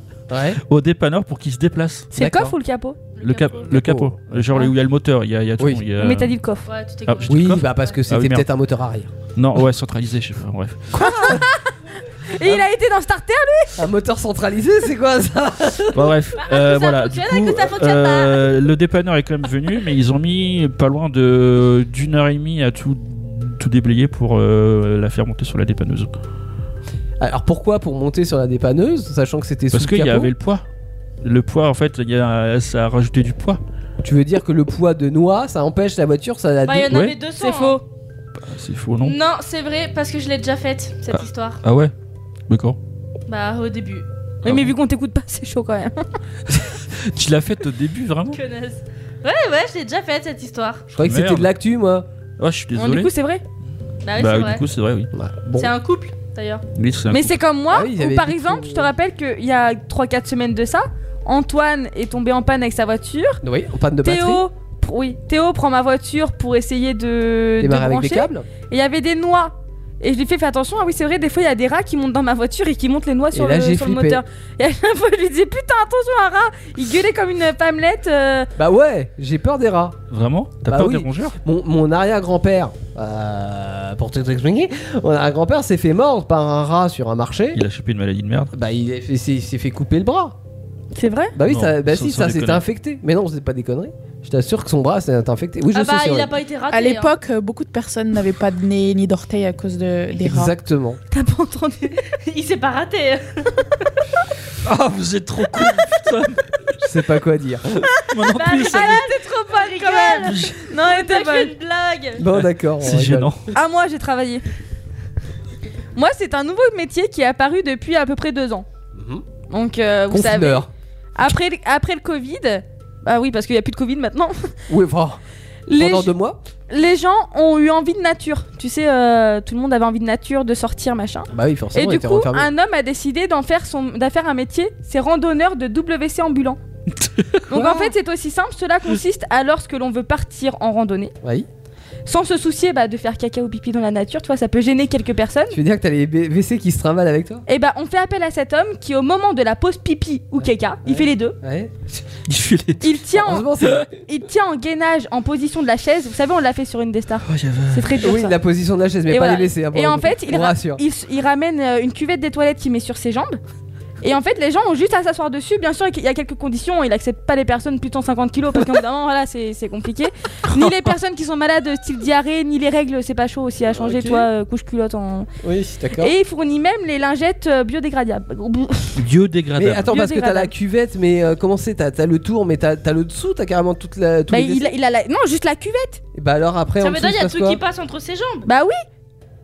Speaker 7: au dépanneur pour qu'il se déplace.
Speaker 6: C'est le coffre ou le capot
Speaker 7: le, cap- le capot. Genre là où il y a le moteur, il y a, il y a tout.
Speaker 5: Oui.
Speaker 7: il y a-
Speaker 6: Mais t'as dit le coffre.
Speaker 18: Ouais, tu t'es
Speaker 7: Ah, j'ai dit
Speaker 5: Oui,
Speaker 7: le coffre
Speaker 5: bah parce que
Speaker 7: Ah
Speaker 5: c'était
Speaker 7: oui, merde.
Speaker 5: peut-être un moteur arrière.
Speaker 7: Non, ouais, centralisé, je sais pas, bref.
Speaker 6: Et il a été dans Starter,
Speaker 5: Un moteur centralisé, c'est quoi ça
Speaker 7: Bah, bref, euh, voilà. Du
Speaker 6: fonctionne, est-ce
Speaker 7: coup,
Speaker 6: que ça fonctionne
Speaker 7: euh, le dépanneur est quand même venu, mais ils ont mis pas loin de d'une heure et demie à tout, tout déblayer pour euh, la faire monter sur la dépanneuse.
Speaker 5: Alors pourquoi pour monter sur la dépanneuse, sachant que c'était sous
Speaker 7: Parce
Speaker 5: le
Speaker 7: qu'il y
Speaker 5: capot
Speaker 7: avait le poids. Le poids, en fait, il y a, ça a rajouté du poids.
Speaker 5: Tu veux dire que le poids de noix, ça empêche la voiture, ça la
Speaker 18: Bah, il y en
Speaker 7: Ouais.
Speaker 18: avait 200.
Speaker 6: C'est faux.
Speaker 7: Ah, C'est faux, non
Speaker 18: Non, c'est vrai, parce que je l'ai déjà faite, cette
Speaker 7: Ah.
Speaker 18: histoire.
Speaker 7: Ah ouais D'accord.
Speaker 18: Bah, au début.
Speaker 6: Oui, mais vu qu'on t'écoute pas, c'est chaud quand même.
Speaker 7: Tu l'as faite au début, vraiment
Speaker 18: Connasse. Ouais, ouais, je l'ai déjà faite, cette histoire.
Speaker 5: Je croyais que c'était
Speaker 7: Merde.
Speaker 5: de l'actu, moi.
Speaker 7: Oh, je suis
Speaker 18: Non,
Speaker 7: désolé.
Speaker 18: du coup, c'est vrai Bah, oui,
Speaker 7: Bah,
Speaker 18: c'est
Speaker 7: du
Speaker 18: vrai.
Speaker 7: coup, c'est vrai, oui.
Speaker 18: C'est un couple, d'ailleurs.
Speaker 7: Oui, c'est un
Speaker 6: Mais
Speaker 7: coup.
Speaker 6: c'est comme moi,
Speaker 7: Ah oui, ils avaient
Speaker 6: où par
Speaker 7: dit
Speaker 6: exemple, je te rappelle qu'il y a 3-4 semaines de ça, Antoine est tombé en panne avec sa voiture.
Speaker 5: Oui, en panne de batterie.
Speaker 6: Théo, pr- oui, Théo prend ma voiture pour essayer de. de
Speaker 5: Démarrer avec des
Speaker 6: brancher.
Speaker 5: câbles.
Speaker 6: Et il y avait des noix. Et je lui fais fais attention, ah oui c'est vrai, des fois il y a des rats qui montent dans ma voiture et qui montent les noix sur,
Speaker 5: là,
Speaker 6: le,
Speaker 5: j'ai
Speaker 6: sur le
Speaker 5: flippé.
Speaker 6: moteur. Et à chaque fois je lui disais putain attention un rat, il gueulait comme une pamelette. euh,
Speaker 5: Bah ouais, j'ai peur des rats.
Speaker 7: Vraiment T'as
Speaker 5: Bah
Speaker 7: peur
Speaker 5: oui.
Speaker 7: des rongeurs
Speaker 5: Mon, mon arrière-grand-père, euh, pour te t'expliquer, mon arrière-grand-père s'est fait mordre par un rat sur un marché.
Speaker 7: Il a chopé une maladie de merde.
Speaker 5: Bah il est fait- s'est s'est fait couper le bras.
Speaker 6: C'est vrai
Speaker 5: Bah oui,
Speaker 7: Non,
Speaker 5: ça, bah
Speaker 7: sans-
Speaker 5: si,
Speaker 7: sans
Speaker 5: ça s'est
Speaker 7: déconner.
Speaker 5: infecté. Mais non, c'est pas des conneries. Je t'assure que son bras s'est infecté. Oui, je
Speaker 18: Ah
Speaker 6: Ah bah,
Speaker 18: bah,
Speaker 5: sais. c'est horrible.
Speaker 18: été
Speaker 5: raté,
Speaker 14: À
Speaker 5: hein.
Speaker 14: l'époque, euh, beaucoup de personnes n'avaient pas de nez ni d'orteil à cause de, des rats.
Speaker 5: Exactement.
Speaker 6: T'as pas entendu
Speaker 18: Il s'est pas raté.
Speaker 7: Ah, vous êtes trop cool, putain
Speaker 5: Je sais pas quoi dire.
Speaker 18: bah, elle était trop pas quand même.
Speaker 6: Non, elle était bonne.
Speaker 18: une blague.
Speaker 5: Bon, d'accord.
Speaker 7: C'est gênant.
Speaker 6: Ah moi j'ai travaillé. moi c'est un nouveau métier qui est apparu depuis à peu près deux ans.
Speaker 5: Mhm.
Speaker 6: Donc euh, vous savez,
Speaker 5: Confineur.
Speaker 6: après, le- après le Covid, bah oui parce qu'il y a plus de Covid maintenant,
Speaker 5: Oui, enfin.
Speaker 6: Les-
Speaker 5: Pendant deux mois
Speaker 6: les gens ont eu envie de nature. Tu sais, euh, tout le monde avait envie de nature, de sortir, machin.
Speaker 5: Bah oui, forcément,
Speaker 6: Et
Speaker 5: il
Speaker 6: du
Speaker 5: était
Speaker 6: coup,
Speaker 5: renfermé.
Speaker 6: un homme a décidé d'en faire, son, d'en faire un métier, c'est randonneur de WC ambulant. Donc en fait, c'est aussi simple. Cela consiste à lorsque l'on veut partir en randonnée,
Speaker 5: Oui.
Speaker 6: sans se soucier bah, de faire caca ou pipi dans la nature, tu vois, ça peut gêner quelques personnes.
Speaker 5: Tu veux dire que t'as les B- WC qui se trimballent avec toi
Speaker 6: Et bah, on fait appel à cet homme qui, au moment de la pause pipi ou caca, il fait les deux.
Speaker 5: Ouais.
Speaker 7: Il fait les.
Speaker 6: Il tient, en,
Speaker 5: Heureusement, c'est-
Speaker 6: il tient en gainage, en position de la chaise. Vous savez, on l'a fait sur une des stars. c'est très dur.
Speaker 5: Oh, Oui,
Speaker 6: ça.
Speaker 5: la position de la chaise, mais
Speaker 6: et
Speaker 5: pas
Speaker 6: voilà.
Speaker 5: les WC. hein, pour
Speaker 6: Et
Speaker 5: le
Speaker 6: en
Speaker 5: coup.
Speaker 6: fait, il,
Speaker 5: On
Speaker 6: ra-
Speaker 5: rassure.
Speaker 6: il s- il ramène euh, une cuvette des toilettes qu'il met sur ses jambes. Et en fait, les gens ont juste à s'asseoir dessus. Bien sûr, il y a quelques conditions. Il accepte pas les personnes plus de 150 kilos parce qu'évidemment, voilà, c'est c'est compliqué. Ni les personnes qui sont malades, style diarrhée, ni les règles, c'est pas chaud aussi à changer,
Speaker 5: Ok.
Speaker 6: toi, euh, couche culotte en.
Speaker 5: Oui, d'accord.
Speaker 6: Et il fournit même les lingettes euh, biodégradables.
Speaker 7: Biodégradable.
Speaker 5: Mais attends, parce que t'as la
Speaker 6: Biodégradable.
Speaker 5: cuvette, mais euh, comment c'est T'as t'as le tour, mais t'as t'as le dessous, t'as carrément toute la. tous
Speaker 6: Bah,
Speaker 5: les
Speaker 6: il, a-
Speaker 5: WC
Speaker 6: il a la- Non, juste la cuvette.
Speaker 5: Et Bah alors après,
Speaker 18: Ça
Speaker 5: en
Speaker 18: veut
Speaker 5: dessous,
Speaker 18: dire il y
Speaker 5: il
Speaker 18: a
Speaker 5: se Oh.
Speaker 18: truc
Speaker 5: passe
Speaker 18: qui
Speaker 5: quoi
Speaker 18: passe entre ses jambes.
Speaker 6: Bah oui.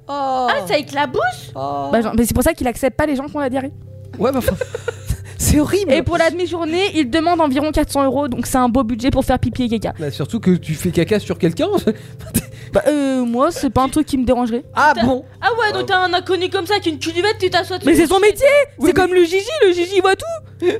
Speaker 18: Ah, ça éclabousse
Speaker 6: Bah, genre- mais c'est pour ça qu'il accepte pas les gens qui ont la diarrhée.
Speaker 5: Ouais, bah. C'est horrible.
Speaker 6: Et pour la demi-journée, il demande environ 400 euros. Donc c'est un beau budget pour faire pipi et caca.
Speaker 5: Bah, surtout que tu fais caca sur quelqu'un.
Speaker 6: Bah, euh, moi, c'est pas un truc qui me dérangerait.
Speaker 5: Ah
Speaker 8: T'as- Ah ouais, donc t'as un inconnu comme ça avec une cuvette, tu t'assois dessus.
Speaker 6: Mais c'est son métier
Speaker 5: C'est comme le Gigi, le Gigi il voit tout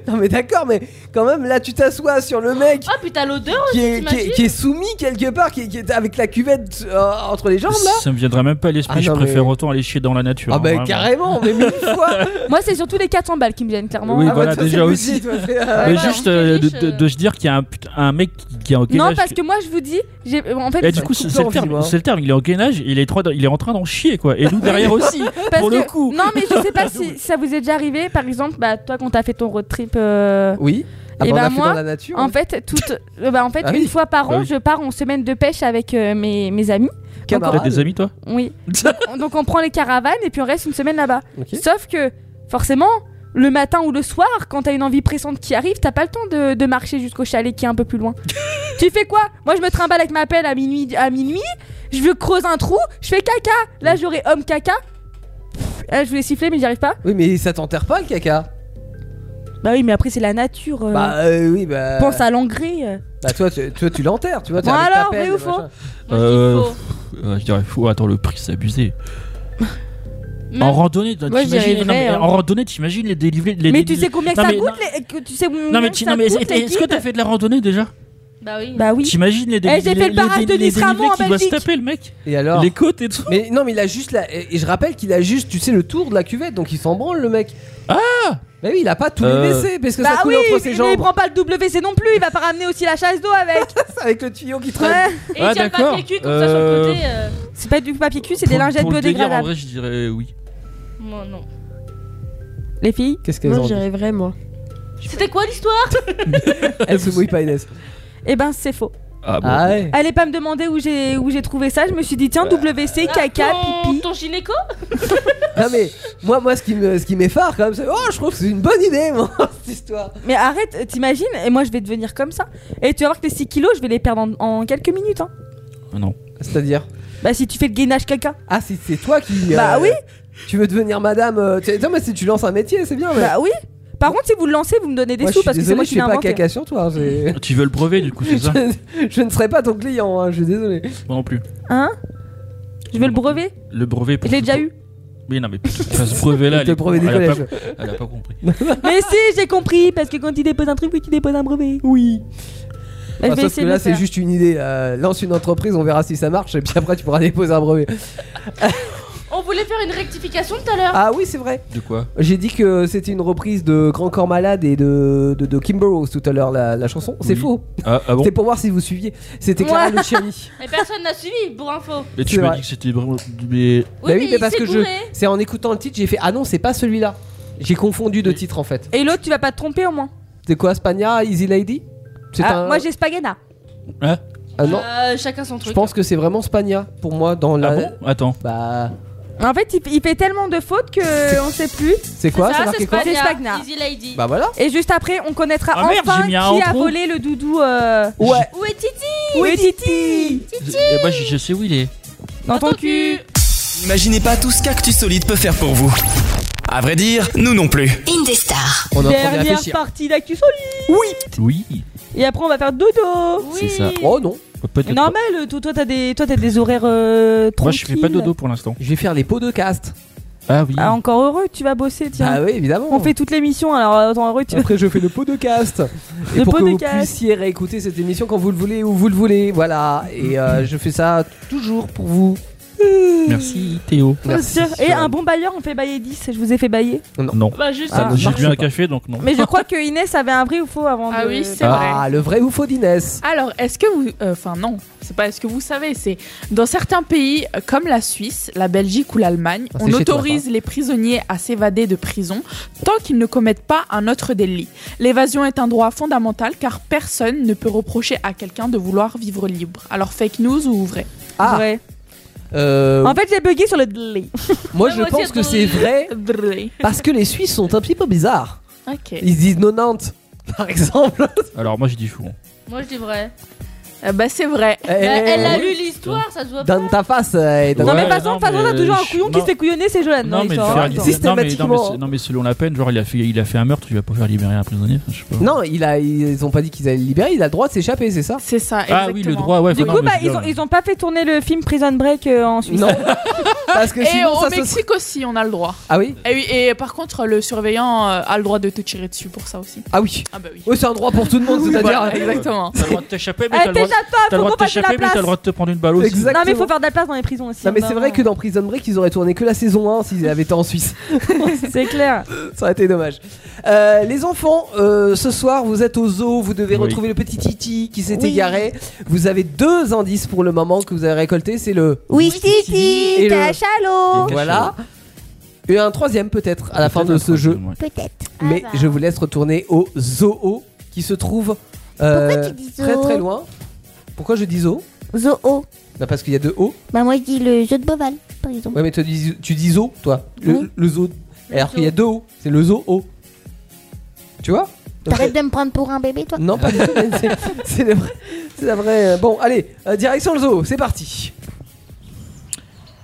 Speaker 5: Non mais d'accord, mais quand même, là tu t'assois sur le mec
Speaker 8: Ah putain, l'odeur
Speaker 6: Oh,
Speaker 5: qui est, qui, est,
Speaker 8: t'imagines
Speaker 5: qui est soumis quelque part, qui est, qui est avec la cuvette euh, entre les jambes là
Speaker 7: Ça me viendrait même pas à l'esprit,
Speaker 5: Ah
Speaker 7: je
Speaker 5: non,
Speaker 7: préfère
Speaker 5: mais-
Speaker 7: autant aller chier dans la nature.
Speaker 5: Ah
Speaker 7: hein,
Speaker 5: bah
Speaker 7: vraiment.
Speaker 5: carrément, mais mille fois Ah, bah,
Speaker 6: Moi, c'est surtout les 400 balles qui me viennent, clairement. Ah
Speaker 7: Oui, voilà, déjà aussi. Mais
Speaker 6: Ouais,
Speaker 7: juste
Speaker 6: ouais,
Speaker 7: euh,
Speaker 6: on fait
Speaker 7: de,
Speaker 6: riche,
Speaker 7: de-
Speaker 6: euh.
Speaker 7: de se dire qu'il y a un, put- un mec qui, qui est en
Speaker 6: Non,
Speaker 7: gainage
Speaker 6: parce
Speaker 7: qui-
Speaker 6: que moi, je vous dis. j'ai- euh, En fait,
Speaker 7: Et Eh, du coup, c'est c'est le terme, c'est le terme. Il est en gainage, il est, trop- il est en train d'en chier, quoi. Et nous derrière aussi,
Speaker 6: Parce
Speaker 7: pour le
Speaker 6: que-
Speaker 7: coup.
Speaker 6: Non, mais je sais pas si ça vous est déjà arrivé. Par exemple, bah, toi, quand t'as fait ton road trip. euh,
Speaker 5: Oui. Ah
Speaker 6: et
Speaker 5: bah, on
Speaker 6: bah,
Speaker 5: a fait
Speaker 6: moi,
Speaker 5: dans la nature,
Speaker 6: en
Speaker 5: hein.
Speaker 6: fait, toute, euh, bah, en fait,
Speaker 5: Ah
Speaker 6: une
Speaker 5: oui.
Speaker 6: fois par
Speaker 7: Bah
Speaker 6: an,
Speaker 7: oui.
Speaker 6: je pars en semaine de pêche avec euh, mes, mes amis. Donc,
Speaker 7: T'as des amis, toi
Speaker 6: Oui. Donc, donc on prend les caravanes et puis on reste une semaine là-bas.
Speaker 7: Ok.
Speaker 6: Sauf que forcément, le matin ou le soir, quand t'as une envie pressante qui arrive, t'as pas le temps de, de marcher jusqu'au chalet qui est un peu plus loin. tu fais quoi Moi je me trimballe avec ma pelle à minuit, à minuit je creuse un trou, je fais caca. Là j'aurai homme caca. Pff, ah, je voulais siffler mais j'y arrive pas.
Speaker 5: Oui, mais ça t'enterre pas le caca
Speaker 6: Bah oui, mais après c'est la nature. euh.
Speaker 5: Bah euh, oui, bah.
Speaker 6: Pense à l'engrais. euh.
Speaker 5: Bah toi, tu, toi, tu l'enterres, tu vois. t'es
Speaker 6: Bon,
Speaker 5: avec ta
Speaker 6: alors,
Speaker 5: pelle,
Speaker 6: vrai ou faux
Speaker 5: machin.
Speaker 7: Euh,
Speaker 6: faux.
Speaker 7: pff, euh, je dirais faux. Attends, le prix, c'est abusé. En
Speaker 6: Même-
Speaker 7: randonnée, t'imagines-
Speaker 6: Moi, je dirais
Speaker 7: non,
Speaker 6: vrai,
Speaker 7: mais
Speaker 6: hein.
Speaker 7: en randonnée, t'imagines les délivrés. les
Speaker 6: Mais tu
Speaker 7: délivrés-
Speaker 6: sais combien que
Speaker 7: Non,
Speaker 6: ça
Speaker 7: mais-
Speaker 6: coûte les- que tu sais
Speaker 7: Non
Speaker 6: combien
Speaker 7: mais,
Speaker 6: que
Speaker 7: tu-
Speaker 6: ça
Speaker 7: non, mais
Speaker 6: coûte,
Speaker 7: est-
Speaker 6: les
Speaker 7: est-ce que
Speaker 6: guides
Speaker 7: t'as fait de la randonnée déjà
Speaker 8: Bah oui.
Speaker 6: Bah oui.
Speaker 7: T'imagines les
Speaker 6: Eh, j'ai fait le barrage de Nisramont en
Speaker 7: qui doit se
Speaker 6: Belgique.
Speaker 7: taper le mec
Speaker 5: Et alors
Speaker 7: Les côtes et tout.
Speaker 5: Mais non, mais il a juste la. Et et je rappelle qu'il a juste, tu sais, le tour de la cuvette, donc il s'en branle le mec.
Speaker 7: Ah
Speaker 5: Bah oui, il a pas tous
Speaker 7: Euh.
Speaker 5: les WC parce que
Speaker 6: bah
Speaker 5: ça coule
Speaker 6: oui,
Speaker 5: entre ses
Speaker 6: mais
Speaker 5: jambes.
Speaker 6: il prend pas le WC non plus, il va pas ramener aussi la chasse d'eau avec.
Speaker 5: avec le tuyau qui
Speaker 6: traîne.
Speaker 7: Et Ah, il tient le d'accord. papier cul comme ça sur le Euh, côté, euh.
Speaker 6: C'est pas du papier cul, c'est des
Speaker 7: Pour-
Speaker 6: lingettes
Speaker 7: pour le délire, En vrai,
Speaker 6: biodégradables.
Speaker 7: je dirais oui.
Speaker 8: Moi non.
Speaker 6: Les filles
Speaker 5: Qu'est-ce
Speaker 19: Moi, j'irais vrai, moi.
Speaker 8: C'était quoi l'histoire
Speaker 5: Elle se mouille pas, Inès.
Speaker 6: Eh ben, c'est faux.
Speaker 7: Ah
Speaker 5: bon Ah ouais.
Speaker 6: Allez pas me demander où j'ai où j'ai trouvé ça. Je me suis dit
Speaker 5: Bah.
Speaker 6: tiens WC caca
Speaker 8: Ah, ton,
Speaker 6: pipi.
Speaker 8: ton gynéco
Speaker 5: Non mais moi, moi, ce qui me, ce qui m'effare quand même, c'est oh, je trouve que c'est une bonne idée, moi, cette histoire.
Speaker 6: Mais arrête, euh, t'imagines Et moi je vais devenir comme ça. Et tu vas voir que les 6 kilos, je vais les perdre en, en quelques minutes. Hein.
Speaker 7: non.
Speaker 5: C'est-à-dire
Speaker 6: Bah si tu fais le gainage caca.
Speaker 5: Ah, c'est, c'est toi qui. euh,
Speaker 6: Bah oui.
Speaker 5: Tu veux devenir madame euh, tu- Non mais si tu lances un métier, c'est bien. Mais...
Speaker 6: Bah oui. Par contre si vous le lancez, vous me donnez des
Speaker 5: Ah Moi, je
Speaker 6: sous
Speaker 5: suis
Speaker 6: parce que c'est
Speaker 5: désolé,
Speaker 6: moi
Speaker 5: je
Speaker 6: qui
Speaker 5: fais
Speaker 6: l'ai
Speaker 5: pas
Speaker 6: inventé.
Speaker 5: caca sur toi. hein, c'est-
Speaker 7: Tu veux le brevet du coup, c'est ça Moi
Speaker 5: je, je ne serai pas ton client, hein, je suis désolé.
Speaker 7: non plus.
Speaker 6: Hein Je veux le brevet
Speaker 7: Le brevet pour.
Speaker 6: Je l'ai déjà eu.
Speaker 7: Oui, non mais putain, ce brevet là,
Speaker 5: Le brevet des
Speaker 7: elle, a
Speaker 5: collèges.
Speaker 7: pas... elle a pas compris.
Speaker 6: Mais si, j'ai compris parce que quand tu déposes un truc, oui, tu déposes un brevet. Bah, Oui.
Speaker 5: Enfin, Ah, sauf que là, c'est juste une idée. euh, lance une entreprise, on verra si ça marche, et puis après, tu pourras déposer un brevet.
Speaker 8: On voulait faire une rectification tout à l'heure.
Speaker 5: Ah oui, c'est vrai.
Speaker 7: De quoi
Speaker 5: J'ai dit que c'était une reprise de Grand Corps Malade et de, de, de Kim Burrows tout à l'heure, la, la chanson. C'est
Speaker 7: Oui.
Speaker 5: faux.
Speaker 7: Ah, ah bon
Speaker 5: C'était pour voir si vous suiviez. C'était Clara
Speaker 8: Moi.
Speaker 20: Ah.
Speaker 5: Luciani.
Speaker 8: Mais personne n'a suivi, pour info.
Speaker 7: Mais
Speaker 5: C'est
Speaker 7: tu m'as
Speaker 5: vrai.
Speaker 7: dit que c'était vraiment. Mais.
Speaker 5: Bah
Speaker 8: mais
Speaker 5: oui,
Speaker 8: il
Speaker 5: mais parce
Speaker 8: s'est
Speaker 5: que je.
Speaker 8: gouré.
Speaker 5: C'est en écoutant le titre, j'ai fait Ah non, c'est pas celui-là. J'ai confondu deux titres en fait.
Speaker 6: Et l'autre, tu vas pas te tromper au moins.
Speaker 5: C'est quoi, Spagna, Easy Lady C'est
Speaker 6: Ah,
Speaker 5: un-
Speaker 6: Moi, j'ai Spaghetti.
Speaker 5: Ah non,
Speaker 8: Euh, chacun son truc.
Speaker 5: je pense que c'est vraiment Spagna pour moi dans
Speaker 7: Ah
Speaker 5: la.
Speaker 7: Attends.
Speaker 5: Bah.
Speaker 6: En fait, il, il fait tellement de fautes que on sait plus.
Speaker 5: C'est quoi C'est marqué quoi
Speaker 6: C'est Spagna.
Speaker 8: Easy Lady.
Speaker 5: Bah voilà.
Speaker 6: Et juste après, on connaîtra
Speaker 5: Ah merde,
Speaker 6: enfin
Speaker 7: j'ai mis un
Speaker 6: qui a
Speaker 7: intro.
Speaker 6: volé le doudou. euh,
Speaker 5: Ouais.
Speaker 8: Où est Titi
Speaker 6: Où est Titi
Speaker 7: Eh ben, je, je sais où il est.
Speaker 6: Dans ton cul.
Speaker 21: N'imaginez pas tout ce qu'Actu Solide peut faire pour vous. À vrai dire, nous non plus.
Speaker 3: Indestar.
Speaker 5: On
Speaker 6: Dernière partie d'actu solide. Oui.
Speaker 7: Oui,
Speaker 6: Et après, on va faire dodo.
Speaker 7: c'est ça.
Speaker 5: Oh non.
Speaker 7: Peut-être pas.
Speaker 6: Normal, toi, toi, t'as des, toi, t'as des horaires euh,
Speaker 7: Moi, je fais pas
Speaker 6: tranquilles.
Speaker 7: dodo pour l'instant.
Speaker 5: Je vais faire les pots de cast.
Speaker 7: Ah oui.
Speaker 6: Ah, encore heureux, que tu vas bosser, tiens.
Speaker 5: Ah oui, évidemment.
Speaker 6: On fait toute l'émission, alors euh, autant heureux, que tu vas.
Speaker 5: Après, je fais le podcast. Et
Speaker 6: Le
Speaker 5: pour que vous
Speaker 6: podcast.
Speaker 5: puissiez réécouter cette émission quand vous le voulez, où vous le voulez. Voilà. Et euh, je fais ça toujours pour vous.
Speaker 7: Merci Théo.
Speaker 5: Merci.
Speaker 6: Et un bon bailleur, on fait bailler 10. Je vous ai fait bailler.
Speaker 5: Non.
Speaker 7: Non.
Speaker 8: Bah, juste.
Speaker 5: Ça ne
Speaker 7: J'ai
Speaker 5: marche
Speaker 7: bu un
Speaker 5: pas.
Speaker 7: café donc non.
Speaker 6: Mais je crois que Inès avait un vrai ou faux avant
Speaker 20: Ah
Speaker 6: de-
Speaker 20: oui, c'est vrai.
Speaker 5: Ah, le vrai ou faux d'Inès
Speaker 20: Alors, est-ce que vous. euh, Enfin, non, c'est pas est-ce que vous savez, c'est dans certains pays euh, comme la Suisse, la Belgique ou l'Allemagne,
Speaker 5: Ah, c'est
Speaker 20: on
Speaker 5: chez toi,
Speaker 20: autorise les prisonniers à s'évader de prison tant qu'ils ne commettent pas un autre délit. L'évasion est un droit fondamental car personne ne peut reprocher à quelqu'un de vouloir vivre libre. Alors, fake news ou vrai
Speaker 5: Ah.
Speaker 6: Vrai.
Speaker 5: Euh,
Speaker 6: En fait, j'ai bugué sur le délai.
Speaker 5: Moi, je pense que c'est vrai parce que les Suisses sont un petit peu bizarres.
Speaker 20: Ok.
Speaker 5: Ils se disent 90, par exemple.
Speaker 7: Alors moi j'ai dit fou.
Speaker 8: Moi je dis vrai.
Speaker 14: bah c'est vrai.
Speaker 18: elle a lu l'histoire, ça se voit
Speaker 5: Eh, Dans ta face. euh, et dans
Speaker 6: Non,
Speaker 5: ta-
Speaker 6: mais de toute façon, de toute façon, t'as toujours un couillon qui se fait couillonner, c'est Jolan.
Speaker 7: Non, mais de
Speaker 6: l'histoire,
Speaker 7: faire
Speaker 6: hein.
Speaker 7: libérer- non, mais- non, mais
Speaker 6: Systématiquement.
Speaker 7: c'est- non, mais selon la peine, genre il a fait, il a fait un meurtre, tu vas pas faire libérer un prisonnier. Je sais pas.
Speaker 5: Non, il a, ils ont pas dit qu'ils allaient le libérer, il a le droit de s'échapper, c'est ça
Speaker 14: C'est ça,
Speaker 7: Ah oui, exactement. le droit, ouais,
Speaker 6: Du coup, bah, ils, ont, ils ont pas fait tourner le film Prison Break euh, en Suisse.
Speaker 5: Non. Parce
Speaker 14: Et au Mexique aussi, on a le droit.
Speaker 5: Ah oui
Speaker 14: Et, oui, et par contre, le surveillant euh, a le droit de te tirer dessus pour ça aussi.
Speaker 5: Ah oui
Speaker 14: Ah bah oui.
Speaker 5: Oui, c'est un droit pour tout le monde, c'est-à-dire. euh,
Speaker 14: Voilà, exactement.
Speaker 7: T'as le droit de t'échapper, mais
Speaker 5: Eh,
Speaker 7: t'as le droit de-
Speaker 5: t'échappes pas,
Speaker 7: t'as le droit
Speaker 5: faut
Speaker 7: de
Speaker 5: qu'on fasse de la
Speaker 7: t'échapper, mais t'as le
Speaker 5: place.
Speaker 7: droit de te prendre une balle aussi.
Speaker 5: Exactement.
Speaker 6: Non, mais il faut faire de la place dans les prisons aussi.
Speaker 5: Non, mais
Speaker 6: hein,
Speaker 5: c'est
Speaker 6: bah,
Speaker 5: vrai que dans Prison Break, ils auraient tourné que la saison 1 s'ils avaient été en Suisse.
Speaker 6: c'est clair.
Speaker 5: Ça aurait été dommage. Euh, les enfants, euh, ce soir, vous êtes au zoo, vous devez
Speaker 12: Oui.
Speaker 5: retrouver le petit Titi qui s'est
Speaker 12: Oui.
Speaker 5: égaré. Vous avez deux indices pour le moment que vous avez récolté, c'est le...
Speaker 11: Oui, Titi,
Speaker 5: et le-
Speaker 11: cachalot.
Speaker 5: Voilà. Et un troisième peut-être à la fin de ce jeu.
Speaker 11: Peut-être.
Speaker 5: Ah Mais bah. je vous laisse retourner au zoo qui se trouve euh,
Speaker 11: Pourquoi tu dis zoo
Speaker 5: très très loin. Pourquoi je dis zoo
Speaker 11: Zoo.
Speaker 5: Bah, Parce qu'il y a deux O.
Speaker 11: Bah, moi, je dis le jeu de Boval, par exemple.
Speaker 5: Ouais, mais te dis- tu dis zoo, toi. Le,
Speaker 11: Oui.
Speaker 5: le zoo. Alors qu'il y a deux O. C'est le zoo O. Tu vois Donc,
Speaker 11: T'arrêtes de me prendre pour un bébé, toi
Speaker 5: Non, pas du tout. mais c'est- C'est la vraie. C'est la vraie. euh, Bon, allez, euh, direction le zoo, c'est parti.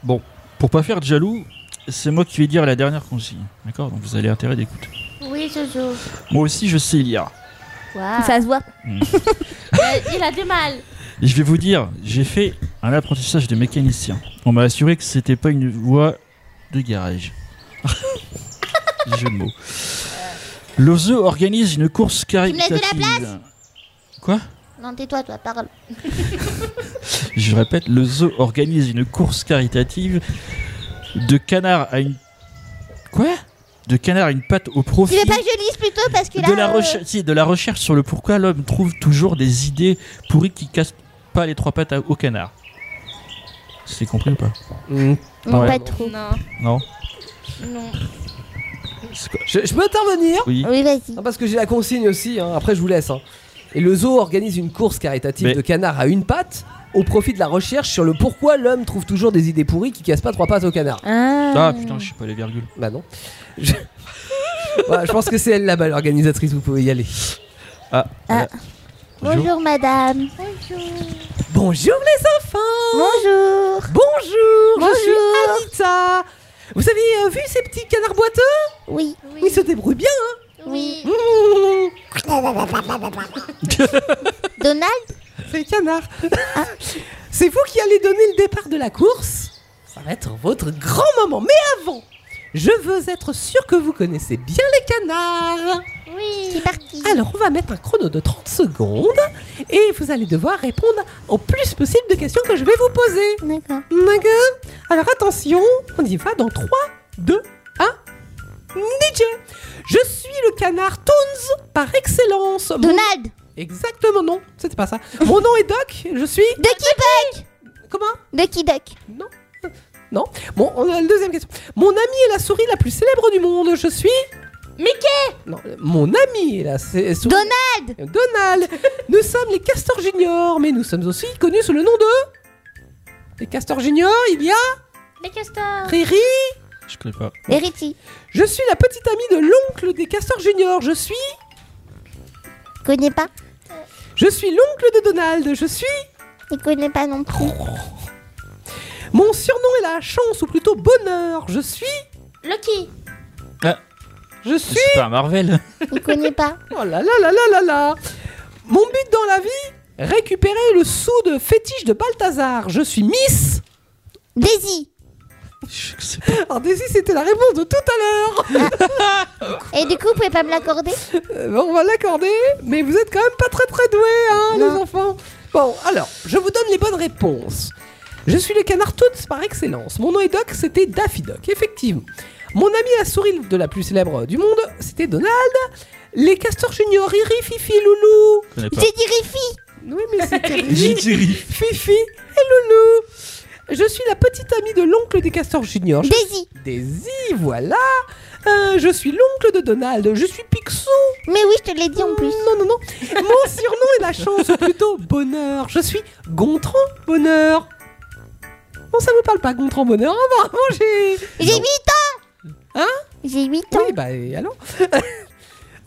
Speaker 7: Bon, pour pas faire de jaloux, c'est moi qui vais dire la dernière consigne. D'accord Donc vous allez intérêt d'écouter.
Speaker 11: Oui, Jojo.
Speaker 7: Moi aussi, je sais lire.
Speaker 11: Ça se voit.
Speaker 7: Mm.
Speaker 18: Il a du mal.
Speaker 7: Et je vais vous dire, j'ai fait un apprentissage de mécanicien. On m'a assuré que c'était pas une voie de garage. Jeu de mots. Le zoo organise une course
Speaker 11: me laisses de
Speaker 7: caritative.
Speaker 11: la place
Speaker 7: Quoi
Speaker 11: Non, tais-toi, toi, parle.
Speaker 7: Je répète, le zoo organise une course caritative de canard à une. Quoi De canard à une patte au
Speaker 11: Tu
Speaker 7: profit.
Speaker 11: veux pas que je lise plutôt parce que là.
Speaker 7: de la,
Speaker 11: euh,
Speaker 7: recherche, si, de la recherche sur le pourquoi l'homme trouve toujours des idées pourries qui cassent pas les trois pattes à- au canard. C'est compris ou pas
Speaker 11: Non,
Speaker 7: Ouais.
Speaker 11: pas trop. Non.
Speaker 7: Non
Speaker 11: non.
Speaker 5: Je, je peux intervenir
Speaker 7: Oui.
Speaker 11: vas-y.
Speaker 5: parce que j'ai la consigne aussi, hein. après je vous laisse. hein. Et le zoo organise une course caritative
Speaker 7: Mais-
Speaker 5: de canards à une patte au profit de la recherche sur le pourquoi l'homme trouve toujours des idées pourries qui cassent pas trois pattes au canard.
Speaker 7: Ah
Speaker 11: Euh.
Speaker 7: putain, je sais pas les virgules.
Speaker 5: Bah non. Je, Voilà, je pense que c'est elle là-bas, l'organisatrice, vous pouvez y aller.
Speaker 7: Ah.
Speaker 11: Bonjour. madame. Bonjour.
Speaker 5: Bonjour les enfants
Speaker 11: Bonjour.
Speaker 5: Bonjour,
Speaker 11: Bonjour.
Speaker 5: Je suis Anita Vous avez euh, vu ces petits canards boiteux
Speaker 11: Oui.
Speaker 5: Ils se débrouillent bien, hein
Speaker 11: Oui.
Speaker 5: Donald C'est le canard. C'est vous qui allez donner le départ de la course. Ça va être votre grand moment. Mais avant, je veux être sûr que vous connaissez bien les canards.
Speaker 11: Oui. C'est parti.
Speaker 5: Alors, on va mettre un chrono de 30 secondes et vous allez devoir répondre au plus possible de questions que je vais vous poser.
Speaker 11: D'accord.
Speaker 5: D'accord Alors, attention, on y va dans 3, 2, 1. DJ Je suis le canard Tones par excellence. Mon-
Speaker 11: Donald.
Speaker 5: Exactement, non, c'était pas ça. Mon nom est Doc, je suis.
Speaker 11: Ducky Duck.
Speaker 5: Comment
Speaker 11: Ducky Duck.
Speaker 5: Non. Non. Bon, on a la deuxième question. Mon ami est la souris la plus célèbre du monde, je suis.
Speaker 11: Mickey.
Speaker 5: Non, euh, mon ami est la sé- souris.
Speaker 11: Donald.
Speaker 5: Donald Nous sommes les Castors Juniors, mais nous sommes aussi connus sous le nom de. Les Castors Juniors, il y a.
Speaker 18: Les castors.
Speaker 5: Riri
Speaker 7: Je connais pas.
Speaker 11: Hériti.
Speaker 5: Je suis la petite amie de l'oncle des Castors Juniors, je suis.
Speaker 11: Connais pas
Speaker 5: Je suis l'oncle de Donald, je suis.
Speaker 11: Il connaît pas non plus.
Speaker 5: Mon surnom est la chance, ou plutôt bonheur, je suis.
Speaker 11: Lucky.
Speaker 5: Je suis.
Speaker 7: C'est pas un Marvel.
Speaker 11: Il connaît pas.
Speaker 5: Oh là là là là là là Mon but dans la vie Récupérer le sou de fétiche de Balthazar. Je suis Miss.
Speaker 11: Daisy.
Speaker 5: Alors Daisy, c'était la réponse de tout à l'heure.
Speaker 11: Et du coup, vous pouvez pas me l'accorder
Speaker 5: Euh, bon, on va l'accorder, mais vous êtes quand même pas très très doués, hein, les enfants. Bon, alors, je vous donne les bonnes réponses. Je suis le canard Toots par excellence. Mon nom est Doc, c'était Daffy Doc, effectivement. Mon ami la souris de la plus célèbre du monde, c'était Donald. Les castors juniors, Riri, Fifi, Loulou.
Speaker 7: Je connais pas.
Speaker 11: J'ai dit Riffy.
Speaker 5: Oui, mais c'était
Speaker 7: J'ai dit Riri.
Speaker 5: Fifi et Loulou. Je suis la petite amie de l'oncle des castors juniors. Je-
Speaker 11: Daisy.
Speaker 5: Daisy, voilà. Euh, je suis l'oncle de Donald. Je suis Picsou.
Speaker 11: Mais oui, je te l'ai dit en plus.
Speaker 5: Non, non, non. Mon surnom est la chance, ou plutôt bonheur. Je suis Gontran Bonheur. Bon, ça vous parle pas, Gontran Bonheur. Ah, bah, bon, j'ai.
Speaker 11: J'ai 8 ans.
Speaker 5: Hein
Speaker 11: J'ai 8 ans.
Speaker 5: Oui, bah, et alors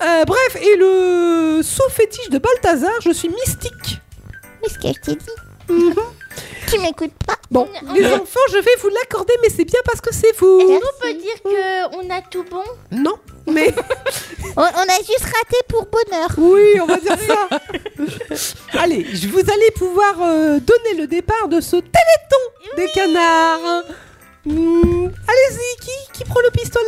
Speaker 5: Euh, Bref, et le sous fétiche de Balthazar, je suis mystique.
Speaker 11: Mais c'est ce que je t'ai dit. tu m'écoutes pas. Bon,
Speaker 12: Les enfants, je vais vous l'accorder, mais c'est bien parce que c'est vous.
Speaker 11: on peut dire qu'on a tout bon
Speaker 12: Non, mais
Speaker 11: on, on a juste raté pour bonheur.
Speaker 12: Oui, on va dire ça. Allez, je vous allez pouvoir euh, donner le départ de ce téléthon des canards. Hmm, Allez-y, qui, qui prend le pistolet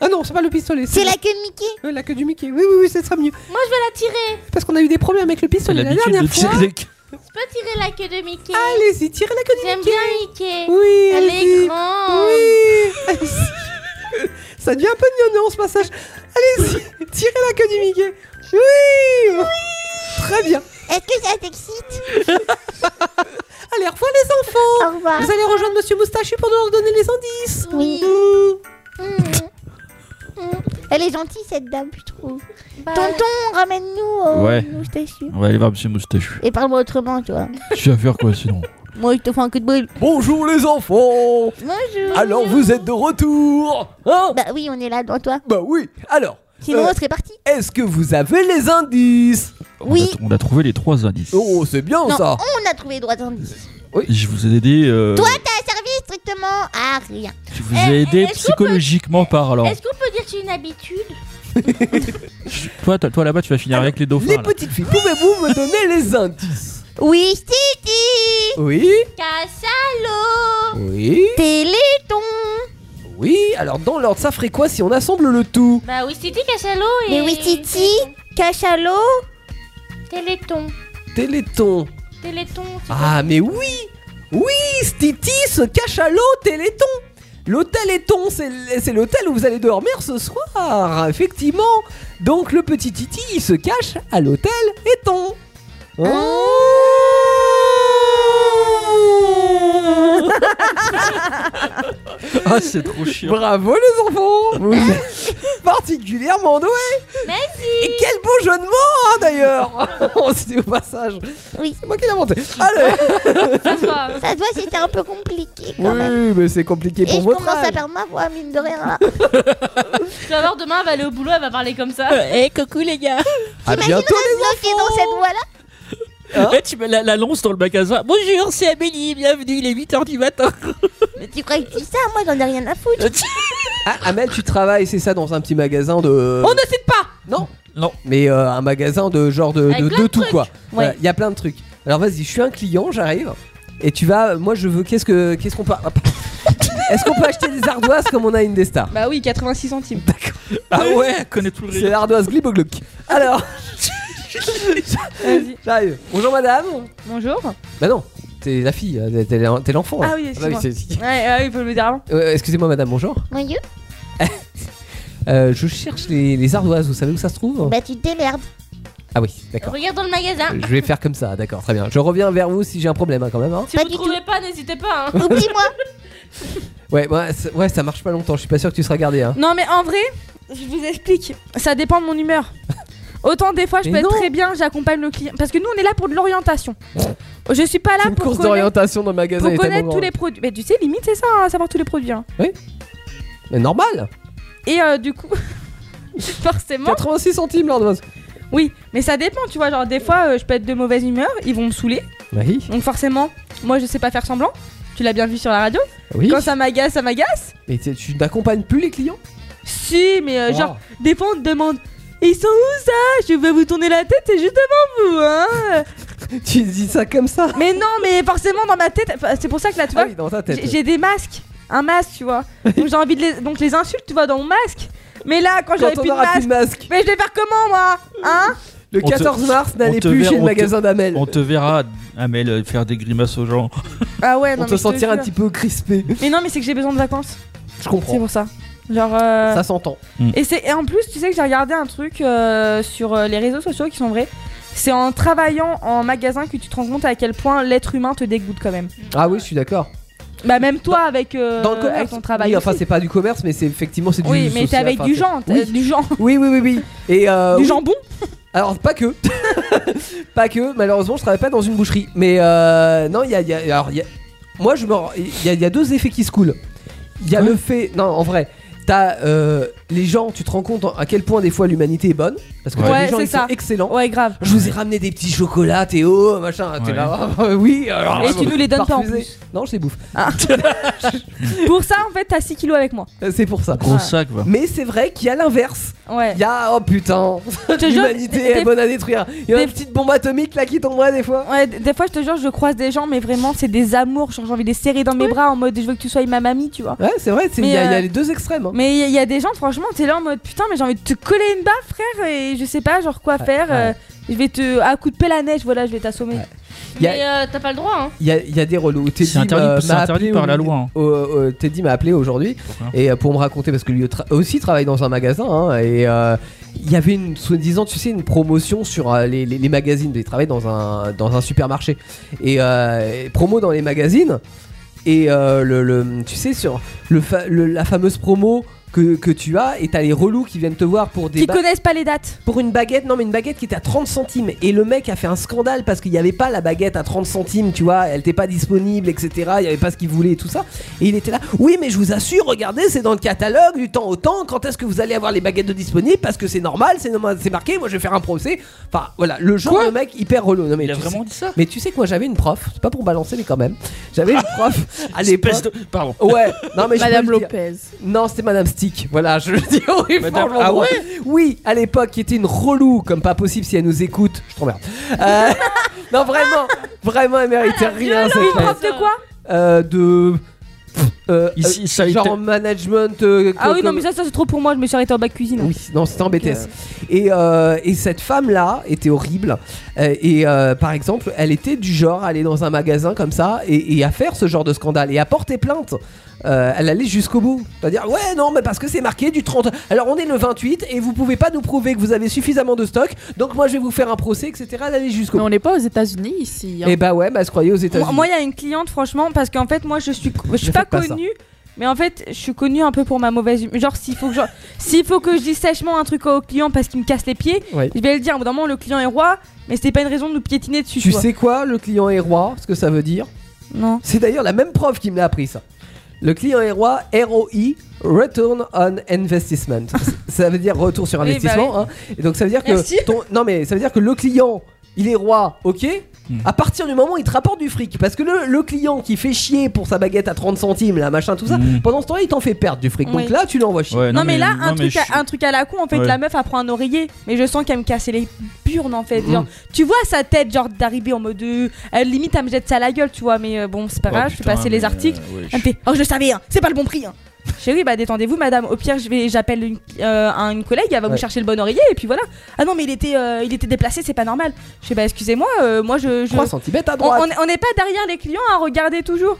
Speaker 12: Ah non, c'est pas le pistolet.
Speaker 11: C'est la queue de Mickey.
Speaker 12: la queue du Mickey. Oui, oui, oui, ce sera mieux.
Speaker 11: Moi, je vais la tirer.
Speaker 12: Parce qu'on a eu des problèmes avec le pistolet la
Speaker 7: l'habitude
Speaker 12: dernière
Speaker 7: de tirer
Speaker 12: fois.
Speaker 7: les queues.
Speaker 11: Je peux tirer la queue de Mickey.
Speaker 12: Allez-y, tirez la queue de
Speaker 11: J'aime
Speaker 12: Mickey.
Speaker 11: bien Mickey.
Speaker 12: Oui,
Speaker 11: Elle
Speaker 12: allez-y.
Speaker 11: est grande.
Speaker 12: Oui. Allez-y. Ça devient un peu gnognon ce passage. Allez-y, tirez la queue du Mickey. Oui. Très bien.
Speaker 11: Est-ce que ça t'excite
Speaker 12: Allez, au revoir les enfants.
Speaker 11: Au revoir.
Speaker 12: Vous allez rejoindre Monsieur Moustachu pour leur donner les indices.
Speaker 11: Oui.
Speaker 5: Euh,
Speaker 12: Mmh.
Speaker 11: Elle est gentille, cette dame, je trouve. Tonton, ramène-nous euh,
Speaker 7: Ouais.
Speaker 11: nous, je t'assure.
Speaker 7: On va aller voir Monsieur Moustachu.
Speaker 11: Et parle-moi autrement, tu vois.
Speaker 7: Tu vas faire quoi sinon
Speaker 11: Moi, je te fais un coup de Ah. boule.
Speaker 5: Bonjour les enfants
Speaker 11: Bonjour.
Speaker 5: Alors vous êtes de retour hein
Speaker 11: Bah oui, on est là devant toi.
Speaker 5: Bah oui Alors
Speaker 11: Sinon,
Speaker 5: euh,
Speaker 11: on serait parti.
Speaker 5: Est-ce que vous avez les indices
Speaker 11: Oui.
Speaker 7: On a trouvé les trois indices.
Speaker 5: Oh, c'est bien
Speaker 11: Non,
Speaker 5: ça
Speaker 11: on a trouvé droit d'indice.
Speaker 7: Je vous ai aidé. euh,
Speaker 11: Toi, t'as servi strictement à rien.
Speaker 7: je vous
Speaker 5: Eh,
Speaker 7: ai aidé psychologiquement parlant.
Speaker 11: Est-ce qu'on peut dire que j'ai une habitude
Speaker 7: Toi, t'as- toi là-bas, tu vas finir avec les dauphins.
Speaker 5: Les
Speaker 7: là.
Speaker 5: petites filles, pouvez-vous me donner les indices
Speaker 11: Oui, Titi
Speaker 5: Oui
Speaker 11: Cassalo
Speaker 5: Oui
Speaker 11: Téléthon
Speaker 5: Oui Alors dans l'ordre, ça ferait quoi si on assemble le tout
Speaker 18: Bah Wistiti, Cachalot et...
Speaker 11: Mais oui, Titi Cachalot
Speaker 18: Téléthon.
Speaker 5: Téléthon
Speaker 18: Téléthon.
Speaker 5: Ah mais oui Oui Stiti se cache à l'eau Téléthon L'hôtel Éton, c'est l- c'est l'hôtel où vous allez dormir ce soir, effectivement. Donc le petit Titi, il se cache à l'hôtel Éton. Oh
Speaker 7: Ah, c'est trop chiant.
Speaker 5: Bravo les enfants Vous êtes particulièrement doués
Speaker 11: Merci
Speaker 5: Et quel beau jeu de mots hein, d'ailleurs Oh, C'était au passage
Speaker 11: Oui.
Speaker 5: C'est moi qui l'ai inventé Allez
Speaker 11: Ça se voit Ça c'était un peu compliqué quand même.
Speaker 5: Oui, mais c'est compliqué
Speaker 11: Et
Speaker 5: pour
Speaker 11: je
Speaker 5: votre
Speaker 11: commence
Speaker 5: âge.
Speaker 11: à perdre ma voix, mine de rien. là.
Speaker 18: Tu vas voir, demain, elle va aller au boulot, elle va parler comme ça.
Speaker 22: Eh, coucou les gars
Speaker 5: À bientôt
Speaker 11: Reste bloqué dans cette voie-là.
Speaker 22: Eh, Tu me la, la lances dans le magasin. Bonjour, c'est Amélie, bienvenue, il est 8h du matin.
Speaker 11: Mais tu crois que tu dis ça Moi, j'en ai rien à foutre.
Speaker 5: Ah, Amel, tu travailles, c'est ça, dans un petit magasin de.
Speaker 22: On ne cite pas
Speaker 5: Non Non. Mais euh, un magasin de genre de,
Speaker 22: Avec
Speaker 5: de,
Speaker 22: plein
Speaker 5: de
Speaker 22: de
Speaker 5: tout
Speaker 22: trucs.
Speaker 5: quoi. Il
Speaker 22: Ouais.
Speaker 5: y a plein de trucs. Alors vas-y, je suis un client, j'arrive. Et tu vas, moi je veux, qu'est-ce que, qu'est-ce qu'on peut. hop. Est-ce qu'on peut acheter des ardoises comme on a une des stars
Speaker 22: Bah oui, 86 centimes.
Speaker 5: Ah ouais
Speaker 7: connais tout le
Speaker 5: C'est l'ardoise glibogloc. Alors. J'arrive. Bonjour madame.
Speaker 6: Bonjour.
Speaker 5: Bah non, t'es la fille, euh, t'es- t'es l'en- t'es l'enfant. là.
Speaker 6: Ah oui,
Speaker 5: bah
Speaker 6: excuse-moi.
Speaker 5: c'est- c'est-
Speaker 6: Ouais, ouais, il faut le dire avant.
Speaker 5: Euh, Excusez-moi madame, bonjour.
Speaker 11: Voyeux
Speaker 5: Euh, je cherche les, les ardoises, vous savez où ça se trouve
Speaker 11: Bah, tu te démerdes.
Speaker 5: Ah oui, d'accord.
Speaker 18: Regarde dans le magasin.
Speaker 5: Je vais faire comme ça, d'accord, très bien. Je reviens vers vous si j'ai un problème hein, quand même. hein.
Speaker 18: Si vous ne trouvez pas, n'hésitez pas. hein.
Speaker 11: Oublie-moi.
Speaker 5: Ouais, ouais, ça- ouais, ça marche pas longtemps, je suis pas sûr que tu seras gardé. Hein.
Speaker 6: Non, mais en vrai, je vous explique. Ça dépend de mon humeur. Autant des fois, je
Speaker 5: Mais
Speaker 6: peux
Speaker 5: non.
Speaker 6: être très bien, j'accompagne le client. Parce que nous, on est là pour de l'orientation. Je suis pas là
Speaker 5: Une
Speaker 6: pour
Speaker 5: course
Speaker 6: connaître,
Speaker 5: d'orientation dans le magasin.
Speaker 6: pour
Speaker 5: est
Speaker 6: connaître
Speaker 5: tellement
Speaker 6: tous
Speaker 5: grande.
Speaker 6: les produits. Mais tu sais, limite, c'est ça, hein, savoir tous les produits. hein.
Speaker 5: Oui Mais normal
Speaker 6: Et euh, du coup, forcément.
Speaker 5: 86 centimes l'ardoise.
Speaker 6: Oui, mais ça dépend, tu vois. Genre, des fois, euh, je peux être de mauvaise humeur, ils vont me saouler.
Speaker 5: Bah Oui.
Speaker 6: Donc, forcément, moi, je sais pas faire semblant. Tu l'as bien vu sur la radio.
Speaker 5: bah Oui.
Speaker 6: Quand ça m'agace, ça m'agace.
Speaker 5: Mais tu tu n'accompagnes plus les clients
Speaker 6: Si, mais euh,
Speaker 5: Oh.
Speaker 6: genre, des fois, on te demande Ils sont où ça Je vais vous tourner la tête, c'est juste devant vous, hein
Speaker 5: Oh. Tu dis ça comme ça
Speaker 6: Mais non, mais forcément, dans ma tête, enfin, c'est pour ça que là, tu vois,
Speaker 5: Ah oui, dans ta tête,
Speaker 6: j'ai-
Speaker 5: ouais.
Speaker 6: j'ai des masques, un masque, tu vois. Donc, j'ai envie de les. Donc, les insultes, tu vois, dans mon masque. Mais là, quand,
Speaker 5: Quand
Speaker 6: j'aurai
Speaker 5: on
Speaker 6: plus de
Speaker 5: aura
Speaker 6: masque.
Speaker 5: plus de masque.
Speaker 6: Mais je vais faire comment, moi Hein
Speaker 5: Le
Speaker 7: On te-
Speaker 5: 14 mars,
Speaker 7: on
Speaker 5: n'allez
Speaker 7: te
Speaker 5: plus
Speaker 7: verra-
Speaker 5: chez le
Speaker 7: on te-
Speaker 5: magasin d'Amel.
Speaker 7: On te verra, Amel, euh, faire des grimaces aux gens.
Speaker 6: Ah ouais, non,
Speaker 5: On
Speaker 6: mais
Speaker 5: te
Speaker 6: je
Speaker 5: sentir un
Speaker 6: jure.
Speaker 5: petit peu crispé.
Speaker 6: Mais non, mais c'est que j'ai besoin de vacances.
Speaker 5: Je comprends.
Speaker 6: C'est pour ça. Genre. euh,
Speaker 5: Ça s'entend.
Speaker 6: Et, c'est- et en plus, tu sais que j'ai regardé un truc euh, sur euh, les réseaux sociaux qui sont vrais. C'est en travaillant en magasin que tu te rends compte à quel point l'être humain te dégoûte quand même.
Speaker 5: Ah oui, je suis d'accord.
Speaker 6: Bah, même toi avec, euh,
Speaker 5: Dans le commerce.
Speaker 6: avec ton travail.
Speaker 5: oui, enfin,
Speaker 6: aussi.
Speaker 5: c'est pas du commerce, mais c'est effectivement c'est du.
Speaker 6: Oui, mais t'es
Speaker 5: social,
Speaker 6: avec
Speaker 5: enfin,
Speaker 6: du
Speaker 5: c'est-
Speaker 6: gens, t'as-
Speaker 5: Oui.
Speaker 6: du gens.
Speaker 5: Oui, oui, oui, oui. Et euh,
Speaker 6: Du
Speaker 5: oui.
Speaker 6: jambon
Speaker 5: Alors, pas que. pas que, malheureusement, je travaille pas dans une boucherie. Mais euh, non, il y a, il y a- alors, il y a- Moi, je me rends- Il y, a- il y a deux effets qui se coulent. Il y a le fait. Non, en vrai, t'as euh, les gens, tu te rends compte à quel point des fois l'humanité est bonne. Parce que t'as
Speaker 6: Ouais,
Speaker 5: des gens
Speaker 6: c'est
Speaker 5: ils sont
Speaker 6: ça.
Speaker 5: excellents. Ouais, grave. Je vous ai ramené des petits chocolats, Théo, machin. T'es
Speaker 6: Ouais.
Speaker 5: là, ah, oui. Alors,
Speaker 6: Et tu nous les donnes pas en
Speaker 5: parfusé.
Speaker 6: plus.
Speaker 5: Non, je les bouffe.
Speaker 6: Pour ça, en fait, t'as 6 kilos avec moi.
Speaker 5: Euh, C'est pour ça.
Speaker 7: Gros sac, va.
Speaker 5: Mais c'est vrai qu'il y a l'inverse.
Speaker 6: Ouais.
Speaker 5: Il y a, oh putain,
Speaker 6: te jure,
Speaker 5: l'humanité
Speaker 6: des-
Speaker 5: est bonne à détruire. Il y a une petite bombe atomique là qui tomberait des fois.
Speaker 6: Ouais, d- des fois, je te jure, je croise des gens, mais vraiment, c'est des amours. Genre, j'ai envie de les serrer dans mes bras en mode je veux que tu sois ma mamie, tu vois.
Speaker 5: Ouais, c'est vrai, c'est- il y a-
Speaker 6: euh,
Speaker 5: il y a les deux extrêmes. hein.
Speaker 6: Mais il y a- il y, a des gens, franchement, t'es là en mode putain, mais j'ai envie de te coller une baffe, frère, et je sais pas, genre quoi faire.
Speaker 5: ouais.
Speaker 6: euh, je vais te. à coup de pelle à neige, voilà, je vais t'assommer.
Speaker 5: Y a-
Speaker 18: Mais euh, t'as pas le droit, hein.
Speaker 5: Il y, a- il y a des relous. C'est
Speaker 7: interdit- c'est interdit par la loi, hein.
Speaker 5: Teddy m'a appelé aujourd'hui et euh, pour me raconter parce que lui tra- aussi travaille dans un magasin hein, et euh, il y avait une soi-disant tu sais une promotion sur euh, les, les- les magazines. Il travaille dans un dans un supermarché et euh, et promo dans les magazines et euh, le, le- tu sais sur le, fa- le- la fameuse promo. Que, que tu as et t'as les relous qui viennent te voir pour des
Speaker 6: Qui
Speaker 5: ba-
Speaker 6: connaissent pas les dates.
Speaker 5: pour une baguette, non mais une baguette qui était à 30 centimes. Et le mec a fait un scandale parce qu'il n'y avait pas la baguette à 30 centimes, tu vois, elle n'était pas disponible, etc. Il n'y avait pas ce qu'il voulait et tout ça. Et il était là, oui mais je vous assure, regardez, c'est dans le catalogue du temps au temps, quand est-ce que vous allez avoir les baguettes de disponibles Parce que c'est normal, c'est normal, c'est marqué, moi je vais faire un procès. Enfin voilà, le genre de mec hyper relou. Non, mais il a
Speaker 7: vraiment dit ça
Speaker 5: Mais tu sais quoi, j'avais une prof, c'est pas pour balancer mais quand même, j'avais une prof à l'époque.
Speaker 7: Espèce de- Pardon.
Speaker 5: Ouais, non mais je peux
Speaker 14: Madame
Speaker 5: le dire.
Speaker 14: Lopez.
Speaker 5: Non, c'était Madame Stick. Voilà, je le dis horriblement.
Speaker 14: Madame-
Speaker 5: je m'en
Speaker 14: Ah
Speaker 5: droit.
Speaker 14: ouais
Speaker 5: Oui, à l'époque, qui était une relou comme pas possible si elle nous écoute. Je t'emmerde. Euh, non, vraiment, vraiment, elle méritait
Speaker 6: Ah,
Speaker 5: rien.
Speaker 6: Une prof de quoi
Speaker 5: euh, De. pff, euh,
Speaker 6: Ici,
Speaker 5: euh,
Speaker 6: ça a été-
Speaker 5: genre management. euh,
Speaker 6: Ah oui,
Speaker 5: comme-
Speaker 6: non, mais ça, ça c'est trop pour moi, je me suis arrêtée en bac cuisine. hein.
Speaker 5: oui, non, c'était en BTS. Et, euh, et cette femme-là était horrible. Euh, et euh, par exemple, elle était du genre à aller dans un magasin comme ça et, et à faire ce genre de scandale et à porter plainte. Euh, elle allait jusqu'au bout. C'est-à-dire, ouais, non, mais parce que c'est marqué du 30. Alors on est le 28 et vous pouvez pas nous prouver que vous avez suffisamment de stock, donc moi je vais vous faire un procès, etc. Elle allait jusqu'au
Speaker 14: Mais on n'est pas aux États-Unis ici. hein.
Speaker 5: Et bah ouais, bah elle se croyait aux
Speaker 6: Moi,
Speaker 5: États-Unis.
Speaker 6: moi, il y a une cliente, franchement, parce qu'en fait, moi, je suis, je suis
Speaker 5: Ne
Speaker 6: pas
Speaker 5: faites pas ça.
Speaker 6: connue. Mais en fait, je suis connue un peu pour ma mauvaise humeur. Genre, s'il faut que je, s'il faut que je dise sèchement un truc au client parce qu'il me casse les pieds,
Speaker 5: Ouais.
Speaker 6: je vais le dire. Au bout d'un moment, le client est roi, mais c'est pas une raison de nous piétiner dessus.
Speaker 5: Tu
Speaker 6: vois.
Speaker 5: sais quoi, le client est roi, ce que ça veut dire
Speaker 6: Non.
Speaker 5: C'est d'ailleurs la même prof qui me l'a appris ça. Le client est roi, ROI, Return on Investment. ça veut dire retour sur
Speaker 6: Oui, bah
Speaker 5: investissement.
Speaker 6: oui.
Speaker 5: hein. Et donc ça veut dire
Speaker 6: Merci.
Speaker 5: que ton- non mais ça veut dire que le client, il est roi, ok. À partir du moment où il te rapporte du fric, parce que le, le client qui fait chier pour sa baguette à 30 centimes, là, machin, tout ça, pendant ce temps-là, il t'en fait perdre du fric.
Speaker 6: Oui.
Speaker 5: Donc là, tu l'envoies chier.
Speaker 6: non, mais, là, un, truc à, un truc à la con, en fait,
Speaker 5: Ouais.
Speaker 6: la meuf, elle prend un oreiller, mais je sens qu'elle me cassait les burnes, en fait.
Speaker 5: Mm.
Speaker 6: Genre, tu vois sa tête, genre, d'arriver en mode. euh, elle, limite, elle me jette ça à la gueule, tu vois, mais euh, bon, c'est pas
Speaker 13: Oh,
Speaker 6: grave, je fais
Speaker 13: putain,
Speaker 6: passer les
Speaker 13: mais,
Speaker 6: articles.
Speaker 13: euh, ouais,
Speaker 6: elle me fait, oh, je le savais, hein, c'est pas le bon prix, hein. Chérie, bah détendez-vous, madame. Au pire, je vais, j'appelle une, euh, un- une collègue, elle va vous
Speaker 5: Ouais.
Speaker 6: chercher le bon oreiller, et puis voilà. Ah non, mais il était, euh, il était déplacé, c'est pas normal. Je fais, bah excusez-moi, euh, moi je. je...
Speaker 5: 3 centimètres à
Speaker 6: On-
Speaker 5: droite.
Speaker 6: on est- on n'est pas derrière les clients à regarder toujours.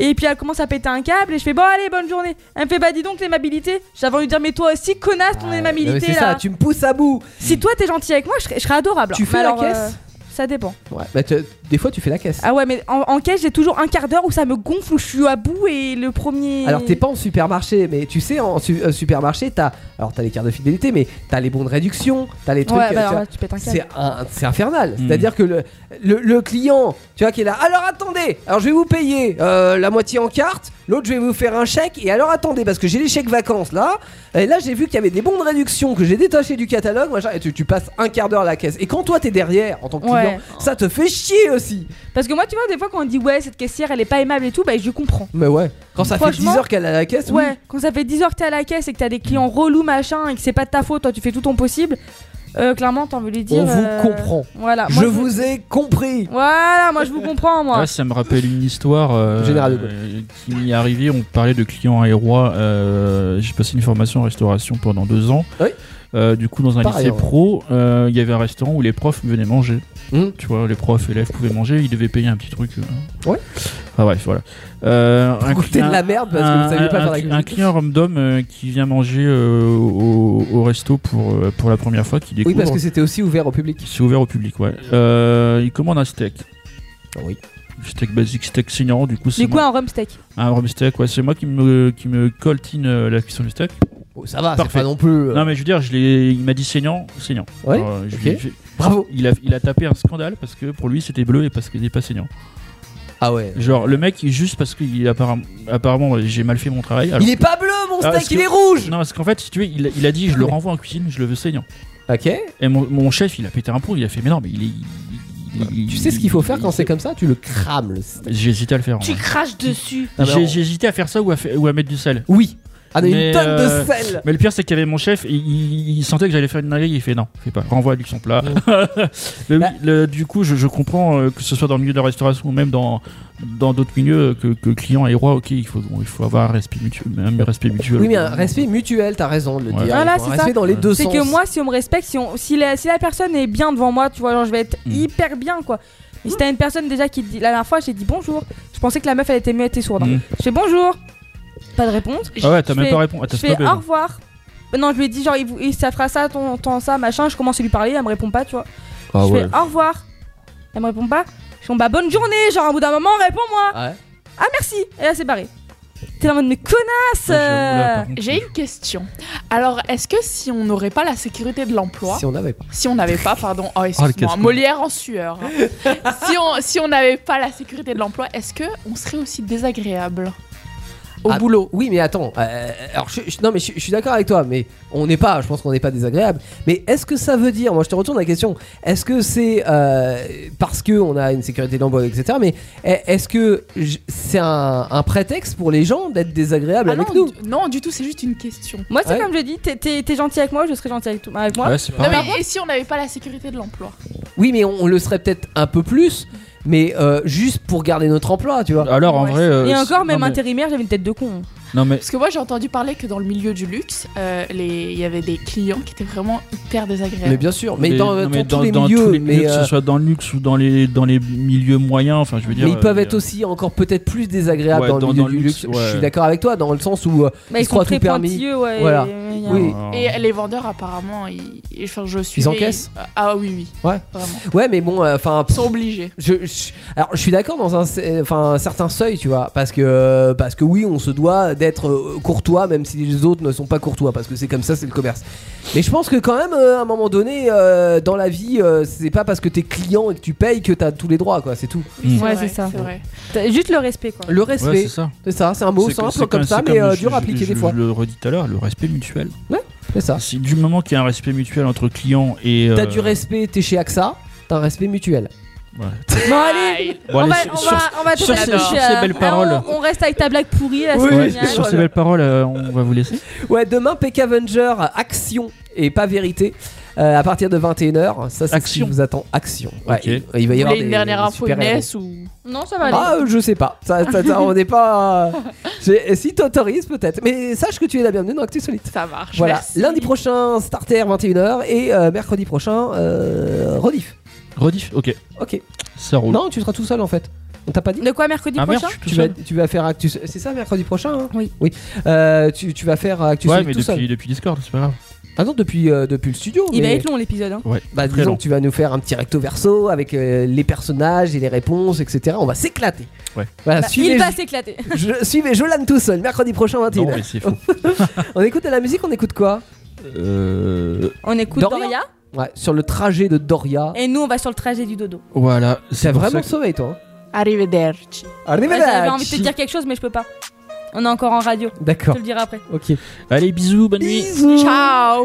Speaker 6: Et puis elle commence à péter un câble et je fais bon allez bonne journée. Elle me fait bah dis donc l'amabilité. J'avais envie de dire mais toi aussi connasse ton
Speaker 5: mais
Speaker 6: amabilité
Speaker 5: c'est
Speaker 6: là.
Speaker 5: ça, tu me pousses à bout.
Speaker 6: Si toi t'es gentil avec moi je serais, je serais adorable.
Speaker 5: Tu
Speaker 6: Mais
Speaker 5: fais la
Speaker 6: alors,
Speaker 5: caisse
Speaker 6: euh, Ça dépend.
Speaker 5: Ouais, bah, tu- des fois, tu fais la caisse.
Speaker 6: Ah ouais mais en, en caisse j'ai toujours un quart d'heure où ça me gonfle où je suis à bout et le premier.
Speaker 5: Alors t'es pas en supermarché, mais tu sais en su- euh, supermarché t'as alors t'as les cartes de fidélité, mais t'as les bons de réduction, t'as les trucs.
Speaker 6: Ouais, bah alors
Speaker 5: tu vois,
Speaker 6: là, tu pètes un câble.
Speaker 5: c'est un- c'est infernal. C'est-à-dire que le, le, le client, tu vois, qui est là. Alors attendez, alors je vais vous payer euh, la moitié en carte, l'autre je vais vous faire un chèque. Et alors attendez parce que j'ai les chèques vacances là. Et là j'ai vu qu'il y avait des bons de réduction que j'ai détachés du catalogue. Machin, et tu, tu passes un quart d'heure à la caisse. Et quand toi t'es derrière en tant que
Speaker 6: Ouais.
Speaker 5: client, ça te fait chier aussi.
Speaker 6: Parce que moi tu vois des fois quand on dit ouais cette caissière elle est pas aimable et tout bah je comprends.
Speaker 5: Mais ouais. Quand ça fait 10
Speaker 6: Franchement,
Speaker 5: heures qu'elle est à la caisse, oui.
Speaker 6: Ouais, quand ça fait 10 heures que t'es à la caisse et que t'as des clients relous machin et que c'est pas de ta faute, toi tu fais tout ton possible. euh, clairement, t'as envie de lui dire.
Speaker 5: On vous
Speaker 6: euh,
Speaker 5: comprend.
Speaker 6: Voilà.
Speaker 5: Ah, je,
Speaker 6: moi,
Speaker 5: vous ai compris.
Speaker 6: Voilà, moi je vous comprends, moi.
Speaker 7: Ah, ça me rappelle une histoire euh,
Speaker 5: Général de
Speaker 7: euh, qui m'est arrivée. On parlait de clients et rois. euh, J'ai passé une formation en restauration pendant deux ans. Euh, du coup, dans un
Speaker 5: Par
Speaker 7: lycée
Speaker 5: ailleurs.
Speaker 7: pro, euh, il y avait un restaurant où les profs venaient manger.
Speaker 5: Hmm.
Speaker 7: Tu vois, les profs élèves pouvaient manger, ils devaient payer un petit truc. euh.
Speaker 5: Ouais.
Speaker 7: Enfin bref, voilà. Euh, un
Speaker 5: Goûter de
Speaker 7: client-
Speaker 5: la merde parce que vous
Speaker 7: un-
Speaker 5: saviez pas
Speaker 7: un-
Speaker 5: faire la
Speaker 7: un
Speaker 5: cuisine.
Speaker 7: client random euh, qui vient manger euh, au, au resto pour, euh, pour la première fois, qui
Speaker 5: Oui,
Speaker 7: découvre.
Speaker 5: parce que c'était aussi ouvert au public.
Speaker 7: C'est ouvert au public, ouais. Euh, il commande un steak.
Speaker 5: Ah Oui.
Speaker 7: Steak basique, steak senior, du coup c'est
Speaker 6: Du coup,
Speaker 7: moi-
Speaker 6: un rum steak.
Speaker 7: un rum steak, ouais, c'est moi qui me, qui me coltine euh, la cuisson du steak.
Speaker 5: Oh, ça va, c'est
Speaker 7: Parfait.
Speaker 5: pas non plus, euh,
Speaker 7: Non, mais je veux dire, je l'ai- il m'a dit saignant, saignant.
Speaker 5: Ouais,
Speaker 7: Alors, je
Speaker 5: ok.
Speaker 7: l'ai- je-
Speaker 5: Bravo.
Speaker 7: Il a, il a tapé un scandale parce que pour lui c'était bleu et parce qu'il n'est pas saignant.
Speaker 5: Ah ouais.
Speaker 7: Genre, le mec, il- juste parce qu'il apparemment, apparemment j'ai mal fait mon travail. alors
Speaker 5: Il est
Speaker 7: que-
Speaker 5: pas bleu
Speaker 12: mon
Speaker 7: Ah,
Speaker 12: steak,
Speaker 7: parce
Speaker 12: il
Speaker 7: que-
Speaker 12: est rouge
Speaker 7: Non, parce qu'en fait, si tu veux, il, il a dit je le renvoie en cuisine, je le veux saignant.
Speaker 5: Ok.
Speaker 7: Et mon, mon chef, il a pété un plomb, il a fait mais non, mais il est.
Speaker 5: Bah, Tu sais ce qu'il faut faire quand c'est comme ça Tu le crames le steak.
Speaker 7: J'ai hésité à le faire. en
Speaker 8: Tu
Speaker 7: vrai.
Speaker 8: craches dessus.
Speaker 5: Ah,
Speaker 7: J'ai j'ai hésité à faire ça ou à, fa- ou à mettre du sel.
Speaker 5: Oui.
Speaker 8: Ah, mais une tonne de
Speaker 5: euh,
Speaker 8: sel.
Speaker 7: Mais le pire, c'est qu'il y avait mon chef, et il, il sentait que j'allais faire une dinguerie. Il fait non, fais pas, renvoie-lui son plat. Mais oui,
Speaker 5: Bah-
Speaker 7: le- du coup, je, je comprends euh, que ce soit dans le milieu de la restauration ou même dans dans d'autres milieux euh, que, que client et roi. Ok, il faut, il faut avoir un respect mutuel. Un respect mutuel.
Speaker 5: Oui, mais un respect mutuel, t'as raison de le dire.
Speaker 6: Voilà,
Speaker 5: Il faut un
Speaker 6: c'est
Speaker 5: respect
Speaker 6: ça.
Speaker 5: dans les deux
Speaker 6: C'est
Speaker 5: sens.
Speaker 6: que moi, si on me respecte, si, on, si, la, si la personne est bien devant moi, tu vois, genre, je vais être
Speaker 7: Hmm.
Speaker 6: hyper bien, quoi. Mais si t'as une personne déjà qui te dit, la dernière fois, j'ai dit bonjour. Je pensais que la meuf, elle était muette et sourde.
Speaker 7: Mm.
Speaker 6: hein. Je fais bonjour. Pas de réponse.
Speaker 7: Ah ouais, t'as
Speaker 6: Je
Speaker 7: même
Speaker 6: fais-
Speaker 7: pas répondu. Ah, t'as
Speaker 6: je fais
Speaker 7: snobé,
Speaker 6: au
Speaker 7: donc.
Speaker 6: revoir. Mais Non, je lui ai dit, genre, il, vous- il- ça fera ça, ton, ton- ça, machin. Je commence à lui parler, elle me répond pas, tu vois.
Speaker 7: Ah
Speaker 6: je
Speaker 7: ouais.
Speaker 6: fais au revoir. Elle me répond pas. Je fais bah bonne journée, genre, au bout d'un moment, réponds-moi. Ah merci Et là c'est barré. T'es en mode mais connasse euh.
Speaker 14: J'ai une question. Alors, est-ce que si on n'aurait pas la sécurité de l'emploi.
Speaker 5: Si on n'avait pas.
Speaker 14: Si on n'avait pas, pardon. Oh, excuse-moi.
Speaker 5: casse-cou.
Speaker 14: Molière en sueur. hein. si on si on n'avait pas la sécurité de l'emploi, est-ce que on serait aussi désagréable
Speaker 5: au boulot. Ah. Oui, mais attends. euh, alors, je, je- non, mais je, je suis d'accord avec toi, mais on n'est pas. Je pense qu'on n'est pas désagréable. Mais est-ce que ça veut dire Moi, je te retourne la question. Est-ce que c'est euh, parce que on a une sécurité d'emploi, etc. Mais est- est-ce que j- c'est un, un prétexte pour les gens d'être désagréables
Speaker 14: Ah non,
Speaker 5: avec nous
Speaker 14: du- non, du tout, c'est juste une question.
Speaker 6: Moi c'est comme je dis, t'es- t'es t'es gentil avec moi, je serai gentil avec, toi- avec moi.
Speaker 5: Ouais, c'est
Speaker 14: Non,
Speaker 5: pareil.
Speaker 14: mais et si on n'avait pas la sécurité de l'emploi
Speaker 5: Oui, mais on, on le serait peut-être un peu plus, mais euh, juste pour garder notre emploi, tu vois.
Speaker 7: Alors, en vrai,
Speaker 6: Et encore même intérimaire j'avais une tête de con.
Speaker 7: Non mais
Speaker 14: Parce que moi j'ai entendu parler que dans le milieu du luxe, euh, les- il y avait des clients qui étaient vraiment hyper désagréables.
Speaker 5: Mais bien sûr, mais
Speaker 7: Les-
Speaker 5: dans, euh,
Speaker 7: non,
Speaker 5: dans
Speaker 7: mais
Speaker 5: tous les
Speaker 7: dans
Speaker 5: milieux, mais,
Speaker 7: que
Speaker 5: euh,
Speaker 7: ce soit dans le luxe ou dans les, dans les milieux moyens, enfin je veux dire.
Speaker 5: mais ils peuvent
Speaker 7: euh,
Speaker 5: être aussi encore peut-être plus désagréables
Speaker 7: Ouais,
Speaker 5: dans,
Speaker 7: dans-
Speaker 5: le milieu
Speaker 7: dans le
Speaker 5: du
Speaker 7: luxe,
Speaker 5: luxe.
Speaker 7: ouais.
Speaker 5: Je suis d'accord avec toi dans le sens où euh,
Speaker 14: Bah,
Speaker 5: ils
Speaker 14: ils
Speaker 5: se
Speaker 14: sont
Speaker 5: croient
Speaker 14: très
Speaker 5: tout permis.
Speaker 14: pointilleux, ouais,
Speaker 5: voilà.
Speaker 6: euh,
Speaker 14: et-
Speaker 5: Oui.
Speaker 14: Et les vendeurs apparemment, ils, ils- enfin, je suis.
Speaker 5: encaissent
Speaker 14: Ah oui, oui.
Speaker 5: Ouais.
Speaker 14: Vraiment.
Speaker 5: Ouais, mais bon, euh, enfin.
Speaker 14: Ils sont obligés.
Speaker 5: Je, je- alors, je suis d'accord dans un, ce- enfin, un certain seuil, tu vois, parce que, euh, parce que oui, on se doit d'être euh, courtois, même si les autres ne sont pas courtois, parce que c'est comme ça, c'est le commerce. Mais je pense que quand même, euh, à un moment donné, euh, dans la vie, euh, c'est pas parce que t'es client et que tu payes que t'as tous les droits, quoi. C'est tout.
Speaker 6: Ouais c'est ça. T'as Juste le respect quoi.
Speaker 5: Le respect.
Speaker 7: Ouais, c'est ça.
Speaker 5: c'est ça. C'est un mot
Speaker 7: C'est que-
Speaker 5: simple
Speaker 7: c'est
Speaker 5: comme, ça,
Speaker 7: c'est
Speaker 5: mais
Speaker 7: comme
Speaker 5: euh,
Speaker 7: je-
Speaker 5: dur à
Speaker 7: je-
Speaker 5: appliquer
Speaker 7: je- Euh,
Speaker 5: des fois. Ah.
Speaker 7: Je le redis tout à l'heure, le respect mutuel.
Speaker 5: Ouais, c'est ça.
Speaker 7: Si du moment qu'il y a un respect mutuel entre client et.
Speaker 5: T'as
Speaker 7: euh,
Speaker 5: du respect, t'es chez AXA, t'as un respect mutuel.
Speaker 7: Ouais.
Speaker 6: Bon allez, on,
Speaker 7: Bon, allez,
Speaker 6: va,
Speaker 7: sur-
Speaker 6: on,
Speaker 7: sur-
Speaker 6: va, on va
Speaker 7: sur
Speaker 6: tourner
Speaker 7: ces-
Speaker 6: la
Speaker 7: sur
Speaker 6: touche,
Speaker 7: ces
Speaker 6: euh,
Speaker 7: belles paroles.
Speaker 6: On, on reste avec ta blague pourrie là, c'est
Speaker 7: Ouais,
Speaker 6: génial.
Speaker 7: sur ces belles paroles, euh, on va vous laisser.
Speaker 5: Ouais, demain, P. Avenger, action et pas vérité. euh, à partir de 21h, ça c'est ce qui vous attend. Action. Ouais,
Speaker 7: Ok.
Speaker 5: il- Il va y
Speaker 14: Vous
Speaker 5: avoir
Speaker 14: voulez une
Speaker 5: des-
Speaker 14: dernière
Speaker 5: des
Speaker 14: info,
Speaker 5: super-héros.
Speaker 14: Inès ou
Speaker 6: Non, ça va aller.
Speaker 5: Ah, euh, je sais pas. Ça, ça- ça, on n'est pas. j'ai- Si t'autorises, peut-être. Mais sache que tu es la bienvenue dans Actu Solite.
Speaker 14: Ça marche.
Speaker 5: Voilà.
Speaker 14: merci.
Speaker 5: Lundi prochain, Starter 21h et euh, mercredi prochain, euh, Rediff.
Speaker 7: Rediff, ok.
Speaker 5: Ok.
Speaker 7: Ça roule.
Speaker 5: Non, tu seras tout seul en fait. On t'a pas dit
Speaker 6: De quoi mercredi
Speaker 7: Ah, merde,
Speaker 6: prochain
Speaker 7: je suis Oh. tout
Speaker 5: tu vas,
Speaker 7: seul.
Speaker 5: tu vas faire Actu C'est ça, mercredi prochain hein
Speaker 6: Oui.
Speaker 5: Oui. Euh, tu, tu vas faire Actu
Speaker 7: ouais,
Speaker 5: Solite
Speaker 7: mais
Speaker 5: tout seul.
Speaker 7: depuis, depuis Discord, c'est pas grave.
Speaker 5: Ah non, depuis, euh, depuis le studio.
Speaker 6: Il va
Speaker 5: mais-
Speaker 6: être long l'épisode hein.
Speaker 7: Ouais.
Speaker 5: Bah,
Speaker 7: très
Speaker 5: disons
Speaker 7: long.
Speaker 5: que tu vas nous faire un petit recto verso avec euh, les personnages et les réponses, etc. On va s'éclater.
Speaker 7: Ouais.
Speaker 5: Voilà,
Speaker 6: Bah,
Speaker 5: suivez-
Speaker 6: il va s'éclater.
Speaker 5: je, suivez Jolan tout seul, mercredi prochain 21
Speaker 7: Non, mais c'est faux.
Speaker 5: on écoute de la musique, on écoute quoi
Speaker 7: Euh,
Speaker 6: On écoute
Speaker 5: Doria
Speaker 6: Doria
Speaker 5: Ouais, sur le trajet de Doria.
Speaker 6: et nous on va sur le trajet du dodo.
Speaker 7: Voilà. C'est
Speaker 5: Oh. T'as
Speaker 7: pour
Speaker 5: vraiment
Speaker 7: ça
Speaker 5: sauvé, toi. hein.
Speaker 14: Arrivederci.
Speaker 6: Ouais, J'avais envie de te
Speaker 5: Arrivederci.
Speaker 6: dire quelque chose, mais je peux pas. On est encore en radio.
Speaker 5: D'accord.
Speaker 6: Je te le dirai après.
Speaker 5: Ok.
Speaker 7: Allez, bisous, bonne nuit.
Speaker 14: Ciao.